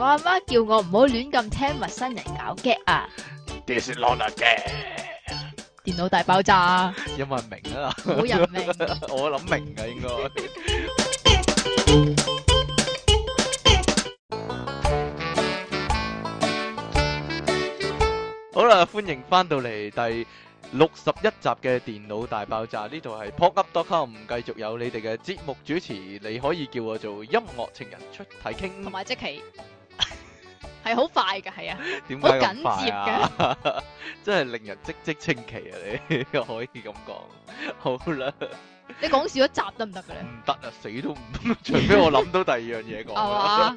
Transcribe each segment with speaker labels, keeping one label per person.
Speaker 1: 阿媽叫我唔好亂咁聽陌生人搞 get 啊！
Speaker 2: This is not a game，
Speaker 1: 電腦大爆炸，
Speaker 2: 因為明啊啦，
Speaker 1: 冇 人明。
Speaker 2: 我諗明啊應該。好啦，歡迎翻到嚟第六十一集嘅電腦大爆炸，呢度係 pocket.com，繼續有你哋嘅節目主持，你可以叫我做音樂情人出體
Speaker 1: 同
Speaker 2: 傾。
Speaker 1: 埋即期係好快㗎，係啊，
Speaker 2: 點解咁快啊？ 真係令人嘖嘖稱奇啊！你可以咁講，好啦，
Speaker 1: 你講少一集得唔得嘅
Speaker 2: 唔
Speaker 1: 咧？
Speaker 2: 得啊，死都唔，除非我諗到第二樣嘢講
Speaker 1: 係
Speaker 2: 啦。
Speaker 1: 嘛，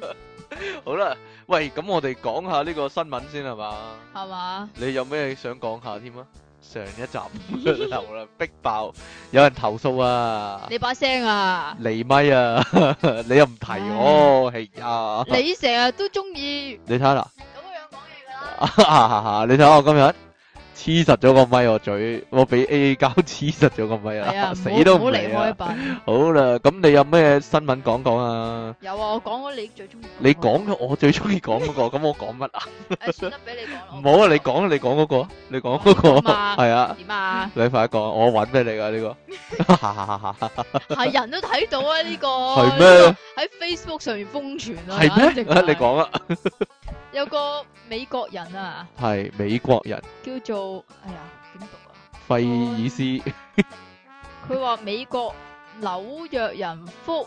Speaker 2: 好啦，喂，咁我哋講下呢個新聞先係嘛？
Speaker 1: 係嘛，
Speaker 2: 你有咩想講下添啊？上一集流啦，逼爆，有人投訴啊，
Speaker 1: 你把聲啊，
Speaker 2: 離咪啊，你又唔提我，係啊，
Speaker 1: 你成日都中意
Speaker 2: 你睇下啦，
Speaker 1: 咁 樣講嘢㗎啦。
Speaker 2: 你睇下我今日黐實咗個咪我嘴，我俾 A A 膠黐實咗個咪
Speaker 1: 係啊，
Speaker 2: 啊，
Speaker 1: 唔
Speaker 2: 死
Speaker 1: 好唔
Speaker 2: 都
Speaker 1: 好
Speaker 2: 唔
Speaker 1: 離
Speaker 2: 理
Speaker 1: 開
Speaker 2: 啊！
Speaker 1: 吧。
Speaker 2: 好啦，咁你有咩新聞講講啊？
Speaker 1: 有啊，我講咗你最中意。
Speaker 2: 你講咗我最中意講嗰個，咁我講乜啊？
Speaker 1: 誒，算得俾你講啦。
Speaker 2: 唔好啊！你講你講嗰個啊，你講嗰個
Speaker 1: 我講啊嘛
Speaker 2: 係啊，
Speaker 1: 點啊？
Speaker 2: 你快講，我揾俾你噶 呢個，
Speaker 1: 係人都睇到啊！呢個
Speaker 2: 係咩？
Speaker 1: 喺 Facebook 上面瘋傳啊！
Speaker 2: 係咩
Speaker 1: 簡直？
Speaker 2: 啊
Speaker 1: 係
Speaker 2: 你講啊，
Speaker 1: 有個美國人啊，
Speaker 2: 係美國人
Speaker 1: 叫做哎呀點讀啊？
Speaker 2: 費爾斯
Speaker 1: 佢話美國紐約人福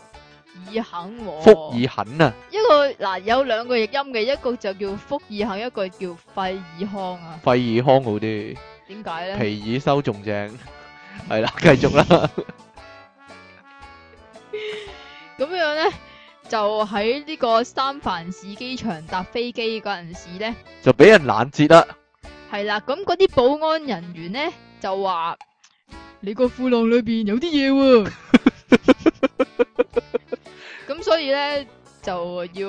Speaker 1: 爾肯喎，
Speaker 2: 福爾肯啊，
Speaker 1: 一個嗱有兩個譯音嘅，一個就叫福爾肯，一個叫費爾康啊。
Speaker 2: 費爾康好啲，
Speaker 1: 點解咧？
Speaker 2: 皮爾修仲正，係啦，繼續啦，
Speaker 1: 咁樣咧就喺呢個三藩市機場搭飛機嗰陣時咧。
Speaker 2: 就俾人攔截啦，
Speaker 1: 系啦，咁嗰啲保安人員咧就話：你個褲浪裏边有啲嘢喎。咁所以咧就要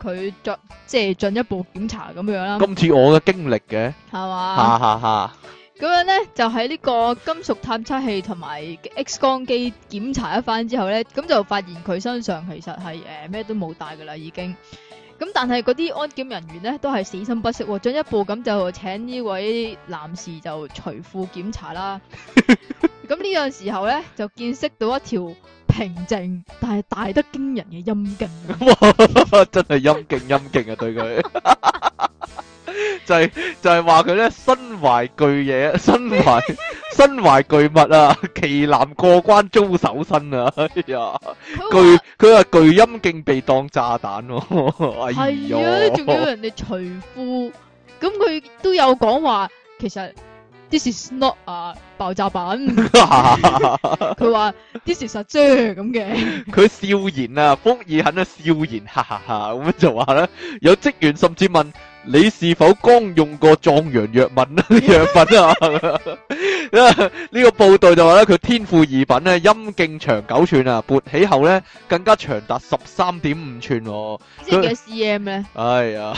Speaker 1: 佢作即係進一步檢查咁樣啦，
Speaker 2: 今次我嘅經歷嘅，
Speaker 1: 係嘛？
Speaker 2: 哈哈哈，
Speaker 1: 咁樣咧就喺呢個金屬探測器同埋 X 光機檢查一番之後咧，咁就發現佢身上其實係诶咩都冇帶噶啦已經。咁但係嗰啲安檢人員咧都係死心不息喎，進一步咁就請呢位男士就除褲檢查啦。咁呢樣時候咧就見識到一條平靜但係大得驚人嘅陰莖啊。
Speaker 2: 哇真係陰勁陰勁啊對佢。 就係就係話佢咧身懷巨嘢，身懷 身懷巨物啊，奇男過關遭搜身啊，哎呀！
Speaker 1: 佢
Speaker 2: 巨佢話巨陰莖被當炸彈喎，
Speaker 1: 話
Speaker 2: 哎
Speaker 1: 係啊，仲要
Speaker 2: 呀，
Speaker 1: 人哋除褲，咁佢都有講話，其實 this is not 啊爆 炸品，佢話 this is 阿啫咁嘅，
Speaker 2: 佢笑然啊，福爾肯啊笑然， 哈哈哈，咁樣就話咧，有職員甚至問你是否剛用過壯陽藥物 啊藥品啊， 呢個部隊就話咧，佢天賦異稟咧，陰莖長九寸啊，勃起後咧更加長達十三點五寸喎。
Speaker 1: 即係幾多 cm 咧？
Speaker 2: 哎呀，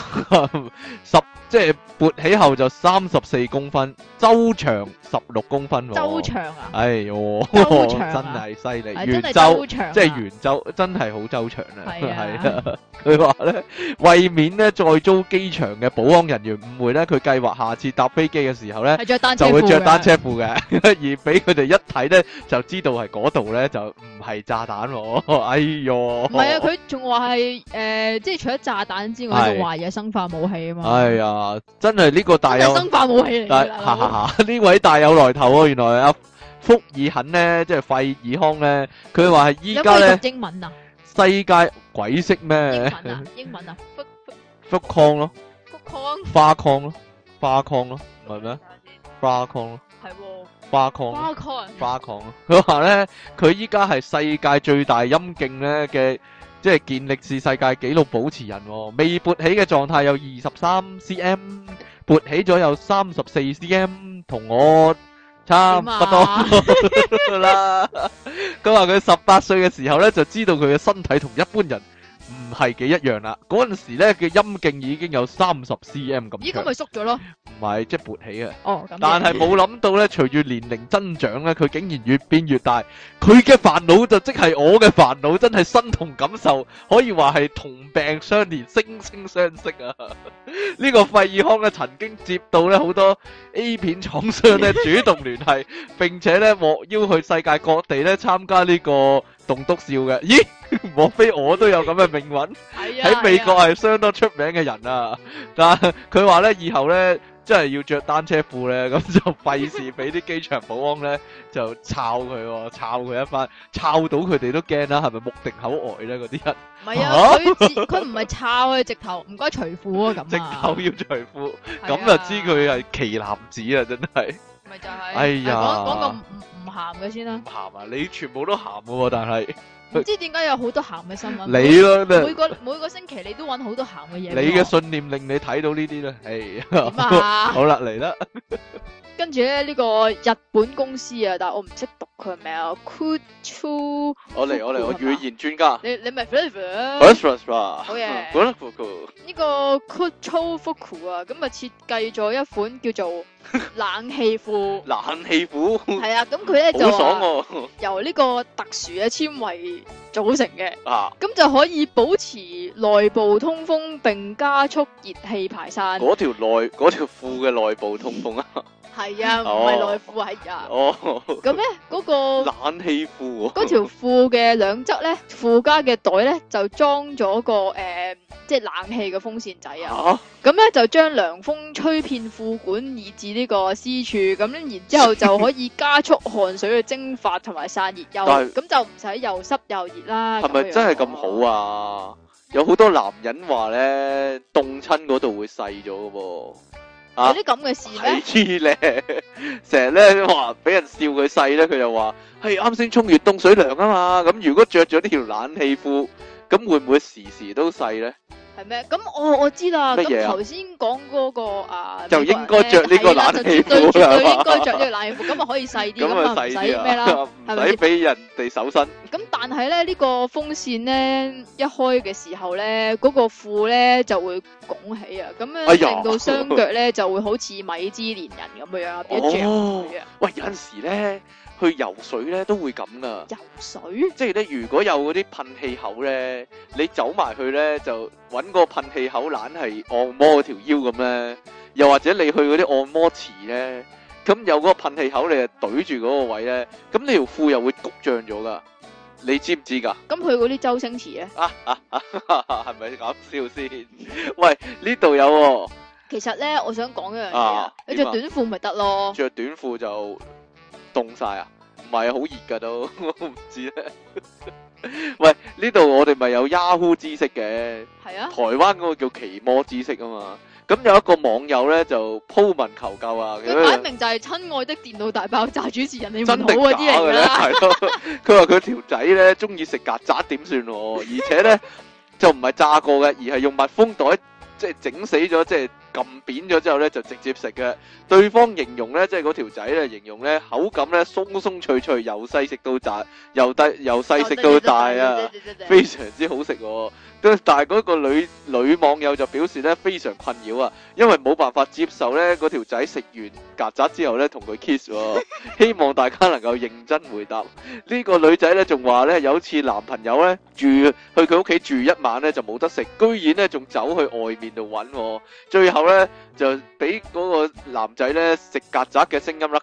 Speaker 2: 十即系勃起後就三十四公分，周長十六公分、喎。
Speaker 1: 周長啊，
Speaker 2: 哎哟，
Speaker 1: 周
Speaker 2: 真
Speaker 1: 長啊
Speaker 2: 係犀利，
Speaker 1: 係真
Speaker 2: 圓
Speaker 1: 係
Speaker 2: 周
Speaker 1: 周長啊，
Speaker 2: 即係圓周，真係好周長啊，
Speaker 1: 係啊
Speaker 2: 係啊。佢話咧，為免咧再遭機場嘅保安人員誤會咧，佢計劃下次搭飛機嘅時候咧。
Speaker 1: 係着單車
Speaker 2: 就會
Speaker 1: 褲
Speaker 2: 着單
Speaker 1: 嘅
Speaker 2: 車褲嘅， 而俾佢哋一睇咧，就知道係嗰度咧就唔係炸彈喎。 哎哟，
Speaker 1: 唔係啊，佢仲話係诶，即係除咗炸彈之外，
Speaker 2: 係
Speaker 1: 仲話有生化武器啊嘛。
Speaker 2: 哎呀，真係呢個大
Speaker 1: 真係
Speaker 2: 有
Speaker 1: 生化武器嚟
Speaker 2: 但
Speaker 1: 㗎
Speaker 2: 係
Speaker 1: 大
Speaker 2: 哈
Speaker 1: 佬
Speaker 2: 哈哈， 呢位大有來頭喎，原來阿福爾肯呢，即係費爾康呢，佢話係依
Speaker 1: 有
Speaker 2: 家
Speaker 1: 冇
Speaker 2: 呢，
Speaker 1: 讀英文啊？
Speaker 2: 世界鬼識
Speaker 1: 英
Speaker 2: 咩？
Speaker 1: 文啊？英文啊？福福
Speaker 2: 福康咯，
Speaker 1: 福康
Speaker 2: 花康咯，花康咯，唔係咩？？花康咯，
Speaker 1: 係喎，
Speaker 2: 花康咯。
Speaker 1: 花康。
Speaker 2: 花礦咯。佢話咧，佢依家係世界最大陰莖咧嘅，即係健力士世界紀錄保持人、喎。未勃起嘅狀態有二十三 cm，勃起咗有三十四 cm，同我差不
Speaker 1: 啊
Speaker 2: 多啦。佢話佢十八歲嘅時候咧，就知道佢嘅身體同一般人唔係幾一樣啦。嗰陣時咧嘅陰莖已經有三十 cm 咁
Speaker 1: 咦咁
Speaker 2: 長
Speaker 1: 咪，縮咗咯？
Speaker 2: 唔係即係勃起啊！
Speaker 1: 哦咁嘅。
Speaker 2: 但係冇諗到咧，隨住年齡增長咧，佢竟然越變越大。佢嘅煩惱就即係我嘅煩惱，真係身同感受，可以話係同病相憐、惺惺相惜啊！ 呢個費爾康咧曾經接到咧好多 A 片廠商咧主動聯繫，並且咧獲邀去世界各地咧參加呢個棟篤笑嘅。咦？莫非我都有咁嘅命運？
Speaker 1: 係啊
Speaker 2: 喺美國
Speaker 1: 係啊
Speaker 2: 係相當出名嘅人啊，但係佢話咧以後咧真係要着單車褲咧，咁就費事俾啲機場保安咧就抄佢、喎，抄佢一番，抄到佢哋都驚啦，係咪目定口呆咧？嗰啲人
Speaker 1: 唔係啊，佢自佢唔係抄啊，直頭唔該除褲啊咁啊。
Speaker 2: 直頭要除
Speaker 1: 係
Speaker 2: 褲，
Speaker 1: 啊
Speaker 2: 咁就知佢係奇男子啊！真係
Speaker 1: 咪就係。
Speaker 2: 哎呀
Speaker 1: 講講個唔唔唔鹹嘅先啦
Speaker 2: 唔，鹹啊！你全部都鹹嘅喎，但係
Speaker 1: 唔知點解有好多鹹嘅新聞。
Speaker 2: 你咯，
Speaker 1: 每
Speaker 2: 你
Speaker 1: 個每個星期你都揾啊好多鹹嘅嘢。
Speaker 2: 嘅信念令你睇到呢啲 咧，
Speaker 1: 點
Speaker 2: 係
Speaker 1: 啊？
Speaker 2: 好啦，嚟啦。
Speaker 1: 跟住咧呢個日本公司啊，但我唔識讀佢名啊，Kutsu，
Speaker 2: 我嚟，我嚟，我
Speaker 1: 係嘛
Speaker 2: 語言專家。
Speaker 1: 你你咪 flavor 好
Speaker 2: 好
Speaker 1: 嘢
Speaker 2: 嘢。
Speaker 1: 呢個 Kutsu Fuku 啊，咁啊設計咗一款叫做冷氣褲，
Speaker 2: 冷氣褲好
Speaker 1: 係啊，咁佢咧就
Speaker 2: 爽
Speaker 1: 話
Speaker 2: 喎、
Speaker 1: 由呢個特殊嘅纖維組成嘅，
Speaker 2: 啊！
Speaker 1: 咁就可以保持內部通風並加速熱氣排散。
Speaker 2: 嗰條內嗰條褲嘅內部通風啊！
Speaker 1: 係啊，唔係內
Speaker 2: 哦
Speaker 1: 褲係啊，
Speaker 2: 哦，
Speaker 1: 咁咧嗰 個。
Speaker 2: 冷氣褲喎、
Speaker 1: 嗰條褲嘅兩側咧，附加嘅袋咧就裝咗個誒、呃即係冷氣嘅風扇仔啊。
Speaker 2: 嚇
Speaker 1: 咁咧就將涼風吹遍褲管，以至呢個私處。咁然之後就可以加速汗水嘅蒸發同埋散熱又，
Speaker 2: 但係
Speaker 1: 咁就唔使又濕又熱啦。
Speaker 2: 係咪真係咁好
Speaker 1: 啊？
Speaker 2: 啊？有好多男人話咧，凍親嗰度會細咗嘅喎。啊
Speaker 1: 有啲咁嘅事咩？
Speaker 2: 係咧，成日咧話俾人笑佢細咧，佢就話：，係啱先沖熱凍水涼啊嘛。咁如果着咗呢條冷氣褲，咁會唔會時時都細咧？
Speaker 1: 係咩？咁我我知啦。
Speaker 2: 乜嘢
Speaker 1: 咁
Speaker 2: 啊
Speaker 1: 頭先講嗰個啊，
Speaker 2: 就
Speaker 1: 美國人
Speaker 2: 應該着呢個
Speaker 1: 係啦
Speaker 2: 冷
Speaker 1: 就
Speaker 2: 氣
Speaker 1: 絕對
Speaker 2: 褲
Speaker 1: 絕對
Speaker 2: 啦
Speaker 1: 應該着呢個冷氣褲，咁啊可以細啲，
Speaker 2: 咁
Speaker 1: 咁
Speaker 2: 啊
Speaker 1: 啊唔
Speaker 2: 細
Speaker 1: 使
Speaker 2: 啲
Speaker 1: 咩啦。
Speaker 2: 啊，
Speaker 1: 係
Speaker 2: 唔
Speaker 1: 咪
Speaker 2: 使俾人哋手身。
Speaker 1: 咁但係咧，呢、個風扇咧一開嘅時候咧，嗰、個褲咧就會拱起啊，咁樣
Speaker 2: 哎呀
Speaker 1: 令到雙腳咧就會好似米芝蓮人咁樣啊，變咗著
Speaker 2: 哦
Speaker 1: 佢啊，
Speaker 2: 喂，有陣時咧去游水咧都會咁噶，
Speaker 1: 游水
Speaker 2: 即係咧如果有嗰啲噴氣口咧，你走埋去咧就揾個噴氣口攬係按摩條腰咁咧，又或者你去嗰啲按摩池咧，咁有嗰個噴氣口你就懟住嗰個位咧，咁你條褲又會谷脹咗噶，你知唔知㗎？
Speaker 1: 咁去嗰啲周星馳咧，
Speaker 2: 係咪搞笑先？喂，呢度有喎、
Speaker 1: 其實咧我想講一樣嘢啊
Speaker 2: 啊，
Speaker 1: 你着
Speaker 2: 點啊
Speaker 1: 短褲咪得咯，
Speaker 2: 着短褲就凍晒啊！唔係啊，好熱噶都， 我唔知咧。喂，呢度我哋咪有 Yahoo 知識嘅，
Speaker 1: 係啊
Speaker 2: 台，灣嗰個叫奇摩知識啊嘛。咁有一個網友咧就鋪文求救啊，佢
Speaker 1: 佢擺明就係親愛的電腦大爆炸主持人，你啊唔好
Speaker 2: 真定
Speaker 1: 嗰
Speaker 2: 假
Speaker 1: 啲嚟
Speaker 2: 嘅
Speaker 1: 㗎
Speaker 2: 咧？
Speaker 1: 啦，
Speaker 2: 係咯，佢話佢條仔咧中意食曱甴點算喎？而且咧就唔係炸過嘅，而係用密封袋即係整死咗，即係撳扁咗之後咧就直接食嘅。對方形容咧，即係嗰條仔咧形容咧口感咧鬆鬆脆脆，由細食到大，由大由細食到大
Speaker 1: 哦
Speaker 2: 啊！非常之好食喎。都但係嗰個女女網友就表示咧非常困擾啊，因為冇辦法接受咧嗰條仔食完曱甴之後咧同佢 kiss 喎，希望大家能夠認真回答。呢、個女仔咧仲話咧有次男朋友咧住去佢屋企住一晚咧就冇得食，居然咧仲走去外面度揾喎，最後咧就俾嗰個男仔咧食曱甴嘅聲音啦，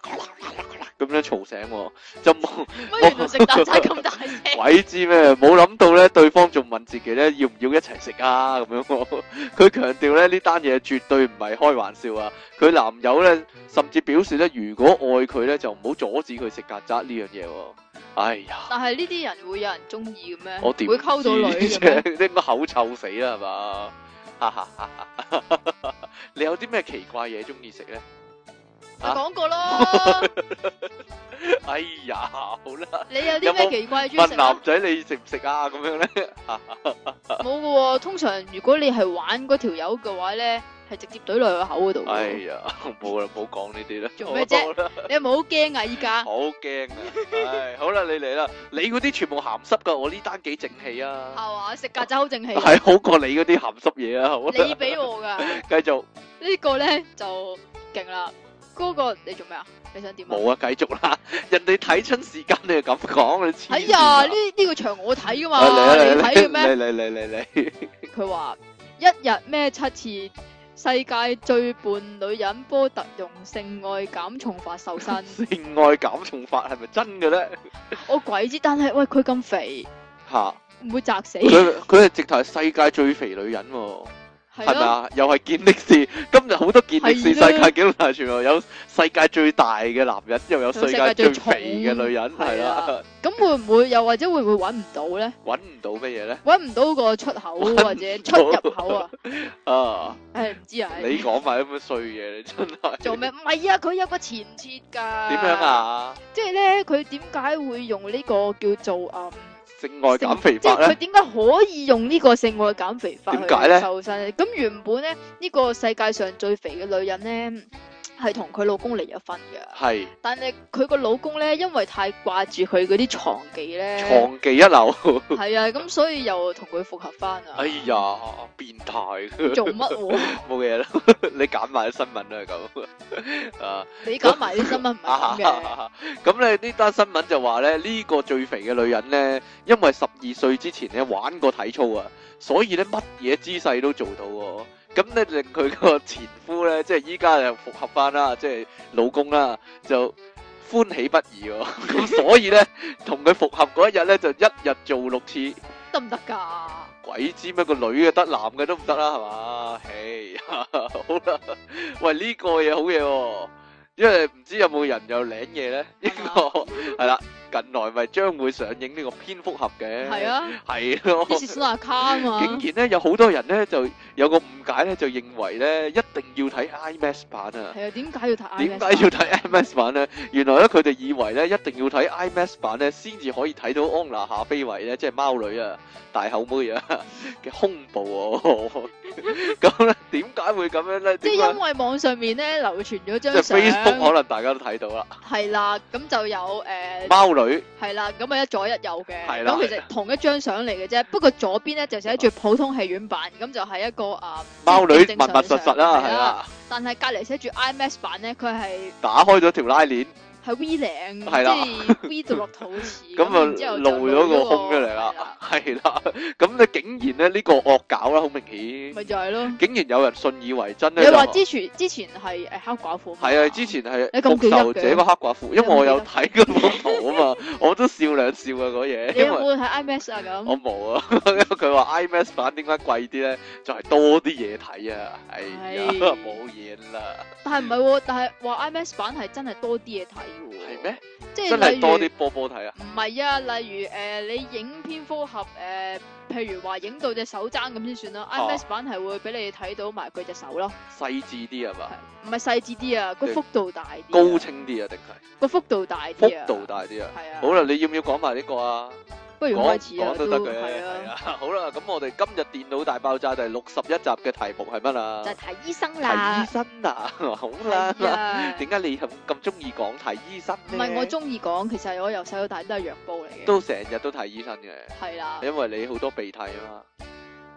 Speaker 2: 咁樣嘈醒喎，就冇。
Speaker 1: 乜原來食曱甴咁大 聲，
Speaker 2: 鬼知咩？冇諗到咧，對方仲問自己咧，要唔要一齊食啊？咁樣喎， 佢強調咧呢單嘢絕對唔係開玩笑啊！佢男友咧甚至表示咧，如果愛佢咧，就唔好阻止佢食曱甴呢樣嘢喎。哎呀，
Speaker 1: 但係呢啲人會有人中意嘅咩？
Speaker 2: 我點
Speaker 1: 會溝到女嘅
Speaker 2: 知
Speaker 1: 咩？
Speaker 2: 啫？ 應該口臭死啦，係嘛？ 哈哈哈哈哈哈你有啲咩奇怪嘢中意食咧？
Speaker 1: 我講過啦。
Speaker 2: 哎呀，好啦，
Speaker 1: 你有啲
Speaker 2: 有
Speaker 1: 咩
Speaker 2: 冇
Speaker 1: 奇怪嘅中意食
Speaker 2: 問男
Speaker 1: 啊？
Speaker 2: 仔你食唔食啊？咁樣咧，
Speaker 1: 冇嘅喎，通常如果你係玩嗰條友嘅話咧，係係直接懟落去個口嗰度。
Speaker 2: 哎呀，冇啦，唔好講呢啲啦，
Speaker 1: 做咩啫
Speaker 2: 我覺得
Speaker 1: 你係咪好驚啊？依家
Speaker 2: 好驚啊！唉，好啦，你嚟啦，你嗰啲全部鹹濕噶，我呢單幾正氣
Speaker 1: 係
Speaker 2: 啊，
Speaker 1: 嘛？食曱甴好正氣，
Speaker 2: 係好過你嗰啲鹹濕嘢啊，好啦，
Speaker 1: 你俾我噶
Speaker 2: 繼續
Speaker 1: 呢個咧就勁啦。嗰個你做咩啊？你想點啊？
Speaker 2: 冇啊，繼續啦，人哋睇親時間你就咁講，你黐線啊
Speaker 1: 哎呀，呢呢個場我睇噶
Speaker 2: 啊
Speaker 1: 嘛，
Speaker 2: 嚟啊
Speaker 1: 你
Speaker 2: 嚟啊
Speaker 1: 睇嘅咩？
Speaker 2: 嚟嚟嚟嚟嚟。，
Speaker 1: 佢話一日咩七次，世界最伴女人波特用性愛減重法瘦身
Speaker 2: 性愛減重法係咪真嘅咧？
Speaker 1: 我鬼知，但係喂佢咁肥，
Speaker 2: 吓、
Speaker 1: 唔會砸死係
Speaker 2: 佢 佢係直頭係世界最肥女人喎、係咪
Speaker 1: 咯？
Speaker 2: 啊？又係健力士，今日好多健力士世
Speaker 1: 係啦
Speaker 2: 界紀錄大全部有世界最大嘅男人，又有世界最肥嘅女人，係啦，
Speaker 1: 咁會唔會又或者會唔會揾唔到咧？
Speaker 2: 揾唔到乜嘢咧？
Speaker 1: 揾唔到個出 口
Speaker 2: 搵唔到
Speaker 1: 或者出入口啊？
Speaker 2: 啊，
Speaker 1: 唉，唔知啊。
Speaker 2: 你講埋啲咁嘅衰嘢，你真係
Speaker 1: 做咩？唔係啊，佢有個前設㗎。
Speaker 2: 點樣？啊？
Speaker 1: 即係咧，佢點解會用呢個叫做嗯？
Speaker 2: 性愛減肥
Speaker 1: 即
Speaker 2: 法
Speaker 1: 係佢
Speaker 2: 咧？
Speaker 1: 點解可以用呢個性愛減肥法
Speaker 2: 點解呢
Speaker 1: 去瘦身咧？咁原本咧呢、呢個世界上最肥嘅女人咧係同佢老公離咗婚嘅，
Speaker 2: 係
Speaker 1: 但係佢個老公咧因為太掛住佢嗰啲床技咧，
Speaker 2: 藏呃技一流，
Speaker 1: 係啊，咁所以又同佢復合翻啊！
Speaker 2: 哎呀，變態，
Speaker 1: 做乜喎？
Speaker 2: 冇嘢啦，你揀埋啲新聞都係咁啊。
Speaker 1: 你搞埋啲新聞唔 係咁嘅，
Speaker 2: 咁咧呢單新聞就話咧呢個最肥嘅女人咧，因為十二歲之前咧玩過體操啊，所以咧乜嘢姿勢都做到喎。咁咧令佢個前夫咧，即係依家又復合翻啦，即係老公啦，就歡喜不已喎。咁所以咧，同佢復合嗰一日咧，就一日做六次。
Speaker 1: 得唔得㗎？
Speaker 2: 鬼知咩個女嘅得，男嘅都唔得啦，係嘛？唉， 好啦，喂呢、個嘢好嘢喎、因為唔知有冇人有領嘢咧？呢、
Speaker 1: 啊
Speaker 2: 個係啦，近來咪將會上映呢個蝙蝠俠嘅，
Speaker 1: 係，啊，
Speaker 2: 係咯。
Speaker 1: 呢次先下卡啊嘛，
Speaker 2: 竟然咧有好多人咧就有個誤解咧，就認為咧一定要睇 IMAX 版啊。
Speaker 1: 係啊，點解要睇 IMAX？
Speaker 2: 點解要睇 IMAX 版咧？原來咧佢哋以為咧一定要睇 IMAX 版咧，先至可以睇到安娜夏菲維咧，即係貓女啊、大口妹啊 嘅胸部啊。 咁咧點解會咁樣咧？
Speaker 1: 即
Speaker 2: 點
Speaker 1: 係
Speaker 2: 解
Speaker 1: 因為網上面咧流傳咗
Speaker 2: 即係
Speaker 1: 張相，
Speaker 2: Facebook 可能大家都睇到啦，
Speaker 1: 係啦，咁就有誒。
Speaker 2: 貓女
Speaker 1: 系啦，咁啊一左一右嘅，
Speaker 2: 係啦
Speaker 1: 咁其
Speaker 2: 係
Speaker 1: 實同一張相嚟嘅啫，不過左邊咧就寫住普通戲院版，咁就係一個啊
Speaker 2: 貓女密密
Speaker 1: 正常
Speaker 2: 實實啦，係，啦，
Speaker 1: 但係隔離寫住 IMAX 版咧，佢係
Speaker 2: 打開咗條拉鏈，
Speaker 1: 係 V 領，
Speaker 2: 係啦
Speaker 1: 即係 V 到落肚臍，
Speaker 2: 咁
Speaker 1: 然之
Speaker 2: 啊
Speaker 1: 後就
Speaker 2: 露咗個胸出嚟
Speaker 1: 係
Speaker 2: 啦，係啦，咁你竟然咧呢個惡搞啦，好明顯，
Speaker 1: 咪就係咯。
Speaker 2: 竟然有人信以為真咧，
Speaker 1: 你話
Speaker 2: 就
Speaker 1: 之前之前係誒黑寡婦嘛，
Speaker 2: 係啊，之前係
Speaker 1: 你咁
Speaker 2: 復
Speaker 1: 記得
Speaker 2: 仇
Speaker 1: 嘅
Speaker 2: 者個黑寡婦，因為我有睇嗰幅圖啊嘛， 我都笑兩笑啊嗰嘢，
Speaker 1: 你有
Speaker 2: 因為
Speaker 1: 冇睇 IMAX 啊咁
Speaker 2: 我？冇啊， 因為佢話 IMAX 版點解貴啲咧，就係多啲嘢睇啊，哎呀
Speaker 1: 係
Speaker 2: 冇嘢啦，
Speaker 1: 但係唔係喎，但係話 IMAX 版係真係多啲嘢睇喎，
Speaker 2: 係？咩？
Speaker 1: 即係
Speaker 2: 真係
Speaker 1: 例如
Speaker 2: 多啲波波睇啊，
Speaker 1: 唔係啊，例如誒、呃你影蝙蝠俠誒、呃譬如話影到隻手踭咁先算啦。
Speaker 2: 哦
Speaker 1: IMAX 版係會俾你睇到埋佢隻手咯，
Speaker 2: 細緻啲啊係嘛，
Speaker 1: 唔係啊細緻啲啊，個
Speaker 2: 即係
Speaker 1: 幅度大啲啊，
Speaker 2: 高清啲啊定係
Speaker 1: 個幅度大
Speaker 2: 幅
Speaker 1: 啲啊，
Speaker 2: 度大啲啊？
Speaker 1: 係啊，
Speaker 2: 好啦，你要唔要講埋呢個啊？
Speaker 1: 不如
Speaker 2: 講
Speaker 1: 開始啊，
Speaker 2: 講
Speaker 1: 都
Speaker 2: 都得嘅，
Speaker 1: 係
Speaker 2: 係
Speaker 1: 啊，
Speaker 2: 啊。好 啦，咁我哋今日電腦大爆炸第六十一集嘅題目係乜啊
Speaker 1: 就？係睇醫生
Speaker 2: 睇醫
Speaker 1: 啦，
Speaker 2: 生啊， 好啦。
Speaker 1: 係啊，
Speaker 2: 點解你咁咁中意講睇醫生
Speaker 1: 唔
Speaker 2: 咧？
Speaker 1: 係我中意講，其實我由細到大都係藥煲嚟嘅，
Speaker 2: 都成日都睇醫生嘅，
Speaker 1: 係啦，
Speaker 2: 因為你好多鼻涕啊嘛。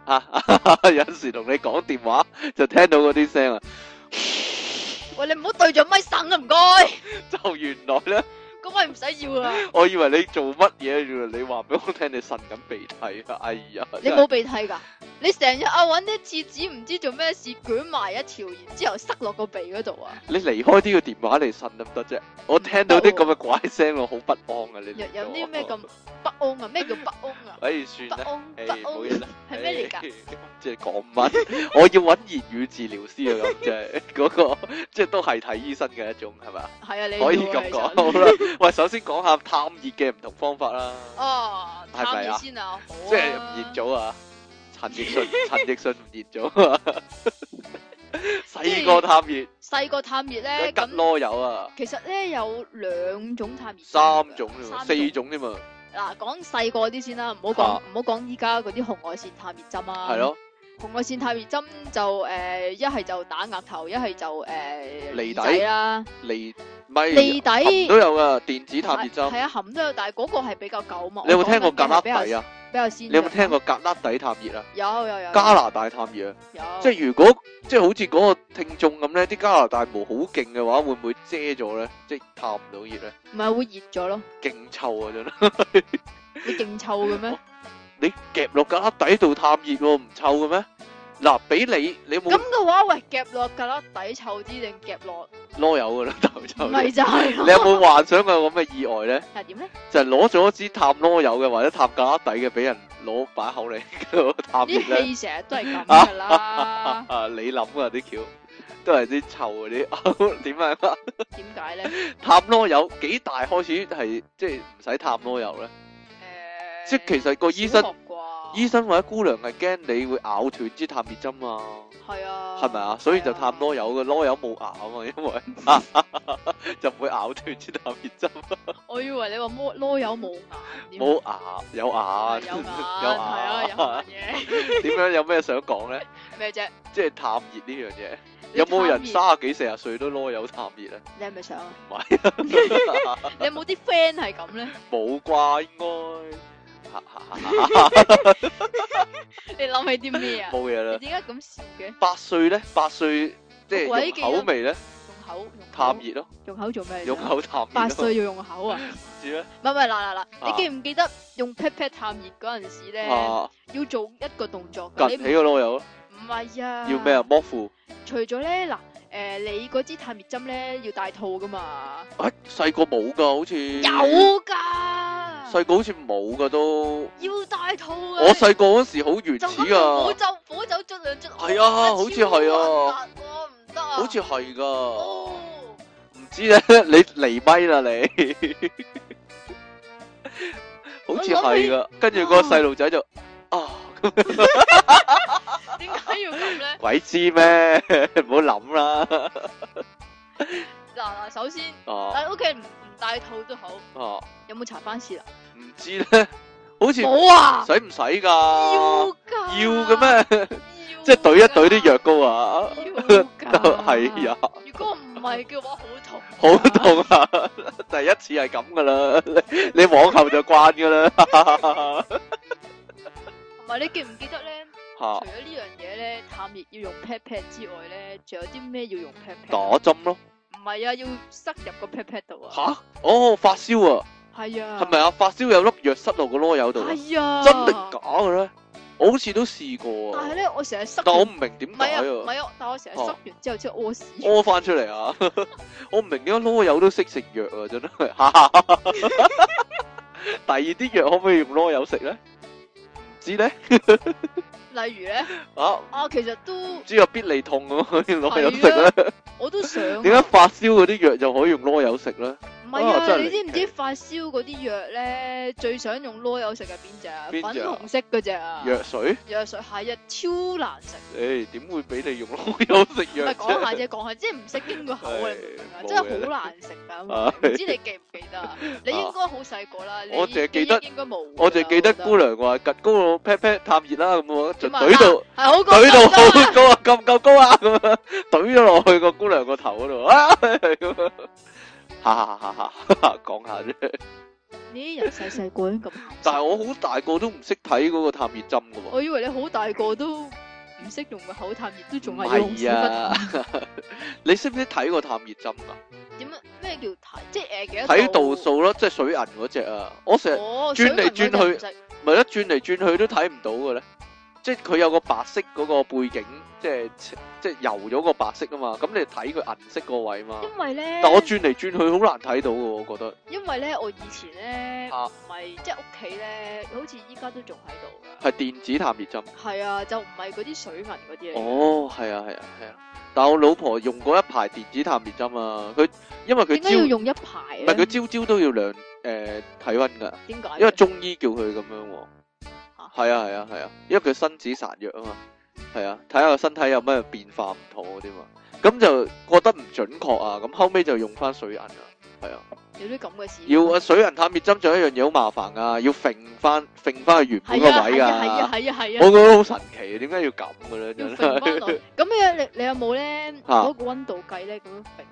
Speaker 2: 嚇， 有時同你講電話就聽到嗰啲聲啊，
Speaker 1: 喂你唔好對住咪神啊，唔該，
Speaker 2: 就原來咧，
Speaker 1: 咁咪唔使要啊，
Speaker 2: 我以為你做乜嘢，原來你話俾我聽你擤緊鼻涕啊！哎呀，
Speaker 1: 你冇鼻涕㗎，你成日啊揾啲廁紙唔知做咩事捲埋一條，然之後塞落個鼻嗰度啊！
Speaker 2: 你離開呢個電話嚟擤得唔得啫？我聽到啲咁嘅怪聲，我好不安啊！你
Speaker 1: 有
Speaker 2: 令到
Speaker 1: 有啲咩
Speaker 2: 我
Speaker 1: 咁？不安啊？咩叫不安啊？
Speaker 2: 哎，算
Speaker 1: 不
Speaker 2: 啦。
Speaker 1: 安不
Speaker 2: 誒，
Speaker 1: 安
Speaker 2: 冇嘢啦，
Speaker 1: 係咩嚟
Speaker 2: 誒
Speaker 1: 㗎？？
Speaker 2: 哎即係講乜？ 我要揾言語治療師啊，咁即係 嗰個，即係都係睇醫生嘅一種，係嘛？
Speaker 1: 係啊，你
Speaker 2: 可以
Speaker 1: 要啊
Speaker 2: 咁
Speaker 1: 其
Speaker 2: 講
Speaker 1: 實
Speaker 2: 好啦。喂，首先講下探熱嘅唔同方法啦，
Speaker 1: 哦，
Speaker 2: 係咪
Speaker 1: 探
Speaker 2: 啊
Speaker 1: 熱先啊，好啊
Speaker 2: 即係吳彥祖啊，陳奕 迅，陳奕迅吳彥祖啊，細個探熱，
Speaker 1: 細個探熱咧，
Speaker 2: 吉
Speaker 1: 咁
Speaker 2: 羅有啊，
Speaker 1: 其實咧有兩種探熱方法
Speaker 2: 三
Speaker 1: 㗎，
Speaker 2: 種啫嘛，
Speaker 1: 三
Speaker 2: 四種啫嘛，
Speaker 1: 嗱，講細個啲先啦，唔好講
Speaker 2: 啊
Speaker 1: 唔好講依家嗰啲紅外線探熱針啊。
Speaker 2: 係。咯，
Speaker 1: 紅外線太熱針就诶，一、係就打額頭，一係就呃诶
Speaker 2: 脷底哎
Speaker 1: 啦，
Speaker 2: 利咪
Speaker 1: 啊脷底
Speaker 2: 都有噶電子探熱
Speaker 1: 系
Speaker 2: 針。
Speaker 1: 啊，含都有，哎但係嗰個係比較舊嘛。
Speaker 2: 你有冇聽
Speaker 1: 聽
Speaker 2: 過格拉底
Speaker 1: 啊？
Speaker 2: 啊？
Speaker 1: 比較先
Speaker 2: 你
Speaker 1: 進。
Speaker 2: 有冇聽過格拉底探熱啊？
Speaker 1: 有？有有有。
Speaker 2: 加拿大探熱啊？
Speaker 1: 有
Speaker 2: 即係如果即係好似嗰個聽眾咁咧，啲加拿大毛好勁嘅話，會唔會遮咗咧？即係探唔到熱咧？
Speaker 1: 唔係會熱咗咯？
Speaker 2: 勁臭啊！真係，
Speaker 1: 你勁臭嘅咩？
Speaker 2: 你夾落格拉底度探熱喎，唔臭嘅咩？嗱，俾你，你有
Speaker 1: 咁
Speaker 2: 冇
Speaker 1: 嘅話，喂，夾落格拉底臭啲定夾落？
Speaker 2: 啰柚噶啦？ 頭臭。
Speaker 1: 咪就 係
Speaker 2: 你
Speaker 1: 咯。
Speaker 2: 有冇幻想過有咁嘅意外咧？
Speaker 1: 係點咧？
Speaker 2: 就係攞咗支探啰柚嘅或者探格拉底嘅俾人攞把口嚟 探熱
Speaker 1: 啲
Speaker 2: 咧？
Speaker 1: 戲成日都係咁噶 啦，
Speaker 2: 啊，你諗啊啲橋，都係啲臭嗰啲， 點啊？
Speaker 1: 點解咧？
Speaker 2: 探啰柚幾大開始係即係唔使探啰柚咧？
Speaker 1: 诶，
Speaker 2: 即係其實個醫
Speaker 1: 小
Speaker 2: 生、
Speaker 1: 學啊啩，
Speaker 2: 醫生或者姑娘係驚你會咬斷支探熱針啊，
Speaker 1: 係啊，
Speaker 2: 係咪啊？所以就探
Speaker 1: 多
Speaker 2: 啰柚嘅，啰柚冇牙啊嘛，因為 就唔會咬斷支探熱針，
Speaker 1: 我以為你話摩啰柚冇眼，
Speaker 2: 冇牙有牙
Speaker 1: 啊， 有眼，
Speaker 2: 有
Speaker 1: 係 啊，
Speaker 2: 牙
Speaker 1: 有眼
Speaker 2: 點樣有咩想講咧？
Speaker 1: 嘢咩啫？
Speaker 2: 即係探熱呢樣嘢，
Speaker 1: 你
Speaker 2: 有冇人
Speaker 1: 探熱
Speaker 2: 卅幾四十歲都啰柚探熱咧？
Speaker 1: 你係咪想啊？
Speaker 2: 唔 係
Speaker 1: 你有冇啲 friend 係咁咧？
Speaker 2: 冇啩，應該
Speaker 1: 你諗起啲咩啊？
Speaker 2: 冇嘢
Speaker 1: 你
Speaker 2: 啦。
Speaker 1: 點解咁笑嘅？
Speaker 2: 八歲咧，八歲即
Speaker 1: 我鬼啊
Speaker 2: 係
Speaker 1: 記
Speaker 2: 用
Speaker 1: 得
Speaker 2: 口味咧
Speaker 1: 用口用口
Speaker 2: 探熱咯，
Speaker 1: 用口做咩啫？
Speaker 2: 用口探熱咯。
Speaker 1: 八歲要用口啊？
Speaker 2: 唔知咧
Speaker 1: 唔係唔係嗱嗱
Speaker 2: 啊
Speaker 1: 嗱，你記唔記得用 pat pat 探熱嗰陣時咧，
Speaker 2: 啊，
Speaker 1: 要做一個動作㗎？你
Speaker 2: 近
Speaker 1: 唔
Speaker 2: 起個啰柚咯，
Speaker 1: 唔係啊？
Speaker 2: 要咩啊？？剝褲。
Speaker 1: 除咗咧嗱，誒你嗰支探熱針咧要戴套噶嘛？
Speaker 2: 啊，細個冇㗎，好似
Speaker 1: 有㗎，
Speaker 2: 細個好似冇㗎都。
Speaker 1: 要戴套啊！
Speaker 2: 我細個嗰時好原
Speaker 1: 就咁
Speaker 2: 始
Speaker 1: 用火
Speaker 2: 啊，
Speaker 1: 酒火酒樽兩樽，
Speaker 2: 係啊
Speaker 1: 哇
Speaker 2: 好似係啊，
Speaker 1: 超核突喎唔得啊，
Speaker 2: 好似係㗎。
Speaker 1: 哦
Speaker 2: 唔知咧， 你離咪啦你， 好似係噶。跟住個細路仔就啊，
Speaker 1: 點解要咁咧？
Speaker 2: 鬼知咩？唔好諗啦。
Speaker 1: 嗱嗱，首先
Speaker 2: 啊
Speaker 1: 喺屋企唔唔戴套都好，
Speaker 2: 啊，
Speaker 1: 有冇查翻次啊？
Speaker 2: 唔知咧，好似
Speaker 1: 冇啊，
Speaker 2: 使唔使
Speaker 1: 要
Speaker 2: 噶？
Speaker 1: 㗎，
Speaker 2: 要嘅咩？
Speaker 1: 要㗎？
Speaker 2: 即係懟一懟啲藥膏啊！
Speaker 1: 要
Speaker 2: 就
Speaker 1: 㗎，
Speaker 2: 係啊，
Speaker 1: 如果唔係嘅話，好痛，
Speaker 2: 好。痛啊！ 第一次係咁噶啦， 你你往後就慣噶啦。
Speaker 1: 同埋你記唔記得咧？
Speaker 2: 吓
Speaker 1: 除咗呢樣嘢咧，探熱要用 pat pat 之外咧，仲有啲咩要用 pat pat？
Speaker 2: 打針 咯
Speaker 1: 唔係啊，要塞入個 pat pat 度啊。
Speaker 2: 吓？哦，發燒啊！
Speaker 1: 係啊。
Speaker 2: 係咪啊？發燒有粒藥塞落個啰柚度啊，
Speaker 1: 係啊。
Speaker 2: 真定假嘅咧？我好似都試過
Speaker 1: 但係
Speaker 2: 啊，
Speaker 1: 咧，我成日塞
Speaker 2: 但我唔
Speaker 1: 完，
Speaker 2: 明點
Speaker 1: 唔
Speaker 2: 解
Speaker 1: 係啊，唔
Speaker 2: 啊，
Speaker 1: 係啊，但我成日塞完之後即係屙屎。
Speaker 2: 屙翻出嚟啊！ 我唔明點解啰柚都識食藥啊，真係。 第二啲藥可唔可以用啰柚食咧？唔知咧，
Speaker 1: 例如咧，
Speaker 2: 啊，
Speaker 1: 啊，其實
Speaker 2: 唔
Speaker 1: 都
Speaker 2: 知有必利痛 咁可以攞柚食
Speaker 1: 係啊
Speaker 2: 咧？
Speaker 1: 我都想啊。
Speaker 2: 點解發燒嗰啲藥就可以用啰柚食咧？
Speaker 1: 唔係
Speaker 2: 啊真
Speaker 1: 啊，
Speaker 2: 係
Speaker 1: 你知唔
Speaker 2: 離奇
Speaker 1: 知發燒嗰啲藥咧，最想用囉柚食嘅邊隻啊？
Speaker 2: 邊
Speaker 1: 粉
Speaker 2: 隻啊
Speaker 1: 紅色嗰隻啊。
Speaker 2: 藥水？
Speaker 1: 藥水係啊，超難食。
Speaker 2: 誒點會俾你用啰柚食
Speaker 1: 唔
Speaker 2: 藥
Speaker 1: 係講 下
Speaker 2: 啫？
Speaker 1: 啫，講下，即係唔識經過口啊！你明唔明啊？
Speaker 2: 係
Speaker 1: 真係好難食 㗎，
Speaker 2: 啊
Speaker 1: 唔知你記唔記得啊？你應該好細個啦，你
Speaker 2: 我淨係記得
Speaker 1: 記憶應該冇㗎啦。
Speaker 2: 我就記得
Speaker 1: 覺
Speaker 2: 姑娘話趌高個 pat pat 探熱啦，咁我就
Speaker 1: 點啊
Speaker 2: 懟到。
Speaker 1: 係好過
Speaker 2: 懟到
Speaker 1: 分
Speaker 2: 好高啊，夠唔夠高啊？咁樣懟咗落去個姑娘個頭嗰度啊，咁樣，哈哈哈哈哈， 講下啫。
Speaker 1: 你啲人細細個已經咁鹹濕
Speaker 2: 但係我好大個都唔識睇嗰個探熱針噶喎。
Speaker 1: 我以為你好大個都唔識用個口探熱，都仲係要用
Speaker 2: 係
Speaker 1: 屎忽
Speaker 2: 啊， 你識唔識睇個探熱針㗎？
Speaker 1: 點啊咩叫睇？即係誒幾多
Speaker 2: 睇度？數咯，即係水銀嗰只啊！我成日
Speaker 1: 哦，
Speaker 2: 轉嚟轉去
Speaker 1: 水銀嗰隻唔使
Speaker 2: 咪一轉嚟轉去都睇唔到嘅咧，即係佢有個白色嗰個背景，即係即係油咗個白色啊嘛。咁你睇佢銀色個位嘛。
Speaker 1: 因為咧，
Speaker 2: 但我轉嚟轉去好難睇到嘅喎，我覺得。
Speaker 1: 因為咧，我以前咧
Speaker 2: 啊
Speaker 1: 唔係即係屋企咧，好似依家都仲喺度㗎。
Speaker 2: 係電子探熱針。
Speaker 1: 係啊，就唔係嗰啲水銀嗰啲嚟。
Speaker 2: 哦，係啊，係啊，係啊。但我老婆用過一排電子探熱針啊，佢因為佢
Speaker 1: 點解要
Speaker 2: 朝
Speaker 1: 用一啊排
Speaker 2: 唔
Speaker 1: 咧？
Speaker 2: 係佢朝朝都要量誒體温㗎，
Speaker 1: 點解嘅？
Speaker 2: 因為中醫叫佢咁樣喎。
Speaker 1: 嚇
Speaker 2: 係啊，係啊，係啊，因為佢身子孱弱啊嘛，係啊，睇下個身體有咩變化唔妥嗰啲嘛。咁就覺得唔準確啊，咁後尾就用翻水銀啊，係啊，
Speaker 1: 有啲咁嘅事。
Speaker 2: 要啊水銀探熱針仲有一樣嘢好麻煩噶，要揈翻揈翻去原本個
Speaker 1: 係啊
Speaker 2: 位
Speaker 1: 係啊係啊
Speaker 2: 㗎，
Speaker 1: 係啊係啊，
Speaker 2: 我覺得好神奇，點解要咁嘅咧？
Speaker 1: 要
Speaker 2: 真
Speaker 1: 揈翻落
Speaker 2: 係
Speaker 1: 去。咁你你你有冇咧
Speaker 2: 啊
Speaker 1: 攞個温度計咧咁樣揈？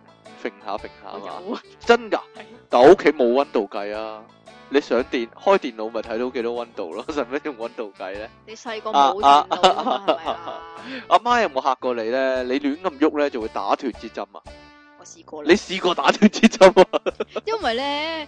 Speaker 2: 揈下揈下
Speaker 1: 我
Speaker 2: 嘛，
Speaker 1: 有啊，
Speaker 2: 真㗎，
Speaker 1: 係啊
Speaker 2: 但我屋企冇温度計啊。你上電開電腦咪睇到幾多温度咯，使唔使用温度計咧？
Speaker 1: 你細個冇電腦啊嘛，係咪 啊？
Speaker 2: 阿媽有冇嚇過你咧？你亂咁喐咧就會打斷支針啊！
Speaker 1: 我試過啦
Speaker 2: 你，試過打斷支 針啊？
Speaker 1: 因為咧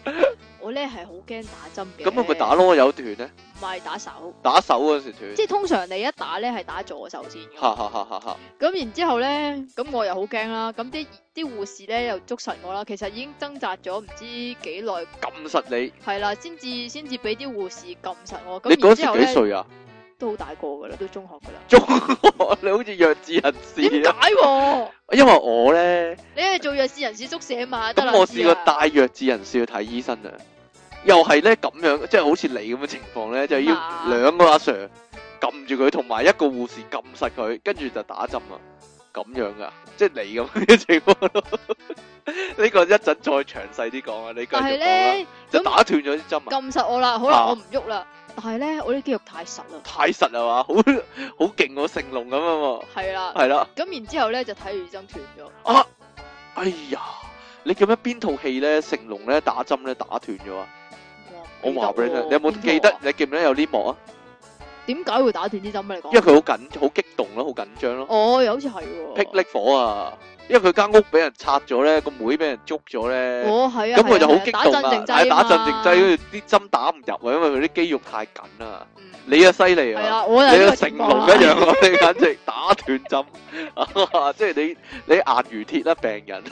Speaker 1: 我咧係好驚打針嘅。
Speaker 2: 咁係咪打？啰柚斷咧？
Speaker 1: 唔係打手，
Speaker 2: 打手嗰時斷
Speaker 1: 即。係通常你一打咧係打左手先㗎嘛。
Speaker 2: 哈哈哈哈哈！
Speaker 1: 咁然之後咧，咁我又好驚啦。咁啲啲護士咧又捉實我啦。其實已經掙扎咗唔知幾耐，
Speaker 2: 撳實你，
Speaker 1: 係啦，先至先至俾啲護士撳實我。
Speaker 2: 你
Speaker 1: 咁
Speaker 2: 嗰
Speaker 1: 然之後
Speaker 2: 時幾
Speaker 1: 咧
Speaker 2: 歲啊？
Speaker 1: 都好大個噶啦，都中學噶啦。
Speaker 2: 中學你好似弱智人
Speaker 1: 點解
Speaker 2: 士啊！
Speaker 1: 喎？
Speaker 2: 因為我咧，
Speaker 1: 你係做弱視人士宿舍嘛？得啦
Speaker 2: 咁我試過
Speaker 1: 知啦
Speaker 2: 帶弱智人士去睇醫生啊，又係咧咁樣，即係好似你咁嘅情況咧，就
Speaker 1: 點啊
Speaker 2: 要兩個阿 Sir 撳住佢，同埋一個護士撳實佢，跟住就打針啊，咁樣噶，即係你咁嘅情況咯。 呢個一陣再詳細啲講啊，你繼
Speaker 1: 但係
Speaker 2: 續講啦，
Speaker 1: 咧
Speaker 2: 就
Speaker 1: 咁
Speaker 2: 打斷咗啲針啊。
Speaker 1: 撳實我啦，好啦，
Speaker 2: 啊
Speaker 1: 我唔喐啦。但係咧，我啲肌肉太實啦，
Speaker 2: 太實啦嘛，好好勁喎，成龍咁啊
Speaker 1: 係啦
Speaker 2: 嘛，。係啦，
Speaker 1: 咁然之後咧就睇完醫生斷咗，
Speaker 2: 啊，哎呀，你記唔記得邊套戲咧？成龍咧打針咧打斷咗啊！我話俾你聽，你有
Speaker 1: 啊
Speaker 2: 冇記得？你記唔記得有呢幕啊？
Speaker 1: 點解會打斷啲針啊？你
Speaker 2: 因為
Speaker 1: 講，
Speaker 2: 佢好緊好激動咯，好緊張咯，
Speaker 1: 哦，又好似係喎，
Speaker 2: 霹靂火啊！因為佢間屋俾人拆咗咧，個妹俾人捉咗咧，
Speaker 1: 哦，係啊，
Speaker 2: 咁佢就好
Speaker 1: 係啊
Speaker 2: 激
Speaker 1: 打
Speaker 2: 動
Speaker 1: 鎮
Speaker 2: 啊
Speaker 1: 靜！劑
Speaker 2: 係打鎮
Speaker 1: 嘛
Speaker 2: 靜劑，跟住啲針打唔入啊，因為佢啲肌肉太緊啦。
Speaker 1: 嗯
Speaker 2: 你啊犀利
Speaker 1: 係
Speaker 2: 啊！
Speaker 1: 啦，我就
Speaker 2: 你
Speaker 1: 呢個
Speaker 2: 個成
Speaker 1: 情
Speaker 2: 龍
Speaker 1: 況
Speaker 2: 一
Speaker 1: 啦。
Speaker 2: 樣啊！你簡直打斷針， 即係你你硬如鐵啦，病人，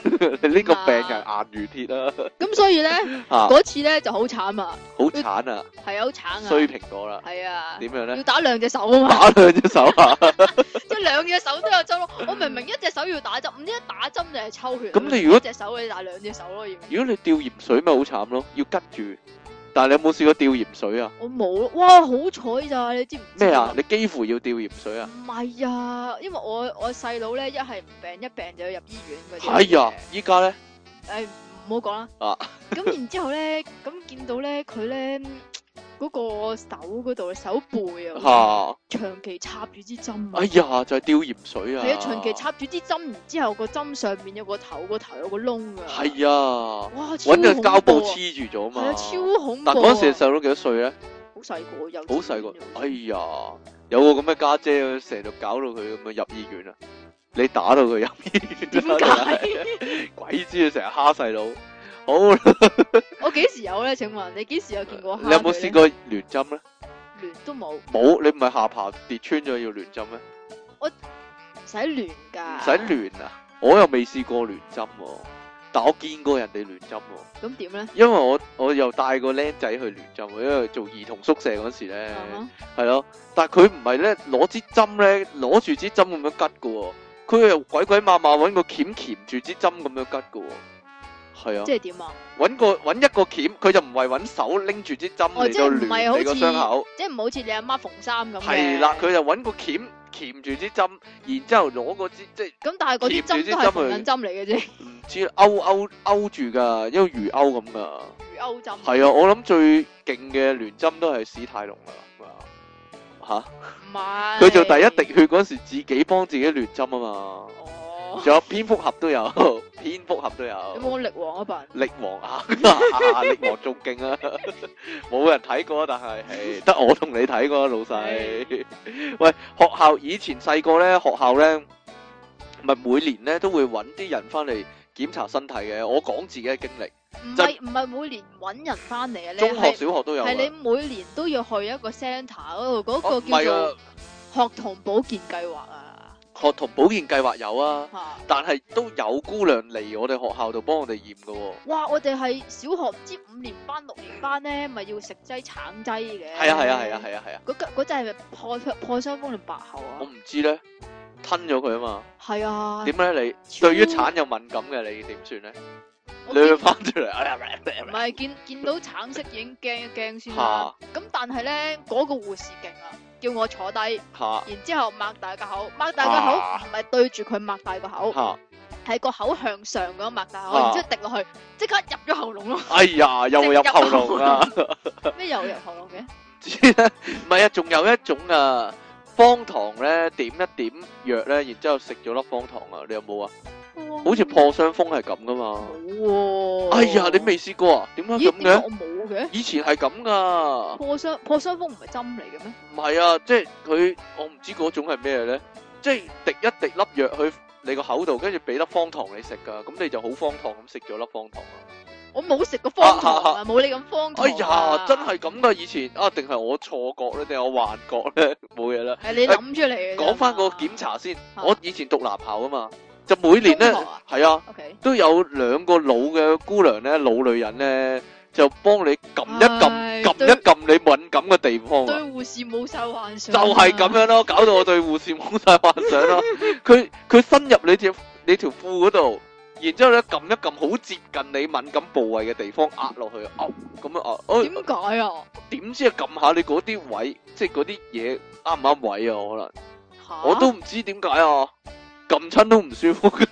Speaker 2: 你呢個病人硬如鐵啦，
Speaker 1: 咁所以咧，
Speaker 2: 嚇
Speaker 1: 嗰次咧就好慘啊，
Speaker 2: 好慘啊，
Speaker 1: 係啊啊，好慘啊，
Speaker 2: 衰蘋果啦，
Speaker 1: 係啊，
Speaker 2: 點樣
Speaker 1: 要
Speaker 2: 咧？
Speaker 1: 打兩隻手啊嘛，
Speaker 2: 打兩隻手啊！
Speaker 1: 即係兩隻手都有針咯。我明明一隻手要打針，唔知一打針就係抽血。
Speaker 2: 咁你如果
Speaker 1: 一隻手你打兩隻手咯，要
Speaker 2: 如果你吊鹽水咪好慘咯，要拮住。但係你有冇試過吊鹽水啊？
Speaker 1: 我冇咯，哇，好彩咋，你知唔知
Speaker 2: 咩啊？？你幾乎要吊鹽水啊？
Speaker 1: 唔係啊，因為我我細佬咧一係唔病，一病就要入醫院嗰啲。
Speaker 2: 係啊！依家咧
Speaker 1: 誒唔好講啦。
Speaker 2: 啊
Speaker 1: 咁然之後咧，咁見到咧佢咧嗰個手嗰度手背啊，
Speaker 2: 嚇，
Speaker 1: 長期插住支針
Speaker 2: 哎
Speaker 1: 啊。
Speaker 2: 呀，就係吊鹽水啊！
Speaker 1: 係啊，長期插住支針，然之後個針上面有個頭，個頭有個窿啊。
Speaker 2: 係啊，
Speaker 1: 哇，
Speaker 2: 揾
Speaker 1: 個
Speaker 2: 個膠布，黐住
Speaker 1: 係
Speaker 2: 咗嘛
Speaker 1: 啊，。超恐怖啊。
Speaker 2: 但嗰陣時細佬幾多歲咧？
Speaker 1: 好細個，又
Speaker 2: 好細個，哎呀，有個咁嘅家姐，成日搞到佢咁樣入醫院啊！你打到佢入醫
Speaker 1: 點
Speaker 2: 院啊，
Speaker 1: 解？
Speaker 2: 鬼知佢啊成日蝦細佬。好啦，
Speaker 1: 我幾時有咧？請問你幾時有見過蝦佢
Speaker 2: 你
Speaker 1: 咧？
Speaker 2: 有冇試過亂針咧？
Speaker 1: 亂都冇，唔
Speaker 2: 冇，你唔係下巴跌穿咗要亂針咩？唔
Speaker 1: 使亂㗎。
Speaker 2: 使。亂啊！我又未試過亂針喎，但我見過人哋亂針喎，
Speaker 1: 咁點咧？
Speaker 2: 因為我我又帶個僆仔去亂針喎，因為做兒童宿舍嗰時咧。
Speaker 1: 啊
Speaker 2: 係咯，但係佢唔係咧攞支針咧，攞住支針咁樣拮嘅喎，佢又鬼鬼馬馬揾個鉗鉗住支針咁樣拮嘅喎，係
Speaker 1: 哈
Speaker 2: 啊，
Speaker 1: 即係點啊？
Speaker 2: 揾個揾一個鉗，佢就唔係揾手拎住支針
Speaker 1: 哦，
Speaker 2: 嚟
Speaker 1: 即
Speaker 2: 到
Speaker 1: 係唔係
Speaker 2: 攣
Speaker 1: 好
Speaker 2: 你個
Speaker 1: 似
Speaker 2: 傷口，
Speaker 1: 即係唔好似你阿媽縫衫咁嘅
Speaker 2: 係啦，佢就揾個鉗鉗住支針，然之後攞嗰支即係
Speaker 1: 咁但係嗰啲針都係縫緊針嚟嘅啫，
Speaker 2: 唔知勾勾勾住㗎，因為魚鈎咁㗎，
Speaker 1: 魚鈎針。
Speaker 2: 係啊，我諗最勁嘅亂針都係史泰龍啦，嚇、
Speaker 1: 唔係。
Speaker 2: 佢做第一滴血嗰時，自己幫自己亂針啊嘛。
Speaker 1: 哦，
Speaker 2: 仲有蝙蝠俠 都有，蝙蝠俠都
Speaker 1: 有
Speaker 2: 有。
Speaker 1: 冇力王嗰份？
Speaker 2: 力王啊， 啊力王仲勁啊！ 冇人睇過，但係唉得我同你睇過啊，老細。喂，學校以前細個咧，學校咧，咪每年咧都會揾啲人翻嚟檢查身體嘅。我講自己嘅經歷，
Speaker 1: 唔係唔係每年揾人翻嚟啊？你
Speaker 2: 中學、
Speaker 1: 係
Speaker 2: 小學都有
Speaker 1: 係你
Speaker 2: 㗎。
Speaker 1: 每年都要去一個 centre 嗰度，嗰
Speaker 2: 哦
Speaker 1: 個
Speaker 2: 唔係
Speaker 1: 叫
Speaker 2: 啊，
Speaker 1: 做學童保健計劃啊。
Speaker 2: 學童保健計劃有啊，
Speaker 1: 嚇！
Speaker 2: 但係都有姑娘嚟我哋學校度幫我哋驗㗎喎。
Speaker 1: 哇！我哋係小學唔知五年班、六年班咧，咪要食劑橙劑嘅。
Speaker 2: 係啊係啊係啊係啊係啊，
Speaker 1: 嗰嗰嗰陣係咪破破傷風定白喉啊
Speaker 2: 我？唔知咧，吞咗佢啊嘛。
Speaker 1: 係啊。
Speaker 2: 點咧？你
Speaker 1: 超
Speaker 2: 對於橙有敏感嘅你點算咧？
Speaker 1: 我
Speaker 2: 你
Speaker 1: 見
Speaker 2: 會翻出嚟，
Speaker 1: 唔係見見到橙色已經驚一驚先啦
Speaker 2: 嚇。
Speaker 1: 咁但係咧，嗰、個護士勁啊，叫我坐低，
Speaker 2: 嚇
Speaker 1: 然之後擘大個口，擘大個口
Speaker 2: 啊
Speaker 1: 唔係對住佢擘大個口，
Speaker 2: 嚇
Speaker 1: 係個口向上嗰一擘大口，然之後滴落去，即刻入咗喉嚨 咯。
Speaker 2: 哎呀，又入喉嚨啊！
Speaker 1: 咩又入喉嚨嘅？
Speaker 2: 知啦，唔係啊，仲有一種啊，方糖咧點一點藥咧，然之後食咗粒方糖啊，你有冇啊？好似破傷風係咁噶嘛？
Speaker 1: 冇喎。
Speaker 2: 哎呀，你未試過啊？點解
Speaker 1: 咦？
Speaker 2: 咁
Speaker 1: 點解
Speaker 2: 嘅？
Speaker 1: 我冇嘅？
Speaker 2: 以前係咁噶，
Speaker 1: 破傷破傷風唔係針嚟嘅咩？
Speaker 2: 唔係啊，即係佢，我唔知嗰種係咩咧，即係滴一滴粒藥去你個口度，跟住俾粒方糖你食噶，咁你就好荒唐咁食咗粒方糖啊！
Speaker 1: 我冇食過方糖啊，冇你咁荒唐
Speaker 2: 哎
Speaker 1: 啊。
Speaker 2: 呀，真係咁噶，以前啊，定係我錯覺咧，定係我幻覺 咧，冇嘢啦。
Speaker 1: 係你諗出嚟嘅啫嘛。
Speaker 2: 講翻個檢查先，
Speaker 1: 啊
Speaker 2: 我以前讀男校啊嘛，就每年咧
Speaker 1: 中學啊
Speaker 2: 係啊，
Speaker 1: ，OK，
Speaker 2: 都有兩個老嘅姑娘咧，老女人咧就幫你撳一
Speaker 1: 唉
Speaker 2: 撳，撳
Speaker 1: 對
Speaker 2: 一撳你敏感嘅地方
Speaker 1: 對
Speaker 2: 啊，
Speaker 1: 護士冇受幻想
Speaker 2: 就
Speaker 1: 啊。
Speaker 2: 係咁樣咯，搞到我對護士冇晒幻想 咯。佢佢伸入你條你條褲嗰度，然之後咧撳一撳好接近你敏感部位嘅地方壓落去，哦咁樣啊，哦
Speaker 1: 點解啊？
Speaker 2: 點知啊撳下你嗰啲位，即係嗰啲嘢啱唔啱位啊？可能。
Speaker 1: 嚇
Speaker 2: 我都唔知點解啊，撳親都唔舒服 噶，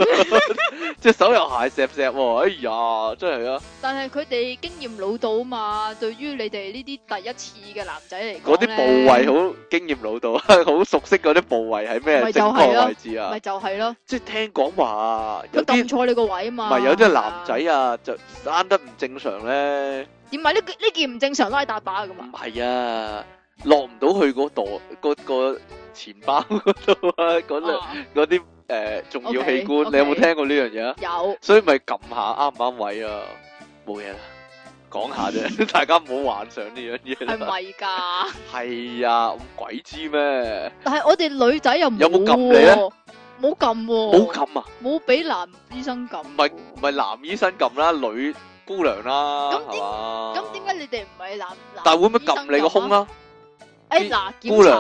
Speaker 2: 隻手又鞋石石喎，哎呀，真係啊！
Speaker 1: 但係佢哋經驗老到嘛，對於你哋呢啲第一次嘅男仔嚟講
Speaker 2: 嗰啲
Speaker 1: 咧
Speaker 2: 部位好經驗老道， 好熟悉嗰啲部位係咩
Speaker 1: 咪就
Speaker 2: 正
Speaker 1: 係咯
Speaker 2: 確位置啊
Speaker 1: 咪？就係咯，
Speaker 2: 即係聽講話
Speaker 1: 佢
Speaker 2: 有啲
Speaker 1: 撳
Speaker 2: 唔
Speaker 1: 錯你個位啊嘛。
Speaker 2: 係有啲男仔啊，就生得唔正常咧，
Speaker 1: 點解呢呢件唔正常拉大把噶
Speaker 2: 唔
Speaker 1: 嘛？
Speaker 2: 係啊，落唔到去嗰度，嗰個錢包嗰度啊，嗰度
Speaker 1: 啊
Speaker 2: 嗰啲誒重要器官，
Speaker 1: OK，OK
Speaker 2: 你有冇聽過呢樣嘢啊？
Speaker 1: 有
Speaker 2: 所以咪撳下啱唔啱位啊，冇嘢啦，講 下啫，大家唔好幻想呢樣嘢
Speaker 1: 係
Speaker 2: 啦。
Speaker 1: 咪㗎？
Speaker 2: 係啊，咁鬼知咩？
Speaker 1: 但係我哋女仔又
Speaker 2: 有冇撳你
Speaker 1: 咧
Speaker 2: 咧？
Speaker 1: 冇撳喎，
Speaker 2: 冇，撳啊，
Speaker 1: 冇俾男醫生撳。
Speaker 2: 唔係唔係男醫生撳啦，女姑娘啦，
Speaker 1: 咁點
Speaker 2: 係嘛？
Speaker 1: 咁點解你哋唔係男？男
Speaker 2: 但會唔會撳你個胸
Speaker 1: 醫生撳啊？
Speaker 2: 啊？
Speaker 1: 誒嗱，
Speaker 2: 姑
Speaker 1: 檢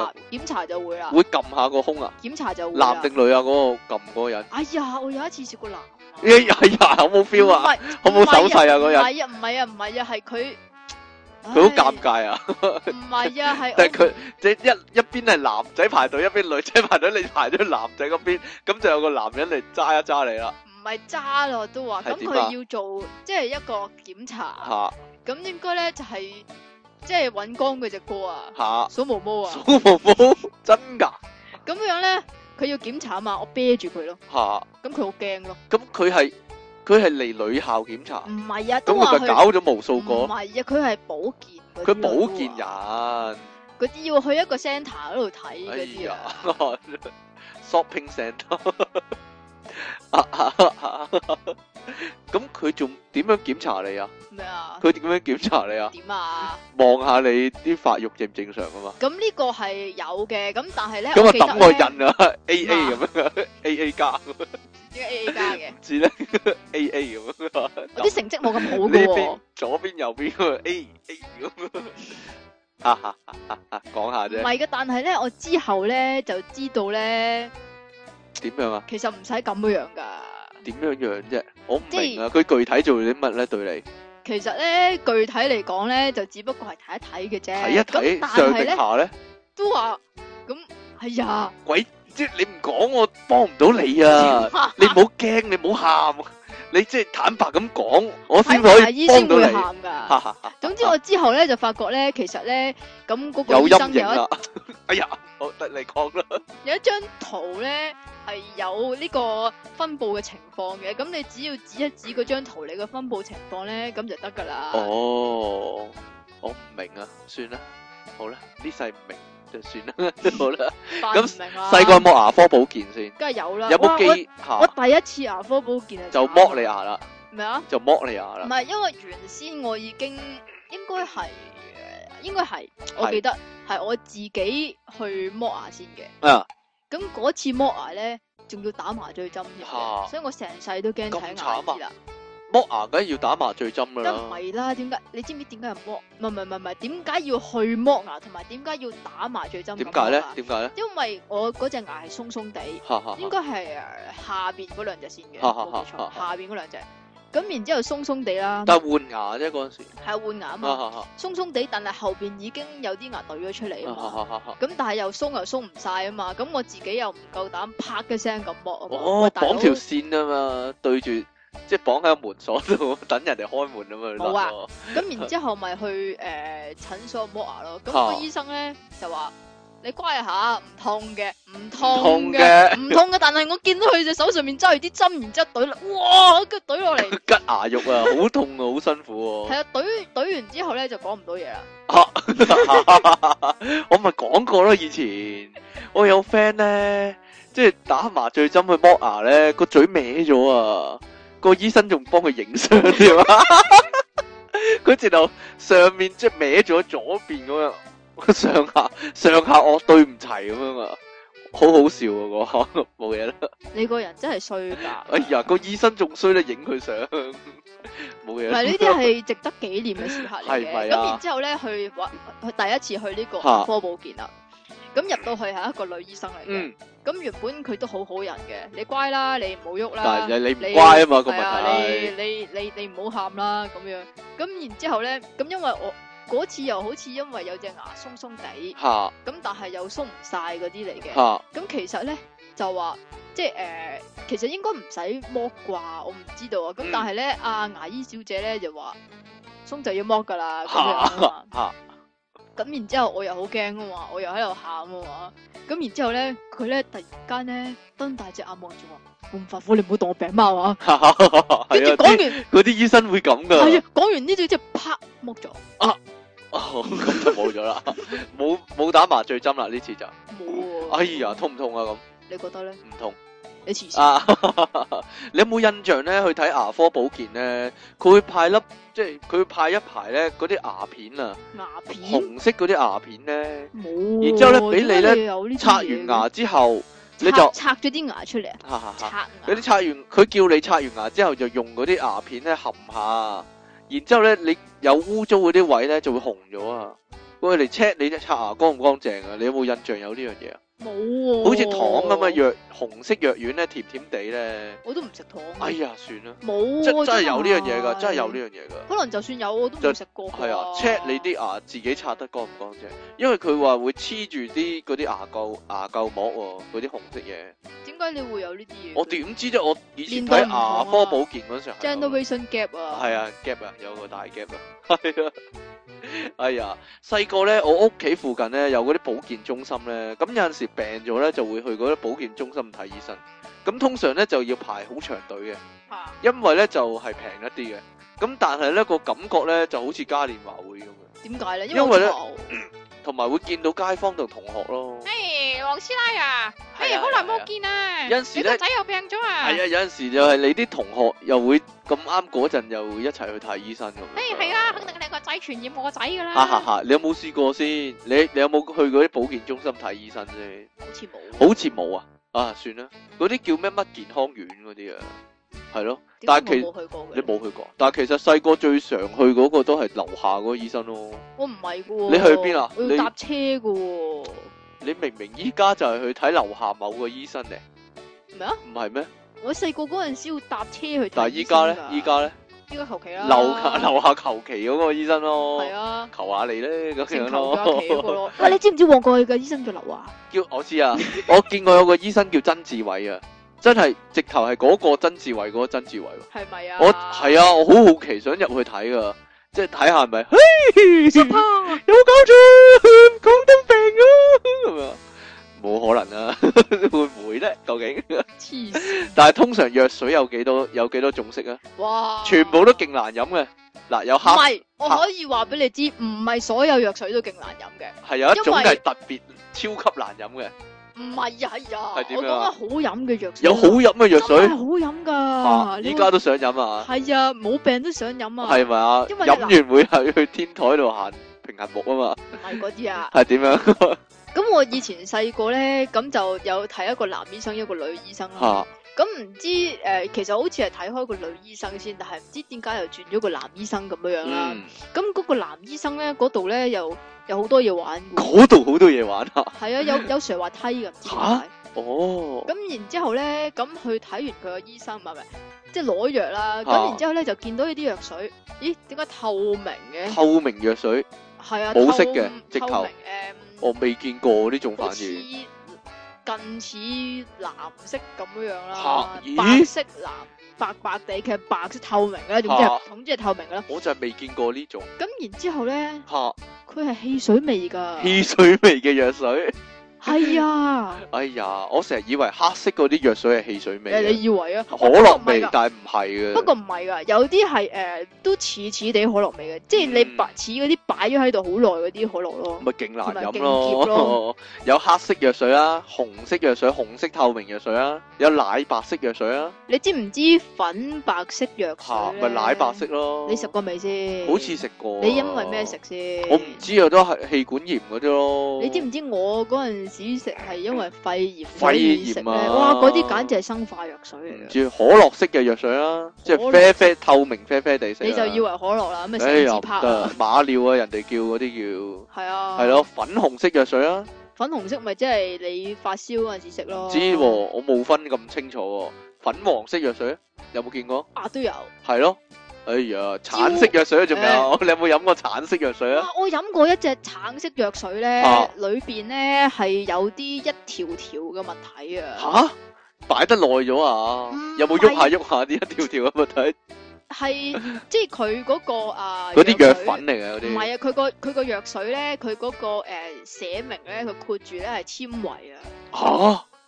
Speaker 1: 查檢
Speaker 2: 娘
Speaker 1: 查就會啦，
Speaker 2: 會撳下個胸啊？
Speaker 1: 檢查就會啦
Speaker 2: 男定女啊？嗰個撳嗰個人，
Speaker 1: 哎呀，我有一次試過男啊。
Speaker 2: 哎呀，哎呀好冇 feel 啊？
Speaker 1: 唔係？
Speaker 2: 好冇手勢啊嗰
Speaker 1: 唔
Speaker 2: 日
Speaker 1: 係啊，唔係啊，唔係啊，係佢
Speaker 2: 佢好尷尬啊！
Speaker 1: 唉唔係 啊，係
Speaker 2: 但係佢即係一一邊係男仔排隊，一邊女仔排隊，你排咗男仔嗰邊，咁就有個男人嚟揸一揸你啦，
Speaker 1: 我唔係渣咯，都話
Speaker 2: 係
Speaker 1: 咁
Speaker 2: 點啊
Speaker 1: 佢要做即係一個檢查，
Speaker 2: 嚇
Speaker 1: 咁應該咧就係即係揾光佢只歌啊，
Speaker 2: 嚇。
Speaker 1: 數毛毛啊，
Speaker 2: 數毛毛真噶
Speaker 1: 咁樣咧佢要檢查啊嘛，我啤住佢咯，
Speaker 2: 吓，
Speaker 1: 咁佢好驚咯，
Speaker 2: 咁佢係佢係嚟女校檢查
Speaker 1: 唔，係啊，
Speaker 2: 咁
Speaker 1: 都話
Speaker 2: 佢咪
Speaker 1: 佢
Speaker 2: 搞咗無數
Speaker 1: 唔
Speaker 2: 個，
Speaker 1: 係啊，佢係保健嗰啲啊，
Speaker 2: 佢保
Speaker 1: 都
Speaker 2: 健
Speaker 1: 話
Speaker 2: 人，
Speaker 1: 嗰啲要去一個 centre 嗰度睇
Speaker 2: 哎
Speaker 1: 嗰啲
Speaker 2: 呀
Speaker 1: 啊，
Speaker 2: ，shopping centre，咁佢仲點樣檢查你啊？
Speaker 1: 咩啊？
Speaker 2: 佢點樣檢查你 啊？
Speaker 1: 點啊？
Speaker 2: 望下你啲發育正唔正常啊嘛？
Speaker 1: 咁呢個係有嘅，咁但係咧，
Speaker 2: 咁
Speaker 1: 我
Speaker 2: 啊
Speaker 1: 記得
Speaker 2: 抌個
Speaker 1: 咧
Speaker 2: 印啊，A A 咁樣，A A 加，唔
Speaker 1: 點解 A A 加嘅？
Speaker 2: 知咧 A à. A 咁樣。
Speaker 1: 我啲成績冇咁好
Speaker 2: 呢
Speaker 1: 嘅喎，
Speaker 2: 邊左邊右邊嗰個 A A 咁樣，哈哈哈哈哈！講下
Speaker 1: 唔
Speaker 2: 啫，
Speaker 1: 係嘅。但係咧，我之後咧就知道咧，
Speaker 2: 點樣啊？
Speaker 1: 其實唔使咁樣噶。
Speaker 2: 點樣樣啫？我唔
Speaker 1: 即係
Speaker 2: 明啊！佢具體做咗啲乜咧？對
Speaker 1: 其實咧，具體嚟講咧，就只不過係睇一睇嘅
Speaker 2: 你
Speaker 1: 啫。
Speaker 2: 睇一
Speaker 1: 咁
Speaker 2: 睇
Speaker 1: 但
Speaker 2: 上
Speaker 1: 係
Speaker 2: 定
Speaker 1: 咧，
Speaker 2: 下咧？
Speaker 1: 都話咁，哎呀，
Speaker 2: 鬼！即係你唔講，我幫唔到你啊！你唔好驚，你唔好喊，你即係坦白咁講，我
Speaker 1: 睇
Speaker 2: 先
Speaker 1: 埋
Speaker 2: 可
Speaker 1: 醫
Speaker 2: 以
Speaker 1: 先
Speaker 2: 幫到
Speaker 1: 會
Speaker 2: 你。
Speaker 1: 喊㗎。
Speaker 2: 哈哈哈！
Speaker 1: 總之我之後咧就發覺咧，其實咧咁嗰個
Speaker 2: 有
Speaker 1: 醫生有
Speaker 2: 陰影
Speaker 1: 一
Speaker 2: 啦！哎呀，好得你講啦，
Speaker 1: 有一張圖咧係有呢個分佈嘅情況嘅，咁你只要指一指嗰張圖你嘅分佈情況咧，咁就得噶啦。
Speaker 2: 哦，我唔明啊，算啦，好啦，呢世唔明就算啦， 好啦。
Speaker 1: 扮
Speaker 2: 咁
Speaker 1: 唔明啊，
Speaker 2: 細個有冇牙科保健先？
Speaker 1: 梗係有啦。
Speaker 2: 有冇哦
Speaker 1: 哇啊我
Speaker 2: 記
Speaker 1: 我
Speaker 2: 嚇
Speaker 1: 第一次牙科保健啊，
Speaker 2: 就剝你牙啦，
Speaker 1: 咩啊？
Speaker 2: 就剝你牙
Speaker 1: 唔
Speaker 2: 啦。
Speaker 1: 係，因為原先我已經應該係應該係，我
Speaker 2: 係
Speaker 1: 記得係我自己去剝牙先嘅。
Speaker 2: 啊，
Speaker 1: 咁嗰次剝牙咧，仲要打麻醉針添嘅，
Speaker 2: 嚇
Speaker 1: 所以我成世都驚睇牙
Speaker 2: 咁慘啊
Speaker 1: 醫啦。
Speaker 2: 剝牙梗係要打麻醉針噶
Speaker 1: 梗唔
Speaker 2: 啦。
Speaker 1: 係啦，點解？你知唔知點解人剝？唔係唔係唔係唔係，點解要去剝牙，同埋點解要打麻醉針？啊
Speaker 2: 點解啊咧？？點解咧？
Speaker 1: 因為我嗰隻牙係鬆鬆地，
Speaker 2: 哈哈
Speaker 1: 應該係呃下邊嗰兩隻先嘅，
Speaker 2: 哈哈
Speaker 1: 冇記錯
Speaker 2: 哈哈
Speaker 1: 下邊嗰兩隻。咁然之後鬆鬆地啦，
Speaker 2: 但係換牙啫嗰陣時，
Speaker 1: 係換牙啊
Speaker 2: 啊
Speaker 1: 嘛，
Speaker 2: 啊啊
Speaker 1: 鬆鬆地，但係後邊已經有啲牙懟咗出嚟啊
Speaker 2: 啊
Speaker 1: 嘛。
Speaker 2: 啊啊啊！
Speaker 1: 咁但係又鬆又鬆唔晒啊嘛，咁我自己又唔夠膽啪嘅聲咁剝啊嘛。
Speaker 2: 哦
Speaker 1: 喂，大佬
Speaker 2: 綁條線啊嘛，對住即係綁喺個門鎖度， 等人哋開門啊嘛，你
Speaker 1: 冇啊
Speaker 2: 諗咯
Speaker 1: 咁然之後咪去誒診所剝牙咯。咁
Speaker 2: 啊
Speaker 1: 個醫生咧就話：你乖下，唔痛嘅，唔
Speaker 2: 痛
Speaker 1: 痛嘅，
Speaker 2: 嘅
Speaker 1: 唔痛嘅。但係我見到佢隻手上面揸住啲針，然之後懟落，哇！跟住懟 落嚟，
Speaker 2: 吉牙肉啊，好痛啊，好辛苦喎
Speaker 1: 係。啊，懟懟完之後咧就講唔到嘢啦。
Speaker 2: 我咪講過咯，以前我有 friend 咧，即係打麻醉針去剝牙咧，個嘴歪咗啊，個醫生仲幫佢影相添啊！ 佢直頭上面即係歪咗左邊咁樣，上下上下我對唔齊咁樣啊，好好笑啊！嗰個冇嘢啦。
Speaker 1: 你個人真係衰㗎。
Speaker 2: 哎呀，個醫生仲衰咧，影佢相，冇嘢
Speaker 1: 唔
Speaker 2: 啦
Speaker 1: 係。呢啲係值得紀念嘅時刻嚟
Speaker 2: 係咪
Speaker 1: 嘅。
Speaker 2: 啊
Speaker 1: 咁然之後咧，去揾佢第一次去呢個
Speaker 2: 嚇
Speaker 1: 科保健啦。咁入到去係一個女醫生嚟嘅。
Speaker 2: 嗯，
Speaker 1: 咁原本佢都好好人嘅，你乖啦，你唔好喐啦
Speaker 2: 但，係你唔乖啊嘛，個
Speaker 1: 係啊
Speaker 2: 問
Speaker 1: 你
Speaker 2: 題。
Speaker 1: 你你你唔好喊啦咁樣。咁然之後咧，咁因為我嗰次又好似因為有隻牙鬆鬆地，
Speaker 2: 嚇
Speaker 1: 咁但係又鬆唔晒嗰啲嚟嘅。
Speaker 2: 嚇
Speaker 1: 咁其實咧就話即係誒、呃其實應該唔使剝啩，我唔知道啊。咁
Speaker 2: 嗯
Speaker 1: 但係咧，阿牙醫小姐咧就話鬆就要剝㗎啦咁樣啊嘛
Speaker 2: 嚇。嚇，
Speaker 1: 咁然之後我又好驚啊嘛，我又喺度喊啊嘛，咁然之後咧，佢咧突然間咧瞪大隻眼望住我，咁發火你唔好當我病貓啊！跟住
Speaker 2: 係
Speaker 1: 講
Speaker 2: 啊，
Speaker 1: 完，
Speaker 2: 嗰啲醫生會咁噶。
Speaker 1: 係啊，講完呢句之後啪剝咗，
Speaker 2: 哦，咁就冇咗啦，冇冇打麻醉針啦，呢次就，
Speaker 1: 冇喎。
Speaker 2: 哎呀，痛唔痛啊？咁
Speaker 1: 你覺得咧？
Speaker 2: 唔痛
Speaker 1: 你黐線，
Speaker 2: 啊！你有冇印象咧？去睇牙科保健咧，佢會派粒，即係佢會派一排咧嗰啲牙片啊，
Speaker 1: 牙片
Speaker 2: 紅色嗰啲牙片咧，
Speaker 1: 冇喎。
Speaker 2: 然之後呢俾你呢
Speaker 1: 咧
Speaker 2: 刷完牙之後，你就
Speaker 1: 拆咗啲牙出嚟啊！
Speaker 2: 哈哈哈。
Speaker 1: 拆
Speaker 2: 有
Speaker 1: 牙
Speaker 2: 啲，刷完，佢叫你刷完牙之後就用嗰啲牙片咧含下，然之後咧你有污糟嗰啲位咧就會紅咗啊！喂，嚟 check 你隻刷牙乾唔乾淨啊？你有冇印象有呢樣嘢啊？
Speaker 1: 冇喎。
Speaker 2: 好似糖咁嘅，藥，紅色藥丸咧，甜甜地咧，
Speaker 1: 我都唔食糖。
Speaker 2: 哎呀，算啦，
Speaker 1: 冇喎
Speaker 2: 真真係有呢樣嘢㗎，真係有呢
Speaker 1: 樣。
Speaker 2: 樣嘢㗎。
Speaker 1: 可能就算有我都
Speaker 2: 就
Speaker 1: 冇食過啩。
Speaker 2: 係啊，check 你啲牙自己刷得乾唔乾淨，因為佢話會黐住啲嗰啲牙垢牙垢膜喎，嗰啲紅色嘢。
Speaker 1: 點解你會有呢啲嘢？
Speaker 2: 我點知啫？我以前
Speaker 1: 練到
Speaker 2: 睇
Speaker 1: 唔同啊
Speaker 2: 牙科保健嗰陣時候係咁啊
Speaker 1: generation gap 어.啊，
Speaker 2: 係啊，gap 啊，有個大 gap 啊， 係啊，哎呀，細個咧，我屋企附近咧有嗰啲保健中心咧，咁有陣時病咗咧就會去嗰啲保健中心睇醫生，咁通常咧就要排好長隊嘅，
Speaker 1: 啊
Speaker 2: 因為咧就係平一啲嘅，咁但係咧個感覺咧就好似嘉年華會咁嘅，
Speaker 1: 點解咧？因
Speaker 2: 因為
Speaker 1: 為
Speaker 2: 咧
Speaker 1: 我
Speaker 2: 同埋會見到街坊同同學咯，
Speaker 3: 嘿，黃師奶啊，
Speaker 2: 係
Speaker 3: 嘿，
Speaker 2: 啊
Speaker 3: 好耐冇
Speaker 2: 係啊
Speaker 3: 見啊！
Speaker 2: 有陣時
Speaker 3: 你
Speaker 2: 咧
Speaker 3: 個仔又病咗啊！
Speaker 2: 係啊，有陣時就係你啲同學又會咁啱嗰陣又會一齊去睇醫生咁
Speaker 1: 哎
Speaker 2: 樣，
Speaker 3: 嘿，係啊，肯定係你個仔傳染我個仔噶啦。
Speaker 2: 哈啊哈哈！你有冇試過先？你你有冇去嗰啲保健中心睇醫生先？
Speaker 1: 好似冇，
Speaker 2: 好似冇啊！啊，算啦，嗰啲叫咩乜健康院嗰啲啊，係咯。
Speaker 1: 點解
Speaker 2: 但係其
Speaker 1: 我冇去過
Speaker 2: 你
Speaker 1: 嘅，
Speaker 2: 冇去過，但係其實細個最常去嗰個都係樓下嗰個醫生咯。
Speaker 1: 我唔係嘅喎。
Speaker 2: 你去邊啊
Speaker 1: 我
Speaker 2: 你
Speaker 1: 要搭車嘅喎，
Speaker 2: 你明明依家就係去睇樓下某個醫生嚟，
Speaker 1: 咩啊？
Speaker 2: 唔係咩？
Speaker 1: 我細個嗰陣時要搭車去睇醫生㗎，
Speaker 2: 但係依家咧，依家咧，
Speaker 1: 依家求其啦，
Speaker 2: 樓下樓下求其嗰個醫生咯
Speaker 1: 係，啊。
Speaker 2: 求下你咧咁樣
Speaker 1: 成頭假期嗰個
Speaker 2: 咯。
Speaker 1: 咯，喂，你知唔知旺角嘅醫生叫劉華？
Speaker 2: 叫我知啊， 我見過有個醫生叫曾志偉啊，真係直頭係嗰個曾志偉嗰個曾志偉喎。
Speaker 1: 係咪啊？
Speaker 2: 我係啊，我好好奇想入去睇噶，即係睇下係 咪。嘿
Speaker 1: 啊，
Speaker 2: 有搞 錯，廣東病啊 咁啊，冇可能啊， 會唔會咧？究竟？
Speaker 1: 黐線！
Speaker 2: 但係通常藥水有幾多有幾多種色啊？
Speaker 1: 哇，
Speaker 2: 全部都勁難飲嘅。嗱，有
Speaker 1: 哦唔
Speaker 2: 黑
Speaker 1: 係，我可以話俾你知，唔係所有藥水都勁難飲嘅，
Speaker 2: 係有一種
Speaker 1: 因為
Speaker 2: 係特別超級難飲嘅，
Speaker 1: 唔係啊，係啊，
Speaker 2: 係點
Speaker 1: 我講
Speaker 2: 樣啊
Speaker 1: 緊好飲嘅藥水，
Speaker 2: 有好飲嘅藥水
Speaker 1: 真係好飲
Speaker 2: 啊！
Speaker 1: 噶，
Speaker 2: 依家都想飲啊，
Speaker 1: 系啊，冇病都想飲啊，
Speaker 2: 係咪啊？
Speaker 1: 因為
Speaker 2: 飲完會係去天台度行平衡木啊嘛，
Speaker 1: 唔係嗰啲啊。
Speaker 2: 係點樣
Speaker 1: 咁我以前細個咧，咁就有睇一個男醫生，一個女醫 生啦。
Speaker 2: 吓？
Speaker 1: 咁唔知诶、呃其實好似係睇開個女醫生先，但係唔知點解又轉咗個男醫生咁樣样啦。
Speaker 2: 嗯，
Speaker 1: 咁嗰、個男醫生咧，嗰度咧又有好多嘢玩嘅喎。
Speaker 2: 嗰度好多嘢玩啊！
Speaker 1: 係啊，有有 Sir 滑梯嘅，唔知點
Speaker 2: 吓
Speaker 1: 解。
Speaker 2: 哦，
Speaker 1: 咁然之後咧，咁佢睇完佢個醫生，唔係唔係，即係攞藥啦。
Speaker 2: 啊
Speaker 1: 咁然之後咧就見到呢啲藥水，咦？點解透明嘅？
Speaker 2: 透明藥水，
Speaker 1: 係啊，
Speaker 2: 冇
Speaker 1: 透
Speaker 2: 色嘅直頭哦
Speaker 1: 透明誒，嗯
Speaker 2: 我未見過呢種反
Speaker 1: 好似
Speaker 2: 應。
Speaker 1: 近似藍色咁樣樣
Speaker 2: 嚇
Speaker 1: 啦，
Speaker 2: 咦
Speaker 1: 白色藍白白地，其實白色透明嘅啦，總之係
Speaker 2: 嚇
Speaker 1: 總之係透明嘅啦。
Speaker 2: 我就係未見過呢種
Speaker 1: 咁然之後咧，
Speaker 2: 嚇
Speaker 1: 佢係汽水味㗎，
Speaker 2: 汽水味嘅藥水。
Speaker 1: 係啊，
Speaker 2: 哎呀，我成日以為黑色嗰啲藥水係汽水 味
Speaker 1: 誒
Speaker 2: 嘅，
Speaker 1: 你以為啊？
Speaker 2: 可樂
Speaker 1: 不
Speaker 2: 味
Speaker 1: 過唔係㗎，
Speaker 2: 但係唔係嘅。
Speaker 1: 不過唔係㗎，有啲係誒都似似地可樂味嘅，即係你
Speaker 2: 嗯
Speaker 1: 白似嗰啲擺咗喺度好耐嗰啲可樂咯。
Speaker 2: 咪勁難飲
Speaker 1: 同埋勁澀
Speaker 2: 咯
Speaker 1: 咯，
Speaker 2: 有黑色藥水啦，紅色藥水、紅色透明藥水啦，有奶白色藥水啦，
Speaker 1: 你知唔知粉白色藥水
Speaker 2: 嚇
Speaker 1: 咧
Speaker 2: 咪奶白色？咯。
Speaker 1: 你食過未先？
Speaker 2: 好似食過。啊
Speaker 1: 你因為咩食？先？
Speaker 2: 我唔。知啊，都係氣管炎嗰啲咯。
Speaker 1: 你知唔啊知我嗰陣時食係因為肺炎所
Speaker 2: 肺炎啊
Speaker 1: 以食咧？哇！嗰啲簡直係生化藥水
Speaker 2: 唔
Speaker 1: 嚟嘅，
Speaker 2: 知可樂色嘅藥水啦，即係啡啡透明啡啡地色啦。啊
Speaker 1: 你就以為可樂啦，咁咪
Speaker 2: 哎
Speaker 1: 成
Speaker 2: 呀
Speaker 1: 支
Speaker 2: 嗯唔
Speaker 1: 拍
Speaker 2: 得
Speaker 1: 啊，
Speaker 2: 馬尿啊，人哋叫嗰啲
Speaker 1: 係啊，
Speaker 2: 叫係咯，，粉紅色藥水啦。
Speaker 1: 粉紅色咪即係你發燒嗰陣時食咯。
Speaker 2: 知喎，我冇分咁清楚喎。粉黃色藥水有冇見過？
Speaker 1: 啊都有。
Speaker 2: 係咯。哎呀，橙色藥水啊仲有， 你有冇飲過橙色藥水啊？
Speaker 1: 哇！我飲過一隻橙色藥水咧
Speaker 2: 啊，
Speaker 1: 裏邊咧係有啲一條條嘅物體啊，
Speaker 2: 吓，擺得耐咗啊
Speaker 1: 唔？
Speaker 2: 有冇喐下喐下啲一條條咁啊嘅睇？
Speaker 1: 係 即係佢嗰個啊
Speaker 2: 嗰啲藥
Speaker 1: 水
Speaker 2: 粉嚟嘅嗰
Speaker 1: 唔
Speaker 2: 啲。
Speaker 1: 係啊，佢個佢個藥水咧，佢嗰、個誒寫明咧，佢括住咧係纖維啊，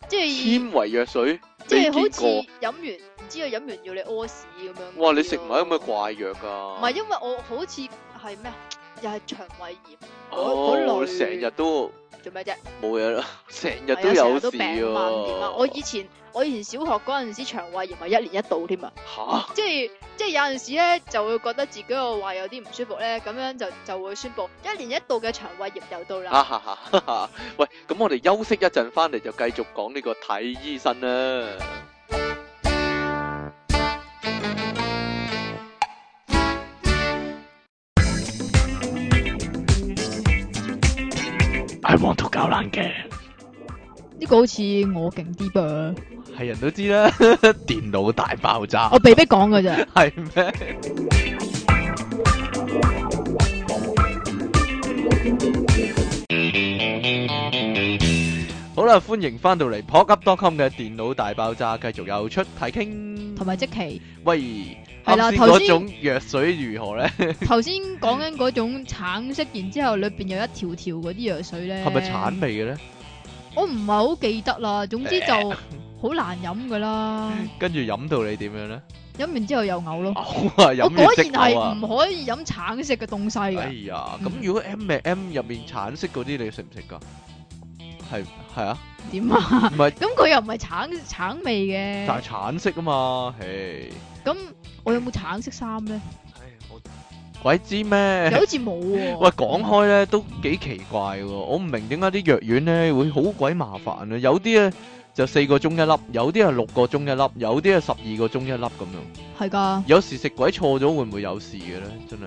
Speaker 2: 吓，
Speaker 1: 即係
Speaker 2: 纖維藥水
Speaker 1: 即
Speaker 2: 未
Speaker 1: 係好
Speaker 2: 見
Speaker 1: 似
Speaker 2: 過。
Speaker 1: 飲完唔知啊，飲完要你屙屎咁樣。
Speaker 2: 哇！你食唔係咁嘅？怪藥啊？
Speaker 1: 啊唔係因為我好似係咩啊，又係腸胃炎嗰嗰
Speaker 2: 哦，
Speaker 1: 類
Speaker 2: 成日都
Speaker 1: 做咩啫？
Speaker 2: 冇嘢啦， 成日
Speaker 1: 係
Speaker 2: 都
Speaker 1: 啊成
Speaker 2: 有
Speaker 1: 日
Speaker 2: 事
Speaker 1: 都病嘛唔掂啊！
Speaker 2: 喎。
Speaker 1: 我以前我以前小學嗰陣時腸胃炎係一年一度添啊，
Speaker 2: 吓
Speaker 1: 即係即係有陣時咧就會覺得自己個胃有啲唔舒服咧，咁樣就就會宣布一年一度嘅腸胃炎又到啦。
Speaker 2: 啊哈哈哈哈！ 喂，咁我哋休息一陣，翻嚟就繼續講呢個睇醫生啦。I want to 搞冷嘅，
Speaker 1: 呢個好似我勁啲噃，
Speaker 2: 係人都知啦， 電腦大爆炸
Speaker 1: 我被逼講噶 咋。
Speaker 2: 係咩？好啦，歡迎翻到嚟 p o c u p c o m 嘅電腦大爆炸，繼續有出睇傾
Speaker 1: 同。埋即期
Speaker 2: 喂，
Speaker 1: 係啦
Speaker 2: 啱先
Speaker 1: 頭
Speaker 2: 嗰
Speaker 1: 先
Speaker 2: 種藥水如何咧？
Speaker 1: 頭先講緊嗰種橙色，然之後裏邊有一條條嗰啲藥水咧，
Speaker 2: 係咪橙？啊味嘅咧？
Speaker 1: 我唔係好記得啦，總 之就好難飲噶啦，
Speaker 2: 跟住飲到你點樣 咧？
Speaker 1: 飲完之後又嘔咯。
Speaker 2: 嘔啊！
Speaker 1: 我
Speaker 2: 飲
Speaker 1: 果
Speaker 2: 完即
Speaker 1: 然
Speaker 2: 嘔
Speaker 1: 係
Speaker 2: 啊！
Speaker 1: 唔可以飲橙色嘅東西
Speaker 2: 哎
Speaker 1: 嘅，
Speaker 2: 呀，
Speaker 1: 嗯
Speaker 2: 咁如果 M 咪 M 入面橙色嗰啲，你食唔食噶？係係啊，
Speaker 1: 點啊？
Speaker 2: 唔 係，
Speaker 1: 咁佢又唔係橙橙味嘅
Speaker 2: 但係，橙色啊嘛，嘿。
Speaker 1: 咁我有冇橙色衫 咧？
Speaker 2: 唉，我鬼知咩
Speaker 1: 又？好似冇喎。
Speaker 2: 喂，講開咧都幾奇怪喎，我唔明點解啲藥丸咧會好鬼麻煩啊！有啲咧就四個鐘一粒，有啲係六個鐘一粒，有啲係十二個鐘一粒咁樣。
Speaker 1: 係㗎，
Speaker 2: 有時食鬼錯咗會唔會有事嘅咧？真係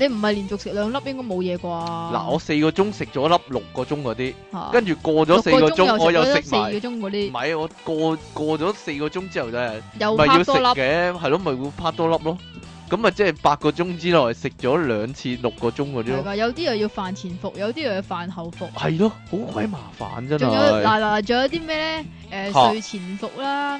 Speaker 1: 你唔係連續食兩粒應該冇嘢啩？
Speaker 2: 嗱，
Speaker 1: 嗱
Speaker 2: 我四個鐘食咗粒六個鐘嗰啲，
Speaker 1: 我
Speaker 2: 跟住過咗四個鐘我又食
Speaker 1: 四個
Speaker 2: 埋，
Speaker 1: 鐘嗰
Speaker 2: 唔
Speaker 1: 啲，
Speaker 2: 係我過過咗四個鐘之後就係
Speaker 1: 又
Speaker 2: 咪
Speaker 1: 拍
Speaker 2: 要食
Speaker 1: 多粒。
Speaker 2: 嘅，係咯，咪會拍多粒咯。咁咪即係八個鐘之內食咗兩次六個鐘嗰啲
Speaker 1: 係
Speaker 2: 咯。
Speaker 1: 噶，有啲又要飯前服，有啲又要飯後服，
Speaker 2: 系咯，好鬼麻煩真
Speaker 1: 仲有
Speaker 2: 係。
Speaker 1: 嗱嗱，仲有啲咩咧？诶、
Speaker 2: 嚇
Speaker 1: 睡前服啦，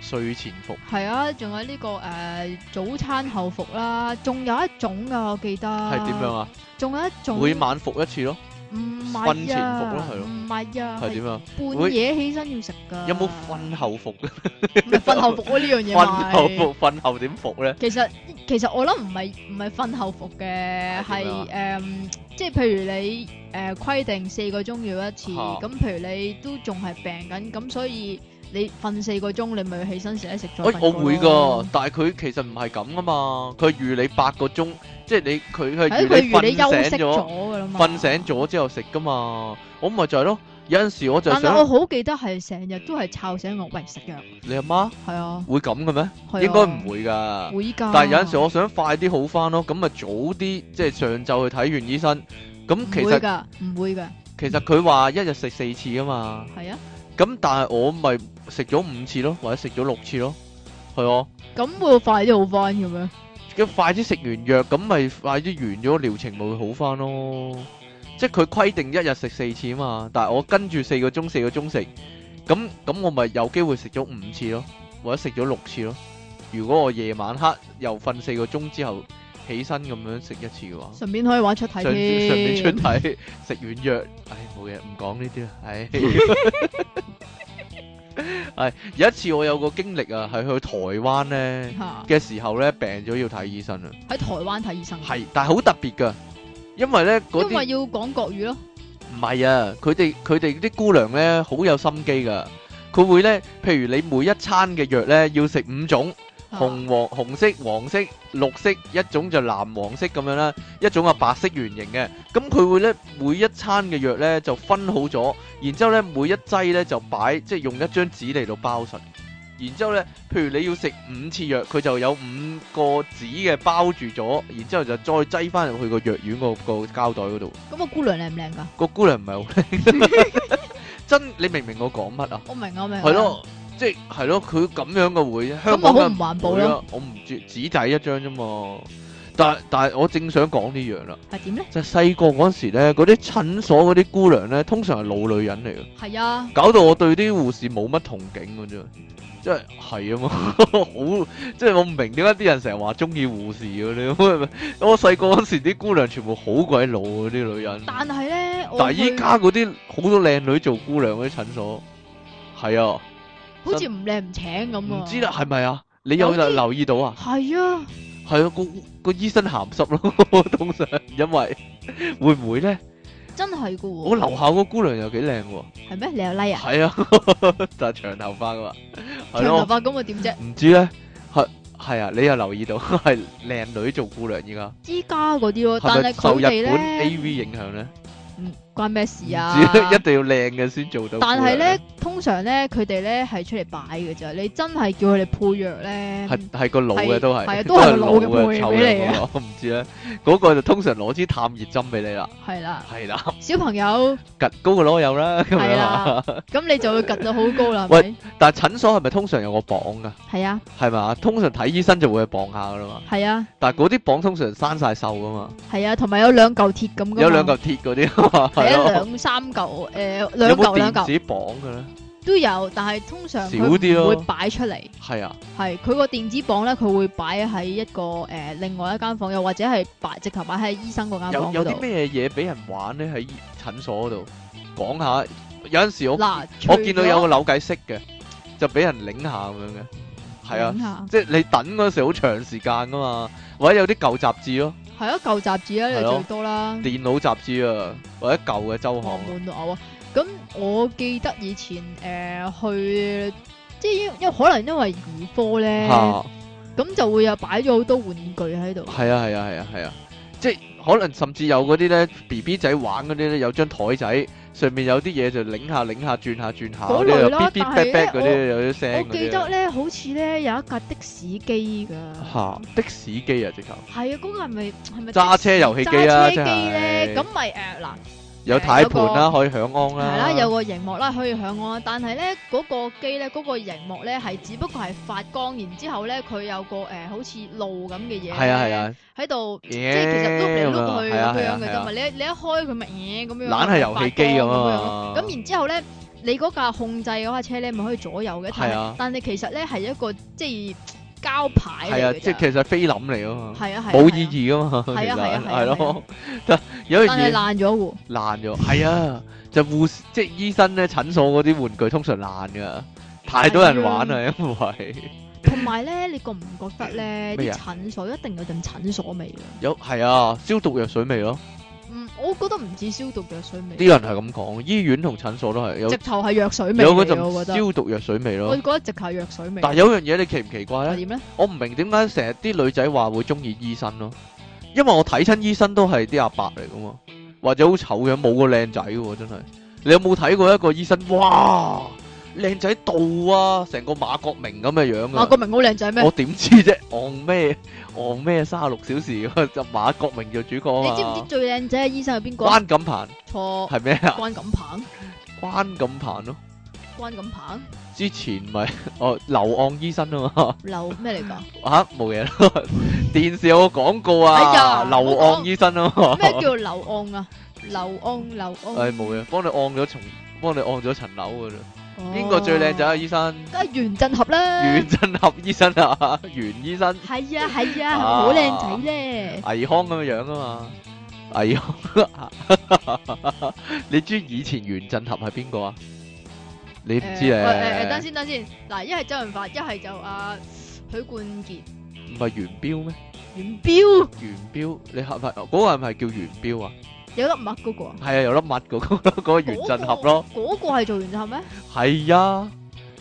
Speaker 2: 睡前服
Speaker 1: 係啊，仲有呢、個个誒早餐後服啦，仲有一種噶，我記得
Speaker 2: 係點樣？啊？
Speaker 1: 仲有一種
Speaker 2: 每晚服一次咯，
Speaker 1: 唔係啊
Speaker 2: 瞓前服咯係咯
Speaker 1: 唔係啊，
Speaker 2: 係點啊？
Speaker 1: 係
Speaker 2: 會
Speaker 1: 半夜起身要食噶。
Speaker 2: 有冇瞓後服？
Speaker 1: 唔係瞓後服啊？呢樣嘢
Speaker 2: 瞓後
Speaker 1: 咪
Speaker 2: 服，瞓後點服咧？
Speaker 1: 其實其實我諗唔係唔係瞓後服嘅，
Speaker 2: 係
Speaker 1: 係
Speaker 2: 點啊
Speaker 1: 誒、嗯即係譬如你誒、呃、規定四個鐘要一次，
Speaker 2: 嚇
Speaker 1: 咁、譬如你都仲係病緊，咁所以你瞓四個鐘，你咪起身食一食再
Speaker 2: 我
Speaker 1: 瞓
Speaker 2: 我
Speaker 1: 過
Speaker 2: 會
Speaker 1: 咯
Speaker 2: 噶，，但係佢其實唔係咁噶嘛，佢預你八個鐘，即係你佢佢
Speaker 1: 係
Speaker 2: 預
Speaker 1: 佢
Speaker 2: 你
Speaker 1: 如你休
Speaker 2: 瞓
Speaker 1: 息
Speaker 2: 醒咗，
Speaker 1: 咗噶啦嘛，
Speaker 2: 瞓醒。咗之後食噶嘛。我咪就係咯，有陣時我就
Speaker 1: 但係我
Speaker 2: 想
Speaker 1: 好記得係成日都係抄醒我，喂食藥，
Speaker 2: 你阿媽
Speaker 1: 係啊，
Speaker 2: 會咁嘅咩？
Speaker 1: 係啊
Speaker 2: 應該唔會㗎。
Speaker 1: 會㗎。
Speaker 2: 但係有陣時我想快啲好翻咯，咁咪早啲即係上晝去睇完醫生。咁
Speaker 1: 唔
Speaker 2: 其
Speaker 1: 會
Speaker 2: 實
Speaker 1: 㗎，唔會㗎，
Speaker 2: 其實佢話一日食四次啊嘛，
Speaker 1: 係啊，
Speaker 2: 咁但係我咪食咗五次咯，或者食咗六次咯，係啊。
Speaker 1: 咁會快啲好翻嘅咩？
Speaker 2: 咁快啲食完藥，咁咪快啲完咗療程，咪會好翻咯。即係佢規定一日食四次啊嘛，但係我跟住四個鐘四個鐘食，咁咁我咪有機會食咗五次咯，或者食咗六次咯。如果我夜晚黑又瞓四個鐘之後起身咁樣食一次嘅話，
Speaker 1: 順便可以玩出體
Speaker 2: 上
Speaker 1: 添，
Speaker 2: 上面出體食完藥，唉冇嘢，唔講呢啲啦，唉。係有一次我有個經歷啊，係去台灣咧
Speaker 1: 嚇
Speaker 2: 嘅時候咧，病咗要睇醫生啊。
Speaker 1: 喺台灣睇醫生，
Speaker 2: 係，但係好特別噶，因為咧嗰
Speaker 1: 因為
Speaker 2: 啲
Speaker 1: 要講國語咯，
Speaker 2: 唔係啊，佢哋佢哋啲姑娘咧好有心機噶，佢會咧，譬如你每一餐嘅藥咧要食五種，
Speaker 1: 嚇
Speaker 2: 紅黃紅色、黃色、綠色，一種就藍黃色咁樣啦，一種啊白色圓形嘅，咁佢會咧每一餐嘅藥咧就分好咗，然之後咧每一劑咧就擺即係用一張紙嚟到包實。然之後咧，譬如你要食五次藥，佢就有五個紙嘅包住咗，然之後就再擠翻入去個藥丸個個膠袋嗰度。
Speaker 1: 咁個姑娘靚唔靚㗎？
Speaker 2: 個姑娘唔係好靚，真你明唔明我講乜啊？
Speaker 1: 我明啊，我明啊。
Speaker 2: 係咯，即係係咯，佢咁樣嘅會，
Speaker 1: 咁
Speaker 2: 香
Speaker 1: 咪
Speaker 2: 港
Speaker 1: 好
Speaker 2: 嘅
Speaker 1: 唔環保
Speaker 2: 會
Speaker 1: 咯？
Speaker 2: 啊，我唔知紙仔一張啫嘛。但但係我正想講呢樣啦，
Speaker 1: 係點咧？
Speaker 2: 就係細個嗰陣時咧，嗰啲診所嗰啲姑娘咧，通常係老女人嚟嘅，
Speaker 1: 係啊，
Speaker 2: 搞到我對啲護士冇乜同情嘅啫。即係係啊嘛， 好即係我唔明點解啲人成日話中意護士嘅咧。 我細個嗰陣時啲姑娘全部好鬼老嗰啲女人。
Speaker 1: 但係咧，我
Speaker 2: 但係
Speaker 1: 去
Speaker 2: 依家嗰啲好多靚女做姑娘嗰啲診所，係啊，
Speaker 1: 好似唔靚唔請咁啊。
Speaker 2: 唔知啦，係咪啊？你有
Speaker 1: 有啲
Speaker 2: 留意到啊？
Speaker 1: 係啊，
Speaker 2: 係啊，個個醫生鹹濕 咯，通常因為會唔會咧？
Speaker 1: 真係噶喎。
Speaker 2: 我樓下個姑娘又幾靚喎，
Speaker 1: 係咩？你有 like 啊？
Speaker 2: 係啊，就係長頭髮噶嘛，係
Speaker 1: 長頭
Speaker 2: 咯，
Speaker 1: 髮咁啊點啫？
Speaker 2: 唔知咧，係係啊，你又留意 到係靚女做姑娘依家，
Speaker 1: 依家嗰啲咯，
Speaker 2: 係
Speaker 1: 但
Speaker 2: 咪
Speaker 1: 係
Speaker 2: 受
Speaker 1: 佢
Speaker 2: 日
Speaker 1: 哋
Speaker 2: 本
Speaker 1: 咧
Speaker 2: A V 影響咧？
Speaker 1: 唔關咩事啊
Speaker 2: 唔。知一啊定要靚嘅先做到姑娘。
Speaker 1: 但係咧，通常咧，佢哋咧係出嚟擺嘅咋。你真係叫佢哋配藥咧，
Speaker 2: 係係個腦嘅
Speaker 1: 係
Speaker 2: 都係，
Speaker 1: 係啊 都係個
Speaker 2: 老
Speaker 1: 腦嘅配
Speaker 2: 臭
Speaker 1: 俾你啊
Speaker 2: 嘅嗰個我唔知咧，嗰個就通常攞支探熱針俾你啦，
Speaker 1: 係啦，
Speaker 2: 係啦，
Speaker 1: 小朋友
Speaker 2: 趌高個籮柚 啦咁
Speaker 1: 係
Speaker 2: 樣
Speaker 1: 啦
Speaker 2: 啊。，
Speaker 1: 咁你就會趌到好高啦，
Speaker 2: 喂
Speaker 1: 係咪？
Speaker 2: 但係診所係咪通常有個磅噶？
Speaker 1: 係啊，
Speaker 2: 係嘛？通常睇醫生就會去磅下噶啦嘛。
Speaker 1: 係啊，
Speaker 2: 但係嗰啲磅通常生晒瘦噶嘛，
Speaker 1: 係啊，同埋有兩嚿鐵咁噶
Speaker 2: 有兩
Speaker 1: 嘛
Speaker 2: 嚿鐵嗰啲啊嘛，
Speaker 1: 係
Speaker 2: 係
Speaker 1: 啊，
Speaker 2: 咯。
Speaker 1: 兩三嚿，誒兩
Speaker 2: 有
Speaker 1: 嚿
Speaker 2: 冇
Speaker 1: 兩
Speaker 2: 電
Speaker 1: 嚿
Speaker 2: 子磅嘅咧？
Speaker 1: 都有，但係通常
Speaker 2: 少啲
Speaker 1: 佢唔
Speaker 2: 咯
Speaker 1: 會擺出嚟。
Speaker 2: 係啊，
Speaker 1: 係佢個電子磅咧，佢會擺喺一個誒、呃另外一間房，又或者係擺直頭擺喺醫生啊嗰間
Speaker 2: 有
Speaker 1: 房
Speaker 2: 有
Speaker 1: 嗰
Speaker 2: 啲
Speaker 1: 度。
Speaker 2: 咩嘢俾人玩咧？喺診所嗰度講下，有陣時我
Speaker 1: 嗱，
Speaker 2: 我見到有個扭計識嘅，就俾人擰下咁樣嘅，係啊。
Speaker 1: 啊，
Speaker 2: 即係你等嗰時好長時間噶嘛，或者有啲舊雜誌咯，
Speaker 1: 係啊，舊雜誌咧
Speaker 2: 係
Speaker 1: 你
Speaker 2: 咯
Speaker 1: 最多啦，
Speaker 2: 電腦雜誌啊，或者舊嘅周刊
Speaker 1: 我
Speaker 2: 啊，
Speaker 1: 悶到嘔啊！咁我記得以前誒、呃去，即係因因可能因為兒科咧，
Speaker 2: 嚇
Speaker 1: 咁就會有擺咗好多玩具喺度。
Speaker 2: 係啊係啊係啊係啊，即係可能甚至有嗰啲咧 B B 仔玩嗰啲咧，有張台仔上面有啲嘢就擰下擰下轉下轉下，
Speaker 1: 嗰
Speaker 2: 嗰啲
Speaker 1: 類
Speaker 2: 有
Speaker 1: 啦
Speaker 2: 嗶嗶
Speaker 1: 但係
Speaker 2: 嗶
Speaker 1: 咧
Speaker 2: 嗶嗰啲有啲聲
Speaker 1: 我
Speaker 2: 嗰
Speaker 1: 記
Speaker 2: 啲
Speaker 1: 得
Speaker 2: 啊
Speaker 1: 咧，好似咧有一架的士機㗎，
Speaker 2: 嚇的士機啊直頭
Speaker 1: 係啊，嗰、個係咪係咪
Speaker 2: 揸車遊戲機啊
Speaker 1: 揸車機咧，
Speaker 2: 真係
Speaker 1: 咁咪誒呃嗱。
Speaker 2: 有
Speaker 1: 誒
Speaker 2: 軚
Speaker 1: 有個
Speaker 2: 盤啦，可以享安
Speaker 1: 係
Speaker 2: 啦，
Speaker 1: 啦，有個熒幕啦，可以響我啦。但係咧，嗰、個機咧，嗰、個熒幕咧係只不過係發光，然之後咧佢有個誒、呃好似路咁嘅嘢，
Speaker 2: 係啊係，啊，
Speaker 1: 喺度
Speaker 2: 即
Speaker 1: 即係其實碌嚟碌去
Speaker 2: 係啊
Speaker 1: 咁
Speaker 2: 係
Speaker 1: 樣嘅
Speaker 2: 啊係
Speaker 1: 啫嘛。
Speaker 2: 啊，
Speaker 1: 你一你一開佢咪嘢咁樣，
Speaker 2: 懶係遊戲機咁啊嘛
Speaker 1: 發光咁樣咁然之後咧，你嗰架控制嗰架車咧咪可以左右嘅，但
Speaker 2: 係
Speaker 1: 係
Speaker 2: 啊
Speaker 1: 但係其實咧係一個即係膠牌
Speaker 2: 係啊
Speaker 1: 嚟，嘅
Speaker 2: 即係其
Speaker 1: 啫，
Speaker 2: 實菲林嚟噶嘛，
Speaker 1: 係啊係啊
Speaker 2: 冇意，義噶嘛，其
Speaker 1: 係啊係啊
Speaker 2: 實
Speaker 1: 係啊
Speaker 2: 係咯， 有
Speaker 1: 係啊
Speaker 2: 樣
Speaker 1: 但係
Speaker 2: 嘢。
Speaker 1: 爛咗 喎，
Speaker 2: 爛咗，係啊，就護士即係醫生咧，診所嗰啲玩具通常爛噶，太多人玩
Speaker 1: 啊
Speaker 2: 啦，因為
Speaker 1: 同埋咧你覺唔覺得咧啲
Speaker 2: 咩啊
Speaker 1: 診所一定有陣診所味嘅？
Speaker 2: 有係啊，消毒藥水味咯，
Speaker 1: 嗯，我覺得唔止消毒藥水
Speaker 2: 啲
Speaker 1: 味，
Speaker 2: 人係咁講，醫院同診所都係有
Speaker 1: 直頭係藥水味
Speaker 2: 有嗰
Speaker 1: 嚟嘅，我
Speaker 2: 陣
Speaker 1: 覺得，
Speaker 2: 消毒藥水味
Speaker 1: 我
Speaker 2: 咯。
Speaker 1: 覺得直頭係藥水味。
Speaker 2: 但係有樣嘢你奇唔奇怪
Speaker 1: 係
Speaker 2: 咧？
Speaker 1: 點咧？
Speaker 2: 我唔明點解成日啲女仔話會中意醫生咯，因為我睇親醫生都係啲阿伯嚟噶嘛，或者好醜樣，冇個靚仔喎，真係。你有冇睇過一個醫生？哇，靚仔到啊，成個馬國明咁嘅樣啊！
Speaker 1: 馬國明好靚仔咩？
Speaker 2: 我點知啫？昂咩昂咩三十六小時 嗰個就馬國明做主角
Speaker 1: 你
Speaker 2: 啊
Speaker 1: 知唔知
Speaker 2: 嘛？
Speaker 1: 最靚仔嘅醫生係邊個啊？
Speaker 2: 關錦鵬
Speaker 1: 錯，
Speaker 2: 係咩啊？
Speaker 1: 關錦鵬，
Speaker 2: 關錦鵬咯，
Speaker 1: 關咁棒？
Speaker 2: 之前咪 哦流岸醫生啊嘛，
Speaker 1: 流咩嚟㗎？
Speaker 2: 吓冇嘢啦。 電視有個廣告
Speaker 1: 哎
Speaker 2: 啊，
Speaker 1: 呀
Speaker 2: 流岸醫生啊嘛，
Speaker 1: 咩叫流岸啊？流岸流 岸，
Speaker 2: 诶冇嘢，幫你按咗層，幫你按咗層樓噶啦。
Speaker 1: 哦
Speaker 2: 邊個最靚仔？啊？醫生，
Speaker 1: 梗係袁振合啦
Speaker 2: 袁。振合醫生啊， 袁醫生，
Speaker 1: 係啊係啊，
Speaker 2: 啊
Speaker 1: 好靚仔咧。
Speaker 2: 倪康咁樣樣啊嘛，倪康。啊 你知以前袁振合係邊個啊？你唔知啊
Speaker 1: 誒喂誒誒，
Speaker 2: 咧
Speaker 1: 等，先等先。嗱，一係周潤發，一係就阿許冠傑、
Speaker 2: 唔係袁彪咩？
Speaker 1: 袁彪。
Speaker 2: 元彪，你係咪嗰個係咪叫元彪啊？
Speaker 1: 有粒墨嗰個啊？
Speaker 2: 係啊，有粒襪嗰個咯，嗰個元振合咯，
Speaker 1: 嗰個。嗰個係做原振合咩？
Speaker 2: 係啊，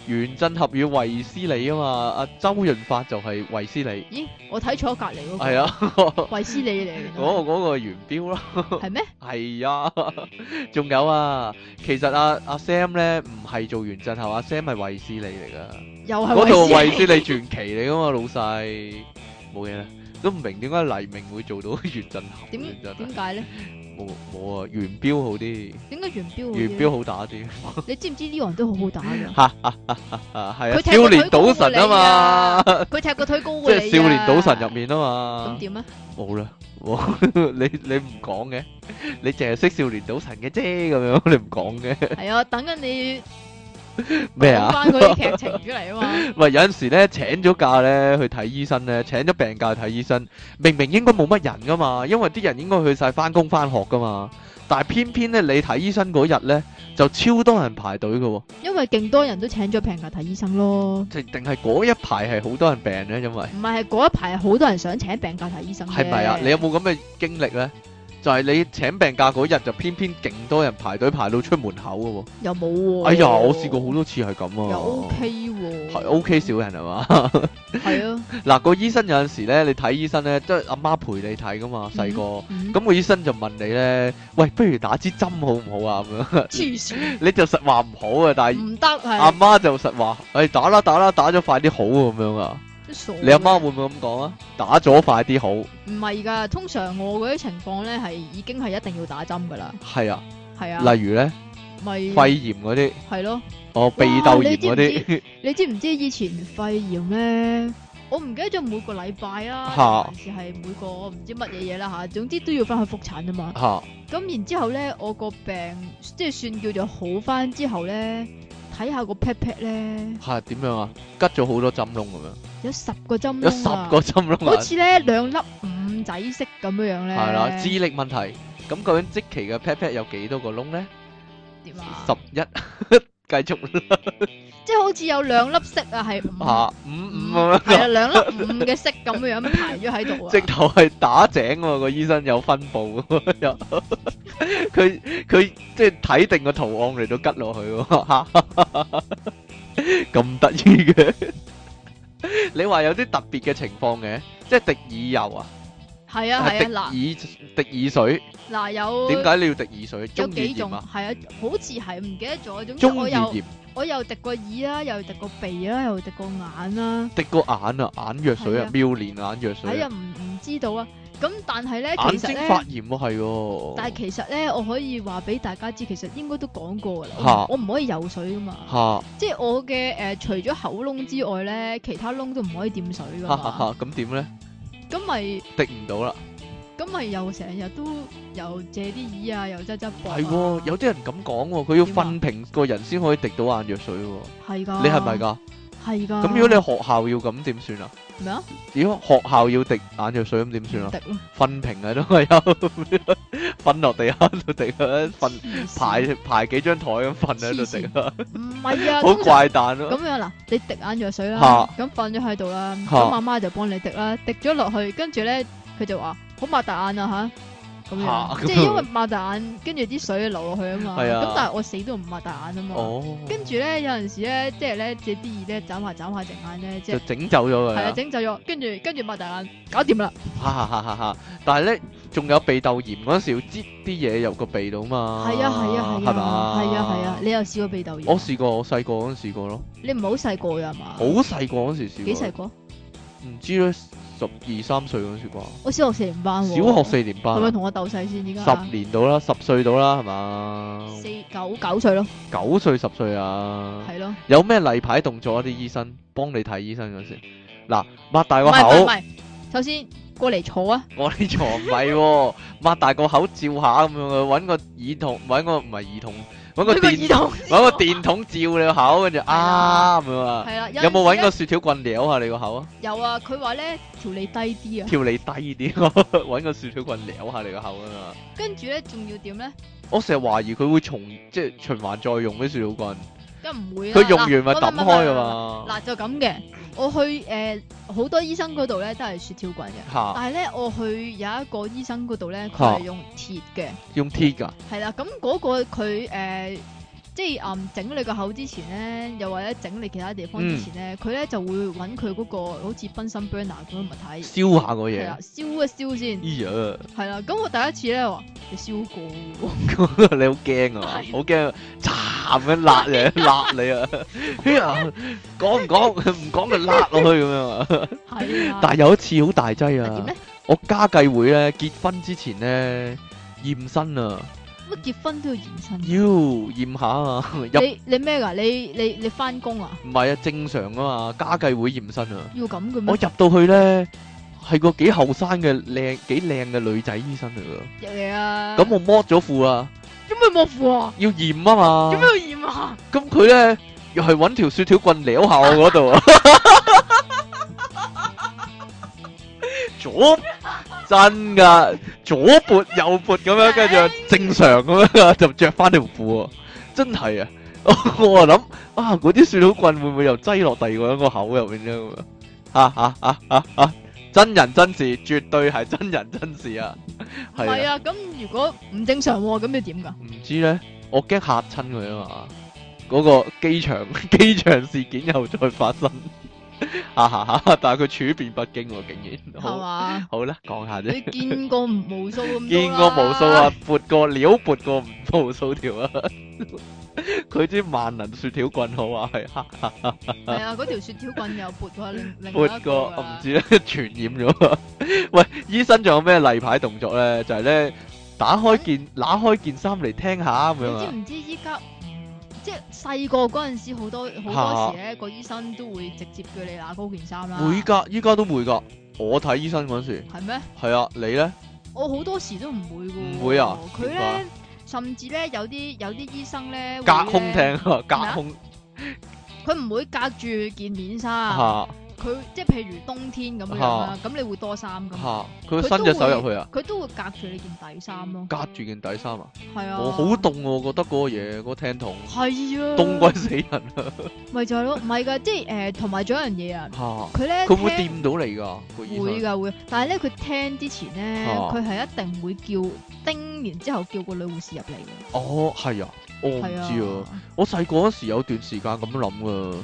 Speaker 2: 元振合與維斯利啊嘛，阿周潤發就係維斯利，
Speaker 1: 咦，我睇錯隔離嗰個。
Speaker 2: 係，啊，嗰
Speaker 1: 維斯利嚟嘅。
Speaker 2: 個嗰個元彪啦，
Speaker 1: 係咩？
Speaker 2: 係啊，仲有啊，其實阿阿 Sam 咧唔係做元振合，阿 Sam 係維斯利嚟噶，
Speaker 1: 又係
Speaker 2: 嗰套
Speaker 1: 維
Speaker 2: 維
Speaker 1: 斯
Speaker 2: 斯
Speaker 1: 利。
Speaker 2: 利傳奇嚟噶嘛，老細冇嘢啦，都唔明點解黎明會做到元振合，元振
Speaker 1: 點
Speaker 2: 合
Speaker 1: 點解咧？
Speaker 2: 冇冇啊，元彪好啲。
Speaker 1: 點解袁彪？
Speaker 2: 元彪，好打啲，
Speaker 1: 你知唔知呢個人都好好 打㗎？
Speaker 2: 啊係啊，
Speaker 1: 佢踢過
Speaker 2: 少年賭神啊嘛，
Speaker 1: 佢踢個推高
Speaker 2: 即
Speaker 1: 過你
Speaker 2: 係少年賭神入
Speaker 1: 啊
Speaker 2: 面啊嘛
Speaker 1: 咁，點啊？
Speaker 2: 冇啦，冇 你你唔講嘅，你淨係識少年賭神嘅啫，咁樣你唔講嘅
Speaker 1: 係啊，等緊你
Speaker 2: 咩
Speaker 1: 講
Speaker 2: 啊？
Speaker 1: 翻嗰啲劇情出嚟啊嘛。
Speaker 2: 喂，有陣時咧請咗假咧去睇醫生咧，請咗病假去睇醫生，明明應該冇乜人噶嘛，因為啲人應該去晒翻工翻學噶嘛，但係偏偏咧你睇醫生嗰日咧就超多人排隊嘅喎，
Speaker 1: 因為勁多人都請咗病假睇醫生咯，
Speaker 2: 定定係嗰一排係好多人病咧，因為。
Speaker 1: 唔係係嗰一排好多人想請病假睇醫生啫
Speaker 2: 係咪啊？你有冇咁嘅經歷呢？就係你請病假嗰日，就偏偏勁多人排隊排到出門口嘅喎。
Speaker 1: 又冇喎？
Speaker 2: 哎呀，我試過好多次係咁啊。
Speaker 1: 又 OK 喎，
Speaker 2: 係 OK 少人係嘛？
Speaker 1: 係啊，
Speaker 2: 嗱，個醫生有陣時咧，你睇醫生呢，都係阿媽陪你睇噶嘛，細個。
Speaker 1: 嗯
Speaker 2: 咁個醫生就問你呢：「喂，不如打支針好唔好啊？咁樣
Speaker 1: 黐線
Speaker 2: 你就實話唔好啊，但係
Speaker 1: 唔得
Speaker 2: 阿
Speaker 1: 嗯係
Speaker 2: 媽就實話，誒打啦打啦，打咗快啲好啊咁樣啊。
Speaker 1: 傻。
Speaker 2: 你阿媽會唔會咁講啊？打咗快啲好，
Speaker 1: 唔係㗎？通常我嗰啲情況咧係已經係一定要打針㗎啦，
Speaker 2: 係啊。
Speaker 1: 係啊，
Speaker 2: 例如呢，
Speaker 1: 咪
Speaker 2: 肺炎嗰啲，
Speaker 1: 係咯。
Speaker 2: 哦鼻
Speaker 1: 哇
Speaker 2: 竇
Speaker 1: 你
Speaker 2: 炎
Speaker 1: 知
Speaker 2: 嗰
Speaker 1: 唔
Speaker 2: 啲。
Speaker 1: 你知唔知以前肺炎咧？我唔記得咗每個禮拜啊，
Speaker 2: 嚇
Speaker 1: 還是係每個我唔知乜嘢嘢啦嚇。總之都要翻去復診啊嘛。
Speaker 2: 吓
Speaker 1: 咁然之後咧，我個病即係算叫做好翻之後咧，睇下個 pat pat 咧，
Speaker 2: 吓点样啊？吉咗好多針窿咁樣，
Speaker 1: 有十個針
Speaker 2: 有十
Speaker 1: 窿啊
Speaker 2: 個針窿
Speaker 1: 好
Speaker 2: 啊，
Speaker 1: 似咧兩粒五仔色咁樣樣咧。
Speaker 2: 係啦，智力問題。咁究竟即期嘅 pat pat 有幾多個窿咧？
Speaker 1: 點啊？
Speaker 2: 十一， 繼
Speaker 1: 嗯
Speaker 2: 續
Speaker 1: 即係好似有兩粒色啊，係五
Speaker 2: 吓五五咁樣，
Speaker 1: 係啊，兩粒五嘅色咁樣樣排咗喺度 啊。
Speaker 2: 直頭係打井喎，個醫生有分布喎，又佢佢即係睇定個圖案嚟到吉落去喎， 咁得意嘅。你話有啲特別嘅情況嘅，即係滴耳油啊，
Speaker 1: 係啊係啊，
Speaker 2: 滴耳滴耳水。
Speaker 1: 嗱嗱有
Speaker 2: 點解你要滴耳水？
Speaker 1: 有
Speaker 2: 中耳
Speaker 1: 幾
Speaker 2: 炎
Speaker 1: 種
Speaker 2: 啊，
Speaker 1: 係啊，好似係唔記得咗。總之
Speaker 2: 中
Speaker 1: 我
Speaker 2: 耳
Speaker 1: 又
Speaker 2: 炎
Speaker 1: 我又滴過耳啦，又滴過鼻啦，又滴過眼啦，
Speaker 2: 滴個眼啊，眼藥水
Speaker 1: 係
Speaker 2: 啊
Speaker 1: 啊，
Speaker 2: 妙蓮眼藥
Speaker 1: 哎
Speaker 2: 水
Speaker 1: 呀
Speaker 2: 啊，
Speaker 1: 唔唔知道啊。咁但係咧，
Speaker 2: 眼
Speaker 1: 其實
Speaker 2: 睛
Speaker 1: 咧
Speaker 2: 發，炎喎係
Speaker 1: 但係
Speaker 2: 喎，
Speaker 1: 其實咧，我可以話俾大家知，其實應該都講過噶啦。
Speaker 2: 嚇
Speaker 1: 我我唔可以游水噶嘛，
Speaker 2: 嚇
Speaker 1: 即係我嘅誒，除咗口窿之外咧，其他窿都唔可以掂水噶
Speaker 2: 哈哈哈
Speaker 1: 嘛。
Speaker 2: 咁點咧？
Speaker 1: 咁咪
Speaker 2: 滴唔到啦，
Speaker 1: 咁咪又成日都又借啲耳啊，又執執搏啊。
Speaker 2: 係喎，有啲人咁講喎，佢要
Speaker 1: 點啊
Speaker 2: 瞓平個人先可以滴到眼藥水喎，
Speaker 1: 係㗎。
Speaker 2: 你係咪？
Speaker 1: 哦
Speaker 2: 㗎？
Speaker 1: 係㗎。
Speaker 2: 咁如果你學校要咁點算啊？
Speaker 1: 你咩啊？
Speaker 2: 如果學校要滴眼藥水咁點算啊？
Speaker 1: 滴咯，
Speaker 2: 瞓平啊都係有， 瞓落地下度滴啊，瞓
Speaker 1: 黐線
Speaker 2: 排排幾張台咁瞓喺度滴啊，
Speaker 1: 唔係啊，
Speaker 2: 好
Speaker 1: 通常
Speaker 2: 怪誕咯。
Speaker 1: 咁樣嗱，你滴眼藥水啦，
Speaker 2: 嚇
Speaker 1: 咁瞓咗喺度啦，
Speaker 2: 嚇
Speaker 1: 咁阿媽就幫你滴啦，滴咗落去，跟住咧佢就話好擘大眼啊吓，咁
Speaker 2: 嚇
Speaker 1: 樣， 即係因為擘大眼，跟住啲水流落去啊嘛，
Speaker 2: 係啊
Speaker 1: 咁但係我死都唔擘大眼啊嘛，
Speaker 2: 哦，
Speaker 1: 跟住咧有陣時咧，即係咧借啲耳咧眨下眨下隻眼咧，即
Speaker 2: 就
Speaker 1: 係
Speaker 2: 整走咗佢
Speaker 1: 係啊
Speaker 2: 啦。
Speaker 1: 整走咗，跟住跟住擘大眼，搞掂啦，
Speaker 2: 哈哈哈哈哈！但係咧，仲有鼻竇炎嗰陣時要擠啲嘢入個鼻度嘛。
Speaker 1: 係啊係啊係
Speaker 2: 係
Speaker 1: 啊，
Speaker 2: 嘛？
Speaker 1: 係啊係啊，你有試過鼻竇
Speaker 2: 我
Speaker 1: 炎？
Speaker 2: 試過，我細個嗰陣試過咯，
Speaker 1: 你唔係好細個㗎係嘛啊
Speaker 2: 好？細個嗰陣時試過。
Speaker 1: 幾細個？
Speaker 2: 唔知咧，十二三歲嗰陣時啩，
Speaker 1: 我小學四年班喎，
Speaker 2: 小學四年
Speaker 1: 係
Speaker 2: 班
Speaker 1: 咪
Speaker 2: 啊，
Speaker 1: 同我鬥細先？依家
Speaker 2: 十年到啦，十歲到啦，係嘛？
Speaker 1: 四九九歲咯，
Speaker 2: 九歲十歲啊，
Speaker 1: 係咯，
Speaker 2: 有咩例牌動作啊？啲醫生幫你睇醫生嗰陣時，嗱，擘大
Speaker 1: 唔係唔
Speaker 2: 個
Speaker 1: 係唔
Speaker 2: 口，
Speaker 1: 係，首先過嚟坐啊，
Speaker 2: 我呢床唔係喎，擘大個口照下咁樣啊，揾個耳筒，揾個唔係耳筒，揾個
Speaker 1: 呢個
Speaker 2: 電
Speaker 1: 耳筒
Speaker 2: 揾個電筒照你個口，跟住啊
Speaker 1: 啦
Speaker 2: 咁樣啊，
Speaker 1: 係啦，
Speaker 2: 有
Speaker 1: 陣時
Speaker 2: 冇揾
Speaker 1: 呢
Speaker 2: 個雪條棍撩下你個口啊？
Speaker 1: 有啊，佢話咧條脷低啲啊，
Speaker 2: 跳你低啲，揾個雪條棍撩下你個口啊嘛！
Speaker 1: 跟住咧仲要點咧？
Speaker 2: 我成日懷疑佢會重即係循環再用啲雪條棍，
Speaker 1: 梗唔會啦，
Speaker 2: 佢用完咪
Speaker 1: 嗱
Speaker 2: 抌開噶？
Speaker 1: 嗱唔係唔係
Speaker 2: 嘛。
Speaker 1: 唔係嗱就咁嘅，我去誒好多醫生嗰度咧都係雪條棍嘅，
Speaker 2: 嚇，
Speaker 1: 但係咧我去有一個醫生嗰度咧佢係用鐵嘅，
Speaker 2: 用鐵㗎，
Speaker 1: 係啦，咁嗰個佢誒。即係嗯，整你個口之前咧，又或者整你其他地方之前
Speaker 2: 嗯
Speaker 1: 咧，佢咧、就會揾佢嗰個好似 Bunsen burner 咁嘅物體，
Speaker 2: 燒下個
Speaker 1: 係啦
Speaker 2: 嘢。，
Speaker 1: 燒一燒先，
Speaker 2: 咦呀！
Speaker 1: 係啦。咁我第一次咧話你燒過 喎，
Speaker 2: 你好驚啊嘛，
Speaker 1: 係
Speaker 2: 好驚啊，嚓咁樣辣你，辣你啊！哎呀，講唔講？唔講就辣落去咁樣啊！
Speaker 1: 係啊。
Speaker 2: 但係有一次好大劑
Speaker 1: 係點
Speaker 2: 啊
Speaker 1: 咧？！
Speaker 2: 我家計會咧結婚之前咧驗身啊，
Speaker 1: 乜結婚都要驗身？
Speaker 2: 要驗下啊！入
Speaker 1: 你你咩㗎？你你你翻工啊？
Speaker 2: 唔係啊，正常啊嘛，家計會驗身啊！
Speaker 1: 要咁嘅
Speaker 2: 我
Speaker 1: 咩？
Speaker 2: 入到去咧係個幾後生嘅靚幾靚嘅女仔醫生嚟㗎，
Speaker 1: 入嚟啊！
Speaker 2: 咁我剝咗褲啊，
Speaker 1: 做咩冇符啊？
Speaker 2: 要驗啊嘛
Speaker 1: 做。咩要驗啊？
Speaker 2: 咁佢咧又係揾條雪條棍撩下我嗰度啊！左真噶，左撥右撥咁樣，跟住正常咁樣啊，就 着翻條褲啊！真係啊！我我諗啊， 嗰啲雪條棍會唔會又擠落第二個人個口入面咧咁樣？啊啊啊啊啊！真人真事，絕對係真人真事啊！
Speaker 1: 唔
Speaker 2: 係
Speaker 1: 係
Speaker 2: 啊，
Speaker 1: 啊，咁如果唔正常喎，咁要點㗎？
Speaker 2: 唔知咧，我驚嚇親佢啊嘛！嗰、個機場 機場事件又再發生， 哈哈哈！但係佢處變不驚喎，竟然
Speaker 1: 係
Speaker 2: 好
Speaker 1: 嘛？
Speaker 2: 好啦，講下啫。
Speaker 1: 你見過無數咁多啦
Speaker 2: 見過無數啊！，撥過料，撥過無數條啊！ 佢支萬能雪條棍好啊，係哈
Speaker 1: 係啊，嗰條雪條棍又撥過 另另外
Speaker 2: 撥
Speaker 1: 一個啊
Speaker 2: 過，
Speaker 1: 㗎
Speaker 2: 我唔
Speaker 1: 啦
Speaker 2: 知咧，啊 傳染咗啊。 喂，醫生仲有咩例牌動作咧？就係咧，打開件，打開件衫嚟聽下咁
Speaker 1: 你
Speaker 2: 樣啊
Speaker 1: 知。唔知依家？即係細個嗰陣時，好多好多時咧，個醫生都會直接叫你拿高件衫啦。
Speaker 2: 會㗎，依家都會㗎。我睇醫生嗰陣時。
Speaker 1: 係咩？
Speaker 2: 係啊，你咧？
Speaker 1: 我好多時都唔會嘅喎。
Speaker 2: 唔會啊
Speaker 1: 佢
Speaker 2: 點解
Speaker 1: 咧甚至咧有啲有啲醫生咧
Speaker 2: 隔空
Speaker 1: 會
Speaker 2: 聽
Speaker 1: 咧，
Speaker 2: 啊，隔空
Speaker 1: 佢唔會隔住件面衫，
Speaker 2: 嚇
Speaker 1: 佢即係譬如冬天咁樣啦，咁你會多衫噶嘛，
Speaker 2: 嚇，佢伸隻手入去啊，
Speaker 1: 佢都會隔住你件底衫咯。
Speaker 2: 隔住件底衫啊，
Speaker 1: 係啊，
Speaker 2: 我好凍喎，覺得嗰個嘢嗰個聽筒
Speaker 1: 係啊，
Speaker 2: 凍鬼死人 啊
Speaker 1: 咪就係咯，唔係㗎，即係誒，同埋仲有一樣嘢啊，
Speaker 2: 嚇，
Speaker 1: 佢咧
Speaker 2: 佢會
Speaker 1: 聽
Speaker 2: 掂到你㗎個醫
Speaker 1: 會
Speaker 2: 生
Speaker 1: 㗎會，但係咧佢聽之前咧，
Speaker 2: 啊
Speaker 1: 佢係一定會叫叮，然之後叫個女護士入嚟嘅，
Speaker 2: 哦，係啊，我唔知
Speaker 1: 係
Speaker 2: 啊，
Speaker 1: 啊，
Speaker 2: 我細個嗰時有段時間咁諗㗎。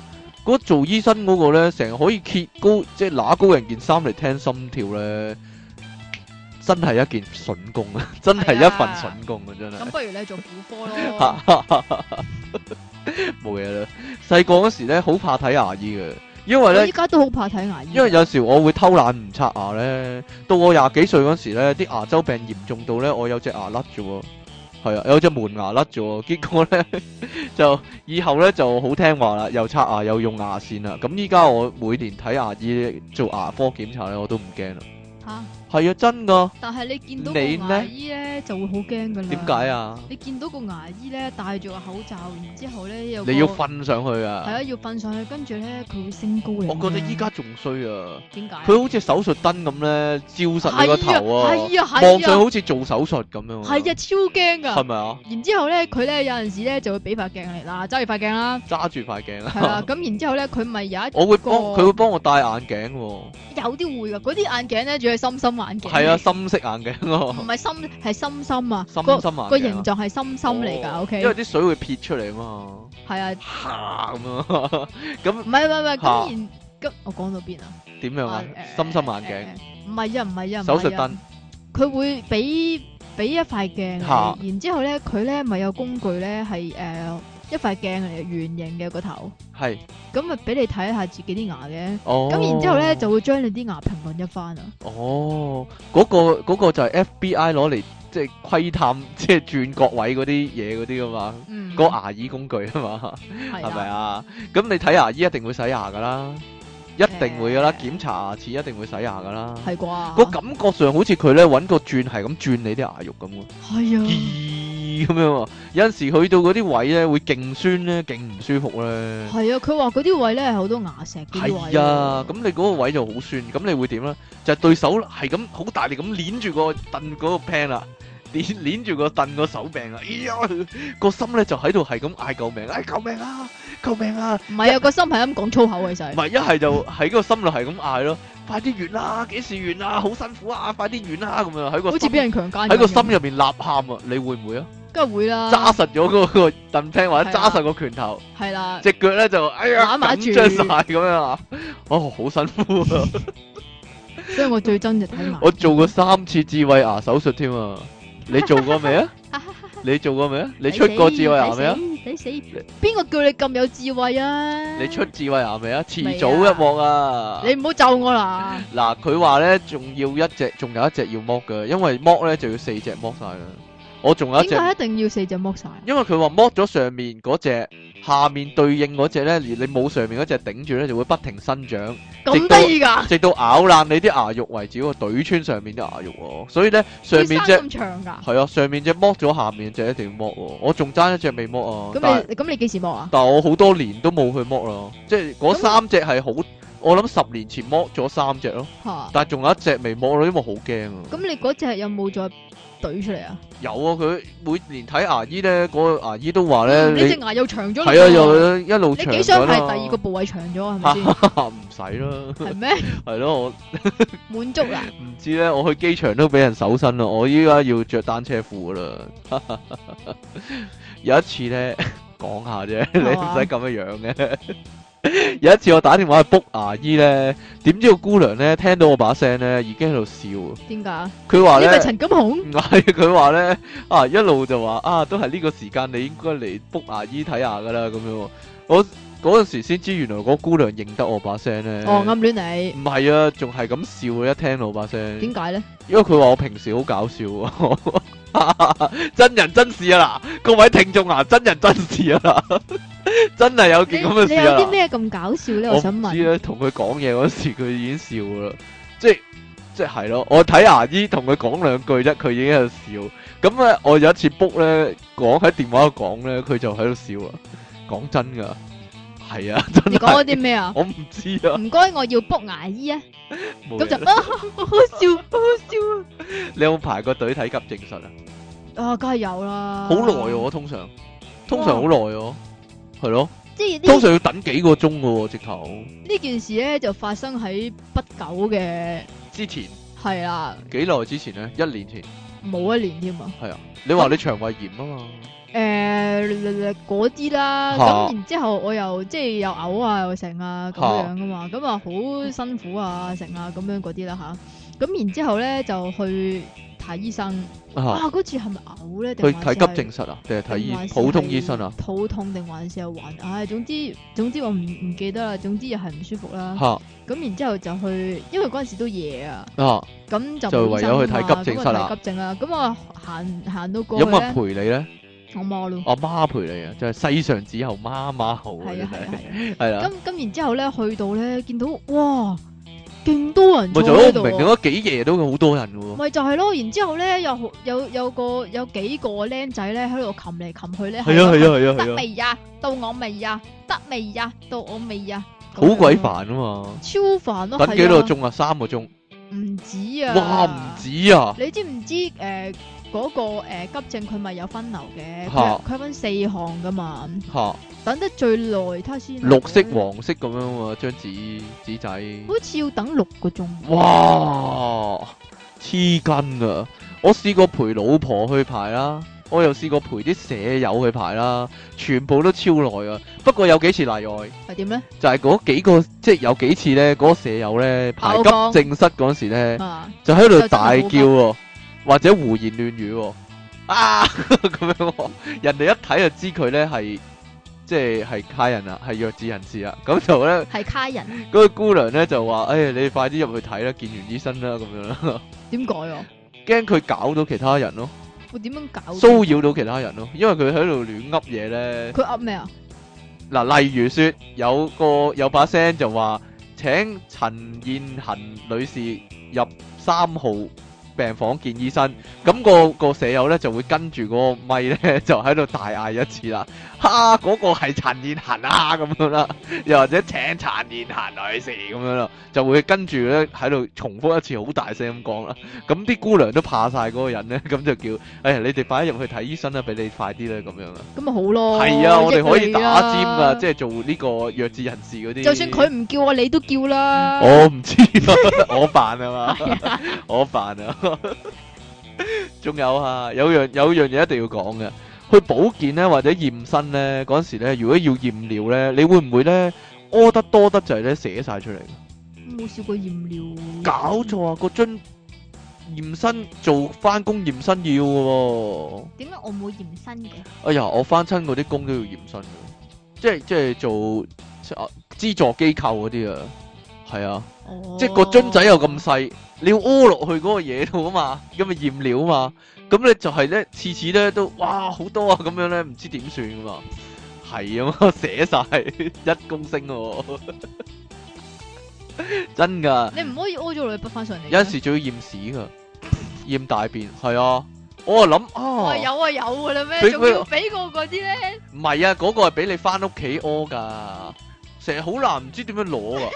Speaker 2: 嗰做醫生嗰個咧，成日可以揭高，即係揦高人件衫嚟聽心跳咧，真係一件筍工啊！真係一份筍工啊！真係
Speaker 1: 咁。不如你做婦科 咯，
Speaker 2: 冇嘢啦。細個嗰時咧，好怕睇牙醫嘅，因為
Speaker 1: 我
Speaker 2: 咧
Speaker 1: 依，家都好怕睇牙醫㗎，
Speaker 2: 因為有時我會偷懶唔刷牙咧。到我廿幾歲嗰時咧，啲牙周病嚴重到咧，我有隻牙甩咗喎，係啊，有隻門牙甩咗喎。結果咧 就以後咧就好聽話啦，又刷牙又用牙線啦。咁依家我每年睇牙醫做牙科檢查咧，我都唔驚啦。
Speaker 1: 嚇。
Speaker 2: 係啊，真噶，
Speaker 1: 但係你見到個
Speaker 2: 你呢
Speaker 1: 牙醫咧，就會好驚噶啦。
Speaker 2: 點解？啊？
Speaker 1: 你見到個牙醫咧，戴住個口罩，然之後咧有個
Speaker 2: 你要瞓上去
Speaker 1: 係
Speaker 2: 啊！
Speaker 1: 啊，要瞓上去，跟住咧佢會升高你。
Speaker 2: 我覺得依家仲衰啊！
Speaker 1: 點解？
Speaker 2: 佢好似手術燈咁咧，照實你個頭啊，
Speaker 1: 係啊
Speaker 2: 望上
Speaker 1: 係啊
Speaker 2: 好似做手術咁樣。
Speaker 1: 係啊，超驚
Speaker 2: 係
Speaker 1: 噶。
Speaker 2: 咪啊？
Speaker 1: 然之後咧，佢咧有陣時咧就會俾塊鏡嚟嗱，揸住塊鏡啦，
Speaker 2: 揸住塊鏡
Speaker 1: 係 啦。
Speaker 2: 啊！
Speaker 1: 咁然之後咧，佢咪有一
Speaker 2: 我會幫
Speaker 1: 個
Speaker 2: 佢會幫我戴眼鏡喎，
Speaker 1: 有啲會噶，嗰啲眼鏡咧仲係深深眼鏡。
Speaker 2: 係啊，，深色眼鏡
Speaker 1: 唔
Speaker 2: 咯，
Speaker 1: 係深係深深啊，
Speaker 2: 深深眼
Speaker 1: 個
Speaker 2: 鏡啊。
Speaker 1: 個形狀係深深嚟
Speaker 2: 哦
Speaker 1: 㗎。O K，
Speaker 2: 因為啲水會撇出嚟嘛，
Speaker 1: 係啊，
Speaker 2: 嚇咁樣
Speaker 1: 唔係唔係唔係，
Speaker 2: 嚇
Speaker 1: 咁然咁我講到邊啊？
Speaker 2: 點樣啊
Speaker 1: 啊？誒
Speaker 2: 深深眼
Speaker 1: 誒誒唔係啊，唔係啊，唔係啊
Speaker 2: 鏡、手術燈，
Speaker 1: 佢會俾俾一塊鏡
Speaker 2: 嚇
Speaker 1: 你，然之後咧佢咧咪有工具咧係誒一塊鏡嚟嘅，圓形嘅個頭，
Speaker 2: 係
Speaker 1: 咁咪俾你睇下自己啲牙嘅。
Speaker 2: 哦。
Speaker 1: 咁然之後咧就會將你啲牙評論一番啊。
Speaker 2: 哦，嗰、個嗰、個就係 FBI 攞嚟即係窺探，即係轉角位嗰啲嘢嗰啲噶嘛，
Speaker 1: 嗯，
Speaker 2: 嗰、牙醫工具啊嘛，
Speaker 1: 係
Speaker 2: 係
Speaker 1: 啦
Speaker 2: 咪？啊？咁你睇牙醫一定會洗牙噶啦，一定會噶啦，
Speaker 1: 誒
Speaker 2: 檢查牙齒一定會洗牙噶啦。
Speaker 1: 係啩？
Speaker 2: 個感覺上好似佢咧揾個轉係咁轉你啲牙肉咁喎，
Speaker 1: 係啊，
Speaker 2: 咦咁樣喎。有陣時去到嗰啲位咧會勁酸咧，勁唔舒服咧。
Speaker 1: 係啊，佢話嗰啲位咧係好多牙石嗰啲位。
Speaker 2: 係啊，咁你嗰個位就好酸，咁你會點咧？就係對手係咁好大力咁攣住個凳嗰個 pan 啦，攣攣住個凳個手柄啦，哎呀，個心咧就喺度係咁嗌救命，哎救命啊，救命啊！
Speaker 1: 唔係啊，個心係咁講粗口啊嘅其
Speaker 2: 唔
Speaker 1: 實。
Speaker 2: 係一係就喺個心度係咁嗌咯，快啲完啦，幾時完啊？好辛苦啊，快啲完啦咁樣喺個
Speaker 1: 好似
Speaker 2: 心
Speaker 1: 俾人強姦
Speaker 2: 喺個
Speaker 1: 咁
Speaker 2: 心
Speaker 1: 樣
Speaker 2: 入邊立喊啊！你會唔會啊？
Speaker 1: 梗係會啦，
Speaker 2: 揸實咗嗰個凳 pan 或者
Speaker 1: 係啊
Speaker 2: 揸實個拳頭。
Speaker 1: 係啦，
Speaker 2: 只腳咧就哎呀
Speaker 1: 攬埋
Speaker 2: 緊
Speaker 1: 住
Speaker 2: 張晒咁樣啊！哦，好辛苦啊！
Speaker 1: 所以我最憎就睇牙。
Speaker 2: 我做過三次智慧牙手術添啊！你做過 未啊？你做過未啊？你出過智慧牙未啊？
Speaker 1: 抵死！抵死邊個叫你咁有智慧啊？
Speaker 2: 你出智慧牙未啊？遲早一幕啊！
Speaker 1: 你唔好咒我啦！
Speaker 2: 嗱，佢話咧仲要一隻，仲有一隻要剝嘅，因為剝咧就要四隻剝晒啦。我仲有一
Speaker 1: 點
Speaker 2: 隻，
Speaker 1: 解一定要四隻剝晒？
Speaker 2: 因為佢話剝咗上面嗰隻，下面對應嗰隻咧，而你冇上面嗰隻頂住咧，就會不停生長。
Speaker 1: 咁得意㗎？
Speaker 2: 直到咬爛你啲牙肉為止喎，懟穿上面啲牙肉喎。所以咧，上面
Speaker 1: 會
Speaker 2: 只
Speaker 1: 生咁長㗎？
Speaker 2: 係啊，上面只剝咗，下面只一定要剝喎。我仲爭一隻未剝啊，但
Speaker 1: 咁
Speaker 2: 係
Speaker 1: 你咁你幾時剝啊？
Speaker 2: 但係我好多年都冇去剝啦，即係嗰三隻係好，我諗十年前剝咗三隻咯，
Speaker 1: 嚇！
Speaker 2: 但係仲有一隻未剝咯，因為好驚啊。
Speaker 1: 咁你嗰隻有冇再懟出嚟啊？
Speaker 2: 有啊，佢每年睇牙醫咧，嗰、個牙醫都話咧，
Speaker 1: 嗯你隻
Speaker 2: 你
Speaker 1: 牙又長咗啦
Speaker 2: 係啊，又一路
Speaker 1: 你
Speaker 2: 長
Speaker 1: 幾想
Speaker 2: 咗啦
Speaker 1: 係 第二個部位長咗係咪先？
Speaker 2: 唔使啦，
Speaker 1: 係咩？
Speaker 2: 係咯，我。
Speaker 1: 滿足啊啦！
Speaker 2: 唔知咧，我去機場都俾人搜身啦，我依家要着單車褲噶啦。 有一次咧， 講 下啫，你唔使咁樣樣嘅。 有一次我打電話去 book 牙醫咧，點知個姑娘咧聽到我把聲咧，已經喺度笑啊。
Speaker 1: 點解啊？
Speaker 2: 佢話
Speaker 1: 你
Speaker 2: 咧
Speaker 1: 咪，陳金紅？
Speaker 2: 唔係佢話咧，啊一路就話啊，都係呢個時間你應該嚟 book 牙醫睇下噶啦咁樣喎。我嗰陣時先知，原來嗰姑娘認得我把聲咧。
Speaker 1: 哦，暗戀你
Speaker 2: 唔係啊，仲係咁笑啊，一聽到我把聲。
Speaker 1: 點解咧？
Speaker 2: 因為佢話我平時好搞笑啊， 真人真事啊嗱，各位聽眾啊，真人真事啊嗱， 真係有
Speaker 1: 你你
Speaker 2: 件咁嘅事
Speaker 1: 有
Speaker 2: 啊
Speaker 1: 啲
Speaker 2: 嗱，
Speaker 1: 咩咁搞笑咧？
Speaker 2: 我
Speaker 1: 我想
Speaker 2: 唔知啊
Speaker 1: 問。
Speaker 2: 咧，同佢講嘢嗰時佢已經笑啦，即係即係係咯，我睇牙醫同佢講兩句啫，佢已經喺度笑。咁咧，我有一次 book 咧，講喺電話度講咧，佢就喺度笑啊，講真噶，係啊， 真
Speaker 1: 你講
Speaker 2: 係
Speaker 1: 咗啲咩啊？
Speaker 2: 我唔知啊，
Speaker 1: 唔該，我要 book 牙醫啊！
Speaker 2: 冇
Speaker 1: 咁就
Speaker 2: 嘢啦
Speaker 1: 啊，好好笑，好好
Speaker 2: 你有冇排過隊睇急症室
Speaker 1: 笑
Speaker 2: 啊？
Speaker 1: 啊！啊，梗係有啦。
Speaker 2: 好耐喎，我通常通常好耐喎，係咯，
Speaker 1: 即係
Speaker 2: 通
Speaker 1: 呢
Speaker 2: 常要等幾個鐘嘅喎，直頭
Speaker 1: 呢件事咧就發生喺不久嘅
Speaker 2: 之前
Speaker 1: 係啦，
Speaker 2: 幾耐之前咧？一年前，
Speaker 1: 冇一年添啊。
Speaker 2: 係啊，你話你腸胃炎啊嘛，
Speaker 1: 誒呃嗰啲啦，
Speaker 2: 嚇
Speaker 1: 咁然之後我又即係又嘔啊又成啊咁
Speaker 2: 嚇
Speaker 1: 樣噶嘛，咁啊好辛苦啊成啊咁樣嗰啲啦吓，咁然之後咧就去睇醫生。
Speaker 2: 啊，
Speaker 1: 啊，嗰次係咪嘔咧？
Speaker 2: 去
Speaker 1: 定還是
Speaker 2: 睇
Speaker 1: 係
Speaker 2: 急症室啊，定係睇
Speaker 1: 定還
Speaker 2: 醫
Speaker 1: 是
Speaker 2: 普通醫生啊？
Speaker 1: 係肚痛定還是係暈？唉，總之總之我唔唔記得啦，總之又係唔舒服啦。
Speaker 2: 嚇
Speaker 1: 咁然之後就去，因為嗰陣時都夜啊，
Speaker 2: 啊，
Speaker 1: 咁就
Speaker 2: 就
Speaker 1: 冇醫
Speaker 2: 唯有去
Speaker 1: 生啊
Speaker 2: 睇急症室啦
Speaker 1: 咁啊睇急症啦，咁我行行到過
Speaker 2: 有
Speaker 1: 去
Speaker 2: 冇
Speaker 1: 咧，
Speaker 2: 人陪你咧？
Speaker 1: 我摸咯，
Speaker 2: 阿媽陪你啊，就係世上只有媽媽好啊，
Speaker 1: 係
Speaker 2: 真
Speaker 1: 啊係啊
Speaker 2: 係
Speaker 1: 係啊。
Speaker 2: 係啦
Speaker 1: 咁。咁然之後咧，去到咧見到哇，勁多人
Speaker 2: 咪
Speaker 1: 坐
Speaker 2: 就係
Speaker 1: 喺
Speaker 2: 咯，
Speaker 1: 度
Speaker 2: 唔明點
Speaker 1: 喎，
Speaker 2: 解幾夜都好多人嘅喎。
Speaker 1: 咪就係咯。然之後咧，有好有有個有幾個僆仔咧喺度擒嚟擒去咧，
Speaker 2: 係啊係啊係啊
Speaker 3: 得
Speaker 2: 係啊，
Speaker 3: 未呀？到我未呀？得未呀？到我未呀？
Speaker 1: 咁樣
Speaker 2: 好鬼煩啊嘛！
Speaker 1: 超煩咯，
Speaker 2: 等幾
Speaker 1: 係
Speaker 2: 多
Speaker 1: 啊
Speaker 2: 個鐘啊？三個鐘，
Speaker 1: 唔止啊！
Speaker 2: 哇唔！止啊！
Speaker 1: 你知唔知诶嗰、個个呃急症佢咪有分流嘅？
Speaker 2: 嚇
Speaker 1: 佢佢分四項噶嘛，
Speaker 2: 嚇。
Speaker 1: 等得最耐睇下先。啊
Speaker 2: 綠色、，黃色咁樣喎，張紙紙仔，
Speaker 1: 好似要等六個鐘。
Speaker 2: 哇，黐筋啊！我試過陪老婆去排啦，我又試過陪啲舍友去排啦，全部都超耐啊！不過有幾次例外，就
Speaker 1: 係點咧？
Speaker 2: 係、嗰幾個，即係有幾次呢，嗰、個舍友呢，排
Speaker 1: 爆
Speaker 2: 急
Speaker 1: 缸
Speaker 2: 症室嗰時呢，
Speaker 1: 啊，
Speaker 2: 就喺
Speaker 1: 就
Speaker 2: 度
Speaker 1: 真係
Speaker 2: 大叫
Speaker 1: 好
Speaker 2: 喎，或者胡言亂語喎，啊咁樣喎，人哋一睇就知佢呢係即係係卡人啦，係弱智人士啦，咁就咧。
Speaker 3: 係卡人，
Speaker 2: 嗰個姑娘咧就話：，誒、哎你快啲入去睇啦，見完醫生啦，咁樣啦，
Speaker 1: 點改啊？
Speaker 2: 驚佢搞到其他人咯，
Speaker 1: 會點樣搞？
Speaker 2: 騷擾到其他人咯，因為佢喺度亂噏嘢咧。
Speaker 1: 佢噏咩啊？
Speaker 2: 嗱，例如說有個有把聲就話：請陳燕恒女士入三號病房見醫生。咁、個個舍友咧就會跟住嗰個咪咧 就喺度大嗌一次啦，哈！嗰、個係陳燕恒啊咁樣啦，又或者請陳燕恒女士咁樣啦，就會跟住咧喺度重複一次好大聲咁講啦。咁啲姑娘都怕晒嗰個人咧，咁就叫：誒、哎、你哋快啲入去睇醫生啦，俾你快啲啦咁樣啦。
Speaker 1: 咁咪好咯。
Speaker 2: 係啊，我哋可以
Speaker 1: 益你
Speaker 2: 打
Speaker 1: 啦
Speaker 2: 尖噶，即係做呢個弱智人士嗰啲。
Speaker 1: 就算佢，唔叫我，你都叫啦。
Speaker 2: 我唔知 啊，我扮啊嘛，我扮啊。仲有啊，有樣有樣嘢一定要講嘅，去保健咧或者驗身咧嗰陣時咧，如果要驗尿咧，你會唔會咧屙得多得滯咧寫晒出嚟？
Speaker 1: 冇試過驗尿。
Speaker 2: 搞錯啊！個樽驗身做翻工驗身要嘅喎、
Speaker 3: 點解我冇驗身嘅？
Speaker 2: 哎呀，我翻親嗰啲工都要驗身嘅，即係即係做即啊資助機構嗰啲啊，係啊，
Speaker 3: 哦，
Speaker 2: 即係個樽仔又咁細，你要屙落去嗰個嘢度啊嘛，咁咪驗料啊嘛，咁咧就係咧次次咧都哇好多啊咁樣咧，唔知點算噶嘛，係啊嘛， 寫晒一公升喎、 真㗎。
Speaker 1: 你唔可以屙咗落去，滗翻上嚟嘅。
Speaker 2: 有陣時仲要驗屎噶，驗大便係啊，我啊諗
Speaker 1: 哇
Speaker 2: 啊，
Speaker 1: 有啊有噶啦
Speaker 2: 俾
Speaker 1: 咩？仲
Speaker 2: 佢
Speaker 1: 要俾我嗰啲咧？
Speaker 2: 唔係啊，嗰、個係俾你翻屋企屙噶，成日好難唔知點 樣攞噶，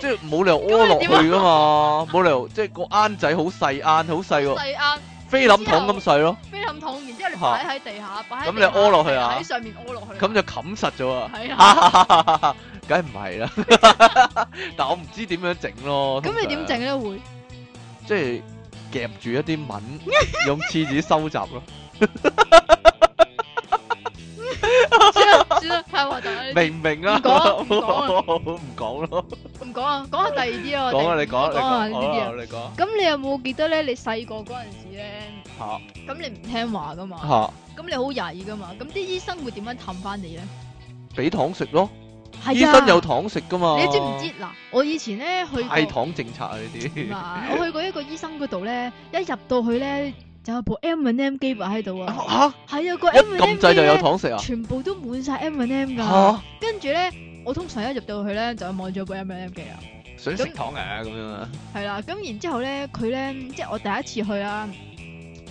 Speaker 2: 即係冇理由屙落去噶嘛，冇理由即係個啱仔好細啱，好 細喎，
Speaker 1: 細啱
Speaker 2: 菲林桶咁細咯，
Speaker 1: 菲林桶，然之後你擺喺地下，擺喺
Speaker 2: 咁
Speaker 1: 地下
Speaker 2: 你屙落 去啊
Speaker 1: 喺上面屙落去。
Speaker 2: 咁就冚實 咗啊，
Speaker 1: 係啊。
Speaker 2: 哈梗係唔 係啦，但我唔知點樣整咯，
Speaker 1: 咁你點
Speaker 2: 通常
Speaker 1: 整咧？ 會
Speaker 2: 即係夾住一 啲文，用廁紙收集咯。
Speaker 1: 算啦算啦，太核突啦！呢啲
Speaker 2: 明唔明啊？
Speaker 1: 唔講唔
Speaker 2: 唔講咯，
Speaker 1: 唔講啊，講下第二啲啊。
Speaker 2: 講啊，
Speaker 1: 我
Speaker 2: 你
Speaker 1: 哋
Speaker 2: 講啊，
Speaker 1: 啊
Speaker 2: 你
Speaker 1: 呢啲
Speaker 2: 講，好
Speaker 1: 啊。
Speaker 2: 啦，你講
Speaker 1: 咁你有冇記得咧？你細個嗰陣時咧，咁你唔聽話噶嘛？
Speaker 2: 吓
Speaker 1: 咁你好曳噶嘛？咁啲醫生會點樣氹翻你咧？
Speaker 2: 吓，俾糖食咯，
Speaker 1: 係啊
Speaker 2: 醫生有糖食噶嘛？
Speaker 1: 你知唔知？嗱，我以前咧去
Speaker 2: 派
Speaker 1: 過，
Speaker 2: 糖政策啊呢
Speaker 1: 唔
Speaker 2: 啲，
Speaker 1: 係我去過一個醫生嗰度咧，一入到去咧就有部 M and M 機擺喺度啊，
Speaker 2: 吓
Speaker 1: 係啊個
Speaker 2: 一
Speaker 1: M and M
Speaker 2: 撳
Speaker 1: 機
Speaker 2: 掣就有
Speaker 1: 咧，
Speaker 2: 糖食啊？
Speaker 1: 全部都滿晒 M and M 噶，
Speaker 2: 吓，
Speaker 1: 跟住咧我通常一入到去咧就望咗部 M and M 機啦，
Speaker 2: 想食糖啊咁樣啊？
Speaker 1: 係啦，咁然之後咧佢咧即係我第一次去啦，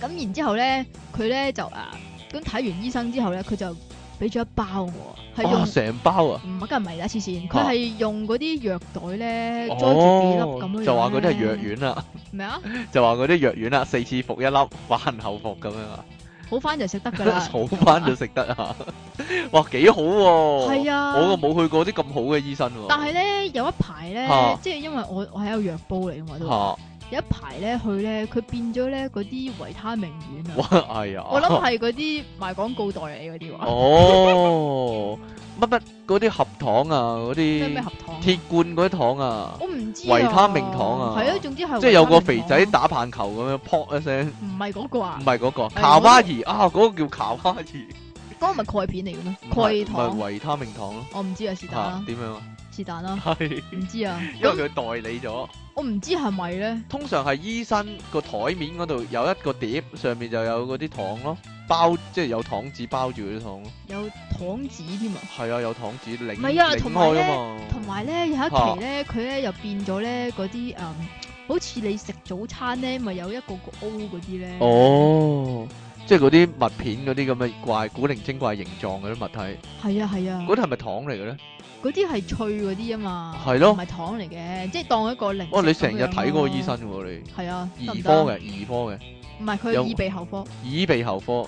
Speaker 1: 咁然之後咧佢咧就啊咁睇完醫生之後咧佢就俾咗一包我，係
Speaker 2: 哇，
Speaker 1: 用。
Speaker 2: 成包啊！
Speaker 1: 唔係，梗係唔係啦，黐線！
Speaker 2: 啊
Speaker 1: 佢係用嗰啲藥袋咧，裝住幾粒咁
Speaker 2: 哦
Speaker 1: 樣，
Speaker 2: 就話嗰啲係
Speaker 1: 咧
Speaker 2: 藥丸啦，
Speaker 1: 咩啊？
Speaker 2: 就話嗰啲藥丸啦，四次服一粒，飯後服咁樣啊，
Speaker 1: 好翻就食得 噶啦。
Speaker 2: 好翻就食得啊！ 哇，幾好喎！
Speaker 1: 係啊
Speaker 2: 我冇去過啲咁好嘅醫生喎。
Speaker 1: 但係咧有一排咧
Speaker 2: 啊，
Speaker 1: 即係因為我我係有藥煲嚟㗎嘛，都
Speaker 2: 吓
Speaker 1: 有一排咧去咧，佢變咗咧嗰啲維他命丸啊，
Speaker 2: 哇， 哎呀！
Speaker 1: 我諗 係嗰啲賣廣告袋嚟嗰啲話，
Speaker 2: 哦，乜乜嗰啲合糖啊，嗰
Speaker 1: 咩咩
Speaker 2: 啲
Speaker 1: 合糖啊，
Speaker 2: 鐵罐嗰啲糖啊，
Speaker 1: 我唔知啊
Speaker 2: 維他命糖啊
Speaker 1: 係啊，總之係
Speaker 2: 即係有個
Speaker 1: 維他
Speaker 2: 肥
Speaker 1: 命
Speaker 2: 仔
Speaker 1: 糖啊
Speaker 2: 打棒球咁樣，撲一聲，
Speaker 1: 唔係嗰個
Speaker 2: 唔
Speaker 1: 啊，
Speaker 2: 係嗰個
Speaker 1: 係
Speaker 2: 卡哇伊啊，嗰個叫卡哇伊，
Speaker 1: 嗰個咪鈣片嚟嘅咩？
Speaker 2: 唔
Speaker 1: 鈣
Speaker 2: 係唔
Speaker 1: 糖，
Speaker 2: 係維他命糖咯，
Speaker 1: 我唔知啊，是但
Speaker 2: 嚇
Speaker 1: 啦，
Speaker 2: 點樣啊？
Speaker 1: 是但啦，
Speaker 2: 係
Speaker 1: 唔知啊。
Speaker 2: 因
Speaker 1: 咁
Speaker 2: 為佢代理咗，
Speaker 1: 我唔知係咪咧。
Speaker 2: 通常係醫生個台面嗰度有一個碟，上面就有嗰啲糖咯，包即係有糖紙包住嗰啲糖咯，
Speaker 1: 有糖紙添啊，
Speaker 2: 係啊，有糖紙擰
Speaker 1: 唔係啊
Speaker 2: 擰
Speaker 1: 同埋
Speaker 2: 開
Speaker 1: 呢
Speaker 2: 啊嘛，
Speaker 1: 同埋咧有一期咧，佢咧又變咗咧嗰啲嗯，好似你食早餐咧，咪有一個個 O 嗰啲咧，
Speaker 2: 哦，即係嗰啲麥片嗰啲咁嘅怪古靈精怪形狀嗰啲物體，
Speaker 1: 係啊係啊
Speaker 2: 嗰，啲係咪糖嚟嘅咧？
Speaker 1: 嗰啲係脆嗰啲啊嘛，
Speaker 2: 係咯
Speaker 1: 唔係糖嚟嘅，即係當一個零。
Speaker 2: 哇！你成日睇嗰個醫，生喎，
Speaker 1: 啊係啊，
Speaker 2: 你
Speaker 1: 得唔
Speaker 2: 兒
Speaker 1: 得
Speaker 2: 科嘅，兒科嘅，
Speaker 1: 唔係佢
Speaker 2: 有
Speaker 1: 係耳鼻喉科，
Speaker 2: 耳鼻喉科。
Speaker 1: 係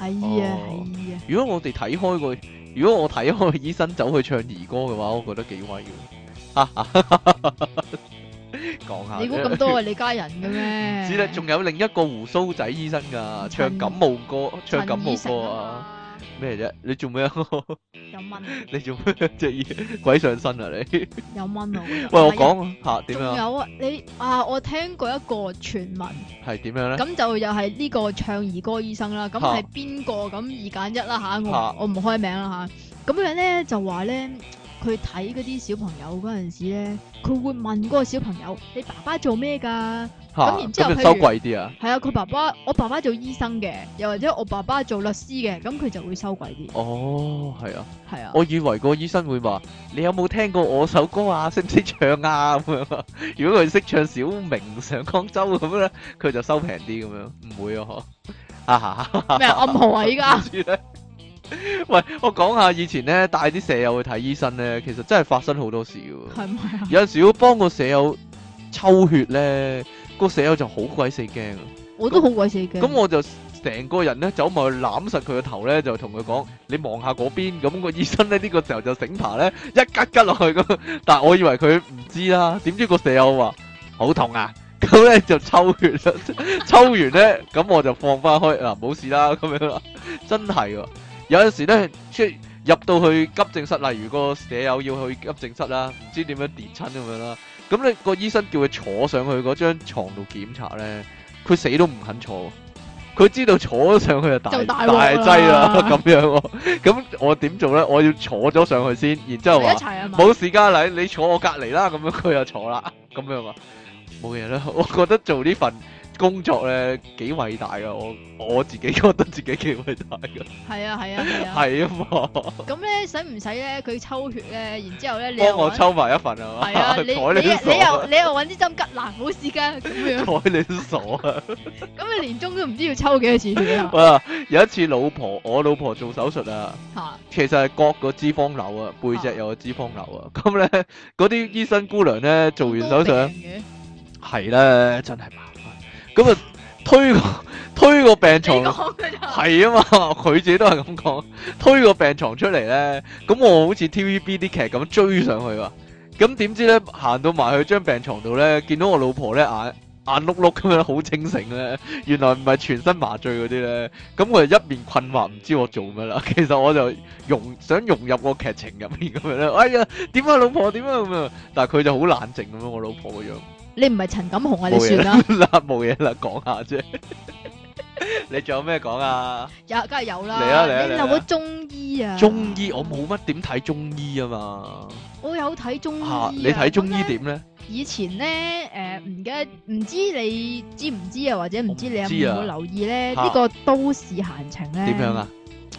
Speaker 1: 啊
Speaker 2: 哦
Speaker 1: 係啊，
Speaker 2: 如果我哋睇開個，如果我睇開個醫生走去唱兒歌嘅話，我覺得幾威嘅。講下啫。
Speaker 1: 你估咁多係你家人嘅 咩？
Speaker 2: 知啦，仲有另一個胡鬚仔醫生㗎，唱
Speaker 1: 陳
Speaker 2: 感冒歌，唱
Speaker 1: 陳
Speaker 2: 感冒
Speaker 1: 以成
Speaker 2: 歌啊！
Speaker 1: 啊
Speaker 2: 咩啫？你做咩啊？
Speaker 1: 嘛，有蚊啊
Speaker 2: 你做咩？隻耳鬼上身啊！你喂，
Speaker 1: 有 蚊啊！覺得
Speaker 2: 我
Speaker 1: 係啊
Speaker 2: 講下點
Speaker 1: 仲
Speaker 2: 樣啊？
Speaker 1: 有啊，你啊，我聽過一個傳聞。
Speaker 2: 係點樣咧？
Speaker 1: 咁就又係呢個唱兒歌醫生啦，咁
Speaker 2: 嚇
Speaker 1: 係邊個咁二揀一啦吓，
Speaker 2: 嚇
Speaker 1: 我我唔開名啦咁樣咧就話咧，佢睇嗰啲小朋友嗰陣時咧，佢會問嗰個小朋友：你爸爸做咩㗎？
Speaker 2: 嚇
Speaker 1: 咁然之後
Speaker 2: 咁就
Speaker 1: 譬
Speaker 2: 收
Speaker 1: 如
Speaker 2: 貴啲啊？
Speaker 1: 係啊，佢爸爸，我爸爸做醫生嘅，又或者我爸爸做律師嘅，咁佢就會收貴啲。
Speaker 2: 哦，係啊，
Speaker 1: 係啊，
Speaker 2: 我以為個醫生會話：你有冇聽過我首歌啊？ 識唔識唱啊？咁樣啊。如果佢識唱小明上江州咁咧，佢就收平啲咁樣，唔會啊！嗬， 啊哈哈
Speaker 1: 咩暗號啊？ 依家
Speaker 2: 唔知咧。喂，我講下以前咧帶啲舍友去睇醫生咧，其實真係發生好多事嘅喎。
Speaker 1: 係咪啊？
Speaker 2: 有陣時要幫個舍友抽血咧，個舍友就好鬼死驚啊！
Speaker 1: 我都好鬼死嘅。
Speaker 2: 咁我就成個人咧走埋去攬實佢個頭咧，就同佢講：你望下嗰邊。咁、個醫生咧呢、個時候就醒爬咧，一吉吉落去咁。 但係我以為佢唔知啦，點知個舍友話好痛啊！ 咁咧就抽血啦，抽完咧咁我就放翻開嗱，冇事啦咁樣啦，真係喎。有陣時咧，即係入到去急症室，例如個舍友要去急症室啦，唔知點樣跌親咁樣啦。咁你個醫生叫佢坐上去嗰張床度檢查咧，佢死都唔肯坐喎。佢知道坐咗上去就大
Speaker 1: 就大鑊
Speaker 2: 大
Speaker 1: 啦
Speaker 2: 劑啦，咁樣喎。咁我點做咧？我要坐咗上去先，然之後
Speaker 1: 你
Speaker 2: 話
Speaker 1: 一。齊啊嘛？
Speaker 2: 冇事㗎，你你坐我隔離啦，咁樣佢又坐啦，咁樣啊，冇嘢啦。 我覺得做呢份工作咧幾偉大噶，我我自己覺得自己幾偉大噶，
Speaker 1: 係啊 係啊係啊。
Speaker 2: 係啊嘛，
Speaker 1: 咁咧使唔使咧？佢抽血咧，然之後咧你又
Speaker 2: 幫我
Speaker 1: 搵
Speaker 2: 抽埋一份啊嘛，
Speaker 1: 係啊，
Speaker 2: 睬
Speaker 1: 你你
Speaker 2: 你都
Speaker 1: 你
Speaker 2: 傻
Speaker 1: 又
Speaker 2: 啊，
Speaker 1: 你又揾支針吉嗱，冇事㗎咁 樣，
Speaker 2: 睬你都傻啊！
Speaker 1: 咁你年中都唔知要抽幾多次血 啊？
Speaker 2: 哇，有一次老婆我老婆做手術啊。
Speaker 1: 嚇
Speaker 2: 其實係割個脂肪瘤啊，背脊有個脂肪瘤啊，咁咧嗰啲醫生姑娘咧做完手術呢
Speaker 1: 都病嘅
Speaker 2: 係咧，真係麻煩。咁啊，推個推個病
Speaker 1: 你
Speaker 2: 床，
Speaker 1: 講㗎咋？
Speaker 2: 係啊嘛， 佢自己都係咁講，推個病床出嚟咧，咁我好似 TVB 啲劇咁追上去啊。咁點知咧，行到埋去張病床度咧，見到我老婆咧眼眼碌碌咁樣好清醒咧，原來唔係全身麻醉嗰啲咧，咁我就一面困惑，唔知我做乜啦。 其實我就融想融入個劇情入面咁樣咧，哎呀，點啊老婆點啊咁樣，但係佢就好冷靜咁樣，我老婆個樣。
Speaker 1: 你唔係陳錦鴻啊？你
Speaker 2: 冇嘢
Speaker 1: 算啦，
Speaker 2: 啦， 冇嘢啦，講下啫。 你仲有咩講啊？
Speaker 1: 有梗係有啦。
Speaker 2: 嚟啊嚟啊
Speaker 1: 你
Speaker 2: 嚟
Speaker 1: 有
Speaker 2: 啊
Speaker 1: 冇中醫啊？
Speaker 2: 中醫我冇乜點睇中醫啊嘛。
Speaker 1: 我有睇中醫
Speaker 2: 吓、
Speaker 1: 啊
Speaker 2: 你睇中
Speaker 1: 咁
Speaker 2: 醫
Speaker 1: 呢
Speaker 2: 點咧？
Speaker 1: 以前咧，誒唔記得，唔知你知唔知啊，或者唔知你有
Speaker 2: 嗯我唔知啊
Speaker 1: 冇留意咧？
Speaker 2: 嚇
Speaker 1: 呢個都市閒情咧，
Speaker 2: 點樣？啊？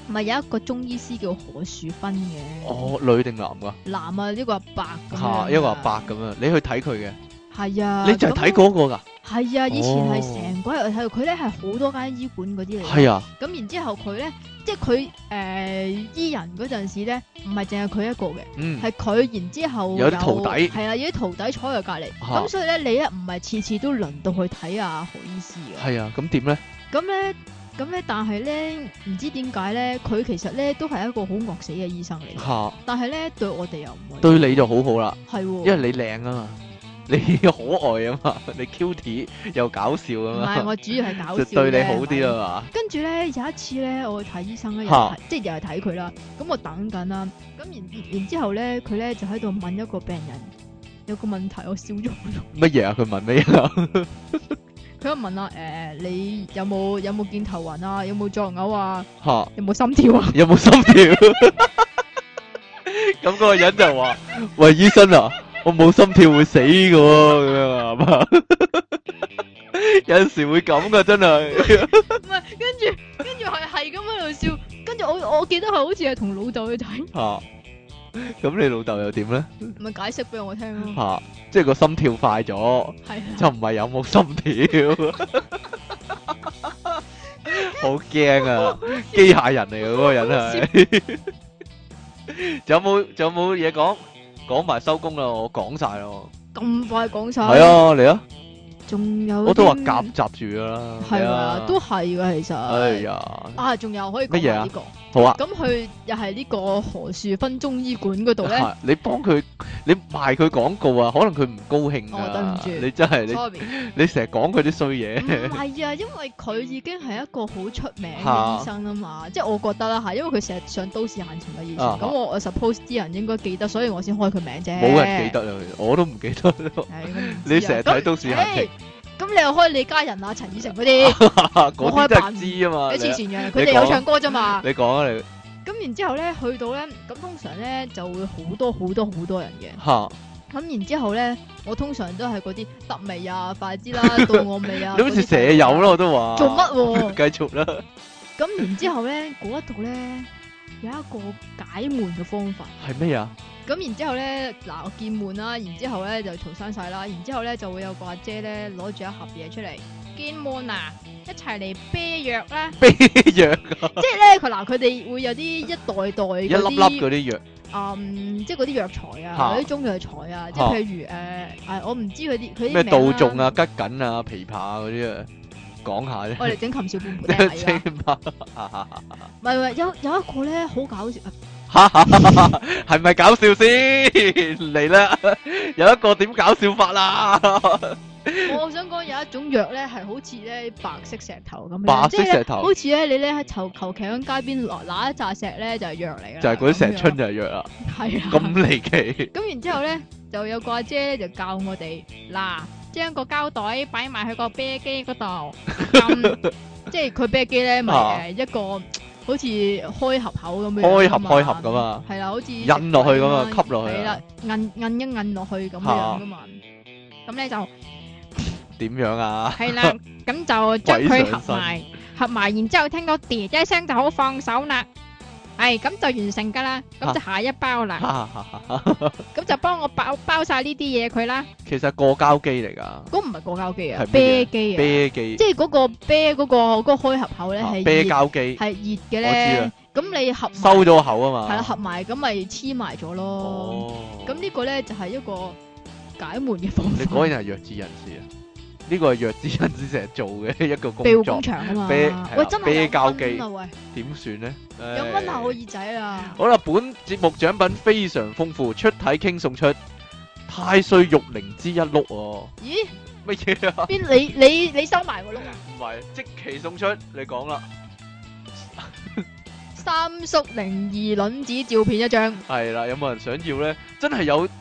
Speaker 1: 咪有一個中醫師叫何樹芬嘅，
Speaker 2: 哦，女定男噶？
Speaker 1: 男啊呢個阿伯咁
Speaker 2: 吓、
Speaker 1: 樣，啊
Speaker 2: 一個阿伯咁樣，你去睇佢嘅，
Speaker 1: 係啊，
Speaker 2: 你就係睇嗰個噶？
Speaker 1: 咁係啊，以前係
Speaker 2: 哦
Speaker 1: 成鬼日去睇，佢咧係好多間醫館嗰啲嚟嘅，
Speaker 2: 係啊，
Speaker 1: 咁然之後佢咧，即係佢誒醫人嗰陣時咧，唔係淨係佢一個嘅。
Speaker 2: 嗯，
Speaker 1: 係佢，然之後
Speaker 2: 有啲徒弟
Speaker 1: 係啊，有啲徒弟坐喺隔離，
Speaker 2: 嚇
Speaker 1: 咁、所以咧，你咧唔係次次都輪到去睇阿何醫師嘅，
Speaker 2: 係啊，咁點咧？
Speaker 1: 咁咧，咁咧，但係咧，唔知點解咧，佢其實咧都係一個好惡死嘅醫生嚟，
Speaker 2: 吓、
Speaker 1: 但係咧對我哋又唔係，
Speaker 2: 對你就好好啦，
Speaker 1: 係喎，
Speaker 2: 因為你靚啊嘛， 你可愛啊嘛，你 cute 又搞笑
Speaker 1: 唔
Speaker 2: 啊
Speaker 1: 係
Speaker 2: 嘛，
Speaker 1: 我主要係搞
Speaker 2: 就
Speaker 1: 笑，
Speaker 2: 對你好啲
Speaker 1: 係咪。
Speaker 2: 啊嘛。
Speaker 1: 跟住咧有一次咧，我去睇醫生咧，又
Speaker 2: 嚇
Speaker 1: 係即係又係睇佢啦，咁我等緊啦，咁然然之後咧，佢咧就喺度問一個病人有個問題，我笑咗好耐。
Speaker 2: 乜嘢啊？佢問 咩啊？
Speaker 1: 佢又問啦，誒、你有冇有冇見頭暈啊？有冇作嘔啊？
Speaker 2: 吓、
Speaker 1: 有冇心跳 啊？
Speaker 2: 有冇心跳？咁嗰個人就話：喂，醫生啊，我冇心跳會死嘅喎，咁樣啊係 嘛？有陣時會咁噶， 真係。
Speaker 1: 唔係，跟住跟住係係咁喺度笑，跟住我我記得佢好似係同老豆去睇，
Speaker 2: 吓、咁你老豆又點咧？
Speaker 1: 咪解釋俾我聽
Speaker 2: 吓、
Speaker 1: 咯，
Speaker 2: 即係個心跳快咗，
Speaker 1: 係啊，
Speaker 2: 就唔係有冇心跳。好驚啊！機械人嚟嘅嗰個人係。 仲有冇仲有冇嘢講？講埋收工啦，我講晒咯。
Speaker 1: 咁快講晒，
Speaker 2: 係，啊，嚟啊！
Speaker 1: 仲有
Speaker 2: 我都話
Speaker 1: 啲
Speaker 2: 夾雜住㗎啦，
Speaker 1: 係
Speaker 2: 嚟
Speaker 1: 啊，都係㗎其實，
Speaker 2: 哎呀，
Speaker 1: 啊，仲有可以講
Speaker 2: 乜嘢啊
Speaker 1: 埋呢個。
Speaker 2: 好啊，
Speaker 1: 咁佢又係呢個何樹芬中醫館嗰度咧
Speaker 2: 你幫佢，你賣佢廣告啊，可能佢唔高興
Speaker 1: 哦對唔
Speaker 2: 啊，
Speaker 1: 住
Speaker 2: 你真係你
Speaker 1: ，sorry，唔
Speaker 2: 你成日講佢啲衰嘢，
Speaker 1: 係啊，因為佢已經係一個好出名
Speaker 2: 嚇
Speaker 1: 嘅醫生啊嘛，即係我覺得啦嚇，因為佢成日上都市閒情嘅以前，
Speaker 2: 啊
Speaker 1: 咁我我 suppose 啲人應該記得，所以我先開佢名啫。
Speaker 2: 冇人記，得啊，我都唔記得咯， 你成日睇都市閒情
Speaker 1: 情，咁你又開李嘉仁啊、陳 以誠嗰啲，
Speaker 2: À, 嗰啲真係知啊嘛，
Speaker 1: 你
Speaker 2: 你
Speaker 1: 黐
Speaker 2: 啊
Speaker 1: 線嘅，佢哋有唱歌啫嘛。
Speaker 2: 你講啊你，
Speaker 1: 咁然之後咧，去到咧，咁通常咧就會好多好多好多人嘅。
Speaker 2: 吓，
Speaker 1: 咁然之後咧，我通常都係嗰啲得未啊，快 啲啦，到我未啊。
Speaker 2: 你好似
Speaker 1: 嗰啲
Speaker 2: 舍友啦，我都話。
Speaker 1: 做乜喎
Speaker 2: 繼續啦，
Speaker 1: 咁然之後咧，嗰一度咧有一個解悶嘅方法。
Speaker 2: 係咩 啊？
Speaker 1: 咁然之後咧，嗱我見悶啦，然之後咧就嘈生晒啦，然之後咧就會有個阿姐咧攞住一盒嘢出嚟，
Speaker 3: 見悶啊，一齊嚟啤藥啦！
Speaker 2: 啲藥
Speaker 1: 即係咧佢嗱佢哋會有啲一袋袋嗰
Speaker 2: 一粒
Speaker 1: 啲
Speaker 2: 粒嗰啲藥，
Speaker 1: 嗯，即係嗰啲藥材啊，
Speaker 2: 嚇
Speaker 1: 嗰啲中藥材啊，即
Speaker 2: 嚇
Speaker 1: 係譬如誒誒，我唔知佢啲佢啲
Speaker 2: 咩
Speaker 1: 名
Speaker 2: 杜
Speaker 1: 啦
Speaker 2: 仲，啊、桔梗啊、枇杷嗰啲啊，講下啫。
Speaker 1: 我哋整琴少半 盤嚟㗎，
Speaker 2: 正嘛？
Speaker 1: 唔係唔係有有一個咧好搞笑，
Speaker 2: 係咪搞笑先？嚟啦， 有一個點搞笑法啦，
Speaker 1: 我想講有一種藥咧係好似咧白色石頭咁樣，
Speaker 2: 白
Speaker 1: 即
Speaker 2: 色
Speaker 1: 係咧
Speaker 2: 石頭
Speaker 1: 好似咧你咧喺求求其喺街邊攞揦一紮石咧 就係藥嚟㗎啦，
Speaker 2: 就係嗰啲
Speaker 1: 咁
Speaker 2: 石
Speaker 1: 樣
Speaker 2: 春就係藥啦，
Speaker 1: 係啊，
Speaker 2: 咁離奇。
Speaker 1: 咁然之後咧，就有個阿姐就教我哋嗱，
Speaker 3: 將個膠袋擺埋去個啤機 嗰度，撳
Speaker 1: 即係佢啤機咧，咪
Speaker 2: 啊
Speaker 1: 誒一個好似開合口咁樣，
Speaker 2: 開合開合咁啊，
Speaker 1: 係啦，好似
Speaker 2: 印落去咁啊
Speaker 1: 食
Speaker 2: 吸落去啊
Speaker 1: 係啦，印印一印落去咁
Speaker 2: 啊
Speaker 1: 樣噶嘛，
Speaker 3: 咁咧就
Speaker 2: 點樣啊？
Speaker 3: 係 啦，咁就將
Speaker 2: 鬼
Speaker 3: 佢
Speaker 2: 上
Speaker 3: 合埋，合埋，然之後聽到嗲一聲就好放手啦。係咁就完成噶啦，咁就下一包啦，咁就幫我包包晒呢啲嘢佢啦。
Speaker 2: 其實過膠機嚟㗎，
Speaker 1: 嗰唔係過膠機啊
Speaker 2: 係，
Speaker 1: 啤
Speaker 2: 咩嘢
Speaker 1: 機啊，
Speaker 2: 啤機
Speaker 1: 即，係嗰個啤嗰個嗰個開合口咧
Speaker 2: 啊
Speaker 1: 係
Speaker 2: 啤
Speaker 1: 熱
Speaker 2: 膠機，
Speaker 1: 係熱嘅
Speaker 2: 我知
Speaker 1: 咧，咁你合埋
Speaker 2: 收咗口啊嘛。
Speaker 1: 係啦，合埋咁咪黐埋咗咯。
Speaker 2: 哦，
Speaker 1: 咁呢個咧就係一個解悶嘅方法。
Speaker 2: 你果然係弱智人士啊！呢個係弱智人士成日做嘅一 個
Speaker 1: 庇護
Speaker 2: 工
Speaker 1: 工
Speaker 2: 作，
Speaker 1: 場啊嘛，
Speaker 2: 啤
Speaker 1: 喂
Speaker 2: 係啦
Speaker 1: 真係有
Speaker 2: 啤膠
Speaker 1: 蚊
Speaker 2: 機
Speaker 1: 啊喂，
Speaker 2: 點算呢？
Speaker 1: 有
Speaker 2: 唉
Speaker 1: 蚊咬我耳仔啊！
Speaker 2: 好啦，本節目獎品非常豐富，出體傾送出太歲玉靈芝一碌喎，
Speaker 1: 咦？
Speaker 2: 乜嘢啊？
Speaker 1: 邊你你你收埋個窿啊？
Speaker 2: 唔係即期送出，你講啦，
Speaker 1: 三叔靈異卵子照片一張，
Speaker 2: 係啦，有冇人想要呢？真係有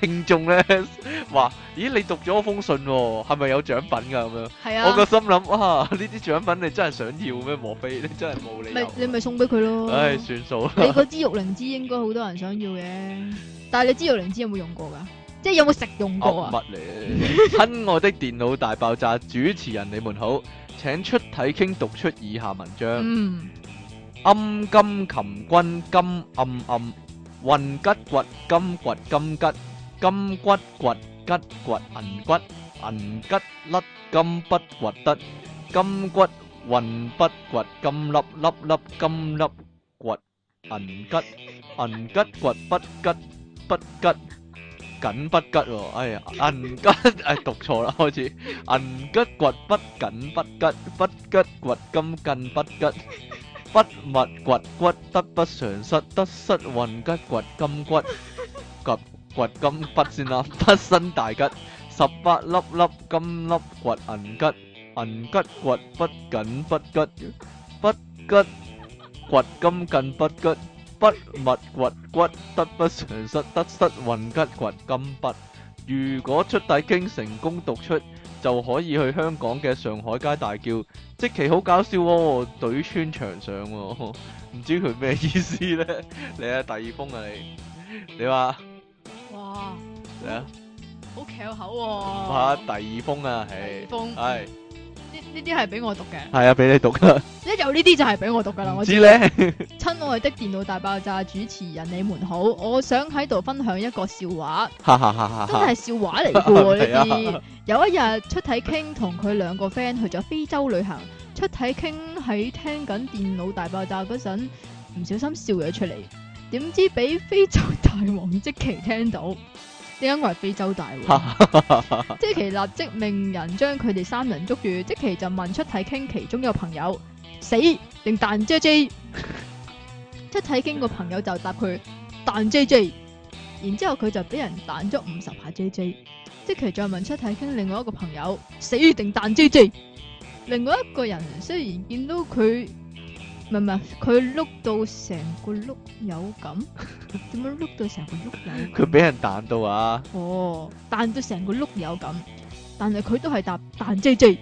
Speaker 2: 聽眾呢 話：咦，你讀咗我封信喎，係咪有獎品㗎？咁樣，
Speaker 1: 係
Speaker 2: 我個
Speaker 1: 啊，
Speaker 2: 心諗哇，呢啲獎品你真係想要咩？莫非 你真係冇理
Speaker 1: 咪你
Speaker 2: 由？
Speaker 1: 咪送俾佢咯。
Speaker 2: 啊唉，算數啦。
Speaker 1: 你嗰支玉靈芝應該好多人想要嘅，但係你支玉靈芝有冇用過㗎？即係有冇食用過
Speaker 2: 噏
Speaker 1: 啊？
Speaker 2: 乜嚟？親愛的電腦大爆炸主持人，你們好，請出體傾讀出以下文章。
Speaker 1: 嗯，
Speaker 2: âm kim cầm quân kim âm âm huân cất quật kim quật kim cất kim quất quật cất quật ẩn quất ẩn cất lất kim bất quật tất kim quất huân bất quật kim lấp lấp lấp kim lấp quật ẩn cất ẩn cất quật bất cất bất cất cẩn bất cất rồi ai ẩn cất ai đọc sai rồi bắt đầu ẩn cất quật bất cẩn bất cất bất cất quật kim cẩn bất cất 不物掘骨，得不償失，得失混吉掘金骨，及掘金筆先啦，不身大吉，十八粒粒金粒掘銀吉，銀吉掘不緊不吉，不吉掘金近不吉，不物掘骨，得不償失，得失混吉掘金筆。如果出體經成功讀出，就可以去香港嘅上海街大叫。即其好搞笑喎、懟穿牆上喎、 唔知佢咩意思 咧？你啊，第二封啊你，你話
Speaker 1: 哇，
Speaker 2: 你啊，
Speaker 1: 好翹
Speaker 2: 啊
Speaker 1: 口
Speaker 2: 第二封啊，
Speaker 1: 喎，
Speaker 2: 係
Speaker 1: 風呢
Speaker 2: 係
Speaker 1: 呢啲係俾我讀嘅，
Speaker 2: 係啊，俾你讀啦，
Speaker 1: 一有呢啲就係俾我讀㗎啦，
Speaker 2: 唔
Speaker 1: 我
Speaker 2: 知咧，
Speaker 1: 親愛的電腦大爆炸主持人，你們好，我想喺度分享一個笑話，
Speaker 2: 哈哈哈哈
Speaker 1: 真係
Speaker 2: 啊哈，
Speaker 1: 笑話嚟嘅 喎
Speaker 2: 係啊
Speaker 1: 呢啲。有一日出體傾同佢兩個 friend 去咗非洲旅行，出體傾喺聽緊電腦大爆炸嗰陣，唔小心笑咗出嚟，點知俾非洲大王即奇聽到。點解我係非洲大王？即其立即命人將佢哋三人捉住，即其就問出體傾其中一個朋友死定彈 J J，出體傾個朋友就答佢彈 J J，然之後佢就俾人彈咗五十下 J J，即其再問出體傾另外一個朋友死定彈 J J，另外一個人雖然見到佢唔係唔係佢碌到成個碌柚咁， 點樣碌到成個碌柚咁？
Speaker 2: 佢俾人彈到啊，
Speaker 1: 哦，彈到成個碌柚咁，但係佢都係答彈 J J，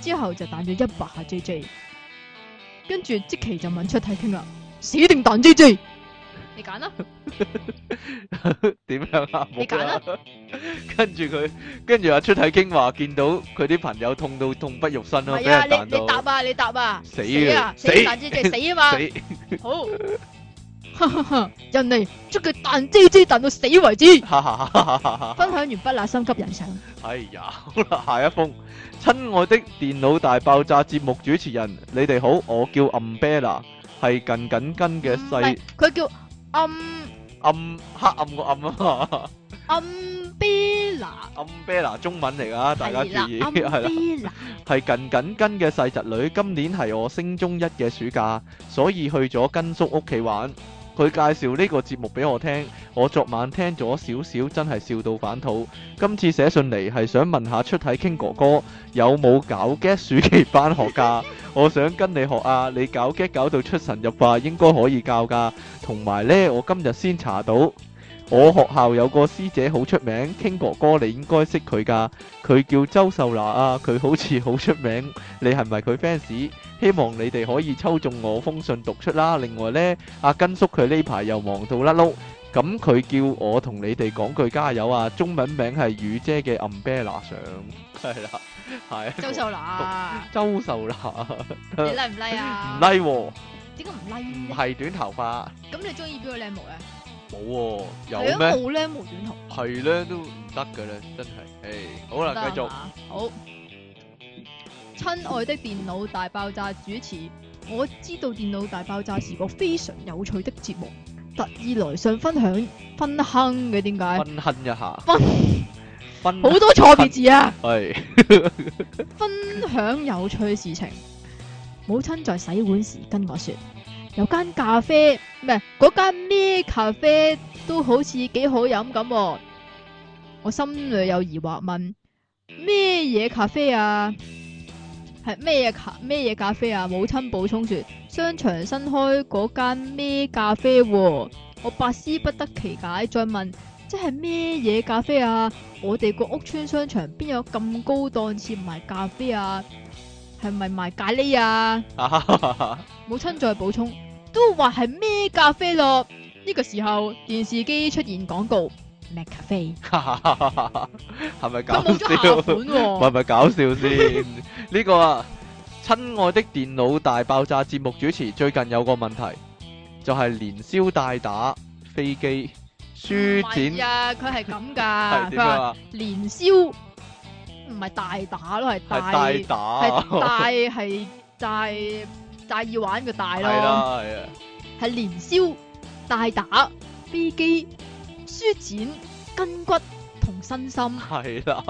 Speaker 1: 之後就彈咗一百下 J J，跟住即期就問出體傾啦，屎定蛋之之，你揀啦，
Speaker 2: 點樣啊？
Speaker 1: 你
Speaker 2: 冇
Speaker 1: 揀啦
Speaker 2: 啦。， 跟住佢，跟住阿出體傾話見到佢啲朋友痛到痛不欲生
Speaker 1: 唔
Speaker 2: 咯，俾
Speaker 1: 係啊，
Speaker 2: 人
Speaker 1: 你
Speaker 2: 彈
Speaker 1: 你答
Speaker 2: 到
Speaker 1: 啊，你答啊，
Speaker 2: 死
Speaker 1: 啊，
Speaker 2: 啊
Speaker 1: 死
Speaker 2: 死
Speaker 1: 蛋之 之死啊嘛，
Speaker 2: 死。
Speaker 1: 好， 人哋捉佢蛋之之彈到死為止。
Speaker 2: 哈哈哈哈哈！
Speaker 1: 分享完不辣心急人上，
Speaker 2: 哎呀， 好啦，下一封，親愛的電腦大爆炸節目主持人，你哋好，我叫 Umbrella，係近緊跟嘅
Speaker 1: 唔係
Speaker 2: 細
Speaker 1: 佢叫暗嗯
Speaker 2: 暗黑暗個暗啊嘛
Speaker 1: 暗 b 娜，
Speaker 2: ，Umbrella 中文嚟噶，大家
Speaker 1: 係
Speaker 2: 注
Speaker 1: 啦，
Speaker 2: 意
Speaker 1: 暗
Speaker 2: 係啦。
Speaker 1: b 娜，
Speaker 2: 係近緊跟嘅細侄女，今年係我升中一嘅暑假，所以去咗根叔屋企玩。佢介紹呢個節目俾我聽，我昨晚聽咗少少，真係笑到反肚。今次寫信嚟係想問下出體傾哥哥有冇搞 get 暑期班學㗎？我想跟你學啊！你搞 get 搞到出神入化，應該可以教㗎。同埋呢，我今日先查到。我學校有個師姐好出名，傾哥哥你應該識佢㗎。佢叫周秀娜啊，佢好似好出名，你係咪佢 fans？希望你哋可以抽中我封信讀出啦。另外呢，阿根叔佢呢排又忙到甩碌，咁佢叫我同你哋講句加油啊！中文名係雨姐嘅 umbrella 上，係啦， 係
Speaker 1: 周秀娜，
Speaker 2: 周秀娜，
Speaker 1: 你 like 唔 like
Speaker 2: 呃唔
Speaker 1: 啊？
Speaker 2: like 喎，唔
Speaker 1: 點解唔 like 啫？
Speaker 2: 係短頭髮，
Speaker 1: 咁你中意邊個靚模啊咧？
Speaker 2: 冇喎，有
Speaker 1: 你都
Speaker 2: 咩？
Speaker 1: 冇靚模短頭
Speaker 2: 係咧都唔得嘅咧，真係，誒，好
Speaker 1: 髮
Speaker 2: 啦，繼續
Speaker 1: 得係。啊嘛好。親愛的電腦大爆炸主持，我知道電腦大爆炸是個非常有趣的節目，特意來信分享分亨嘅點解？
Speaker 2: 分亨一下，
Speaker 1: 分
Speaker 2: 分
Speaker 1: 好多錯別字啊！
Speaker 2: 係
Speaker 1: 分享有趣事情。母親在洗碗時跟我說：有間咖啡唔係嗰間咩咖啡都好似幾好飲咁、喎。我心裏有疑惑問：咩嘢咖啡啊？係咩嘢咖咩嘢咖啡啊？母親補充說：商場新開嗰間咩咖啡、喎。我百思不得其解，再問：即係咩嘢咖啡啊？我哋個屋村商場邊有咁高檔次賣咖啡啊？係咪賣咖喱啊？
Speaker 2: 啊
Speaker 1: 母親再補充，都話係咩咖啡咯？呢、個時候電視機出現廣告，咩咖啡？
Speaker 2: 係咪
Speaker 1: 佢
Speaker 2: 搞
Speaker 1: 冇咗下
Speaker 2: 笑？
Speaker 1: 款喎、
Speaker 2: 係咪搞笑先？呢個啊，親愛的電腦大爆炸節目主持最近有個問題，就係連消帶打飛機書
Speaker 1: 唔係
Speaker 2: 展
Speaker 1: 啊，佢係咁
Speaker 2: 係
Speaker 1: 噶，
Speaker 2: 點
Speaker 1: 佢
Speaker 2: 樣
Speaker 1: 話
Speaker 2: 啊？
Speaker 1: 連消唔係大打咯，係
Speaker 2: 係
Speaker 1: 大
Speaker 2: 帶打
Speaker 1: 係大係大大耳環嘅大
Speaker 2: 係
Speaker 1: 咯，
Speaker 2: 啦，係啊，
Speaker 1: 係連消大打飛機舒展筋骨同身 心。
Speaker 2: 係啦。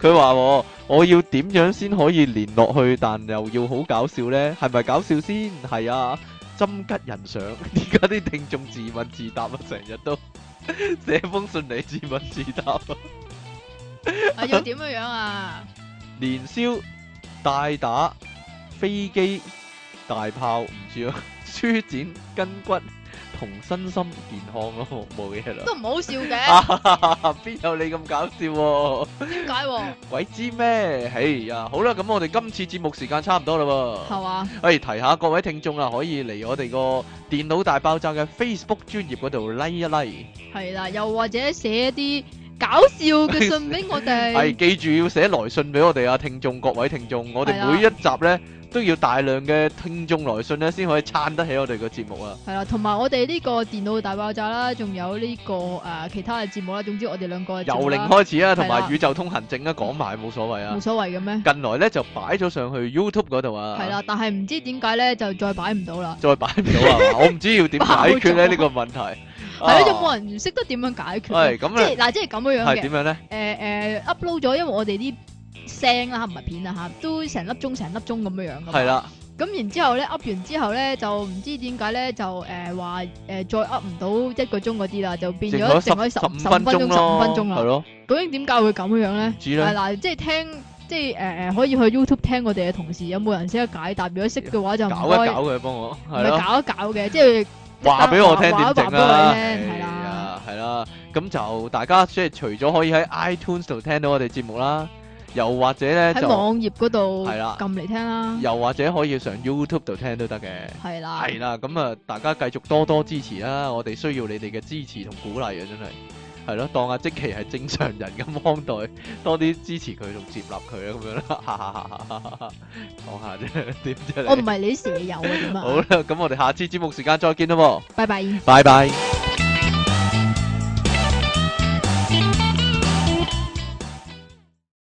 Speaker 2: 佢話我我要點樣先可以連落去，但又要好搞笑呢？係咪搞笑先？係啊，針吉人上。 而家啲聽眾自問自答啊，成日都 寫封信嚟自問自答啊。
Speaker 1: 啊，要點樣樣啊？
Speaker 2: 年宵大打飛機大炮唔知啊， 舒展筋骨同身心健康咯，冇冇嘢啦。
Speaker 1: 都唔好笑嘅，
Speaker 2: 啊邊有你咁搞笑喎、
Speaker 1: 點解 喎？
Speaker 2: 鬼知咩？哎呀，好啦，咁我哋今次節目時間差唔多啦喎。
Speaker 1: 係嘛？
Speaker 2: 哎，提下各位聽眾啦，可以嚟我哋個電腦大爆炸嘅 Facebook 專頁嗰度 like 一 like。
Speaker 1: 係啦，又或者寫啲搞笑嘅 信俾我
Speaker 2: 係
Speaker 1: 哋，
Speaker 2: 記住要寫來信俾我哋啊，聽眾各位聽眾，我哋
Speaker 1: 係啦
Speaker 2: 每一集咧都要大量嘅聽眾來信咧，先可以撐得起我哋個節目啊。
Speaker 1: 係啦，同埋我哋呢個電腦大爆炸啦，仲有呢個誒其他嘅節目啦，總之我哋兩個嘅節
Speaker 2: 由
Speaker 1: 目
Speaker 2: 零
Speaker 1: 啦
Speaker 2: 開始啊，同
Speaker 1: 係啦
Speaker 2: 埋宇宙通行證啊，講埋冇所謂啊
Speaker 1: 冇。所謂嘅咩？
Speaker 2: 近來咧就擺咗上去 YouTube 嗰度啊，
Speaker 1: 係啦，但係唔知點解咧就再擺唔到啦。
Speaker 2: 再擺唔到啊，我唔知要點解決
Speaker 1: 爆咗
Speaker 2: 咧呢個問題。
Speaker 1: 係咯，有冇人識得點樣解決啊？
Speaker 2: 係啊哎咁
Speaker 1: 即係
Speaker 2: 咧，
Speaker 1: 嗱，即係咁樣樣
Speaker 2: 係
Speaker 1: 嘅
Speaker 2: 點樣咧？
Speaker 1: 誒誒 upload 咗，因為我哋啲聲啦，唔係片啦嚇，都成粒鐘成粒鐘咁樣樣噶嘛
Speaker 2: 係。啦，
Speaker 1: 咁然之後咧，up 完之後咧，就唔知點解咧，就誒話誒再 up 唔到一個鐘嗰啲啦，就變
Speaker 2: 剩
Speaker 1: 咗
Speaker 2: 咗
Speaker 1: 剩咗
Speaker 2: 十
Speaker 1: 十
Speaker 2: 五
Speaker 1: 十
Speaker 2: 分
Speaker 1: 分鐘、十五分
Speaker 2: 鐘咯，
Speaker 1: 鐘
Speaker 2: 係
Speaker 1: 啦。
Speaker 2: 咯，
Speaker 1: 究竟點解會咁樣樣咧
Speaker 2: 唔？知
Speaker 1: 係
Speaker 2: 咧。
Speaker 1: 嗱，即係聽，即係誒誒，可以去 YouTube 聽我哋嘅同事有冇人識得解答？如果識嘅話就唔
Speaker 2: 搞
Speaker 1: 該，
Speaker 2: 一搞
Speaker 1: 唔
Speaker 2: 佢幫我，係
Speaker 1: 係
Speaker 2: 咯。
Speaker 1: 搞一搞嘅，即係
Speaker 2: 話俾我聽點整啦，
Speaker 1: 話俾我聽係啦
Speaker 2: 係啊，係啦，咁就大家即係除咗可以喺 iTunes 度聽到我哋節目啦，又或者咧
Speaker 1: 喺
Speaker 2: 就
Speaker 1: 網頁嗰度
Speaker 2: 係啦
Speaker 1: 撳嚟聽啦，
Speaker 2: 又或者可以上 YouTube 度聽都得嘅。
Speaker 1: 係啦，
Speaker 2: 係啦，咁啊，大家繼續多多支持啦，我哋需要你哋嘅支持同鼓勵啊，真係係咯，當阿即奇係正常人咁看待，多啲支持佢同接納佢啊，咁樣啦， 講下啫，點啫
Speaker 1: 我
Speaker 2: 你
Speaker 1: 哦唔係你蛇友啊，點
Speaker 2: 好
Speaker 1: 啊？
Speaker 2: 啦，咁我哋下次節目時間再見啦喎，
Speaker 1: 拜拜。
Speaker 2: 拜拜。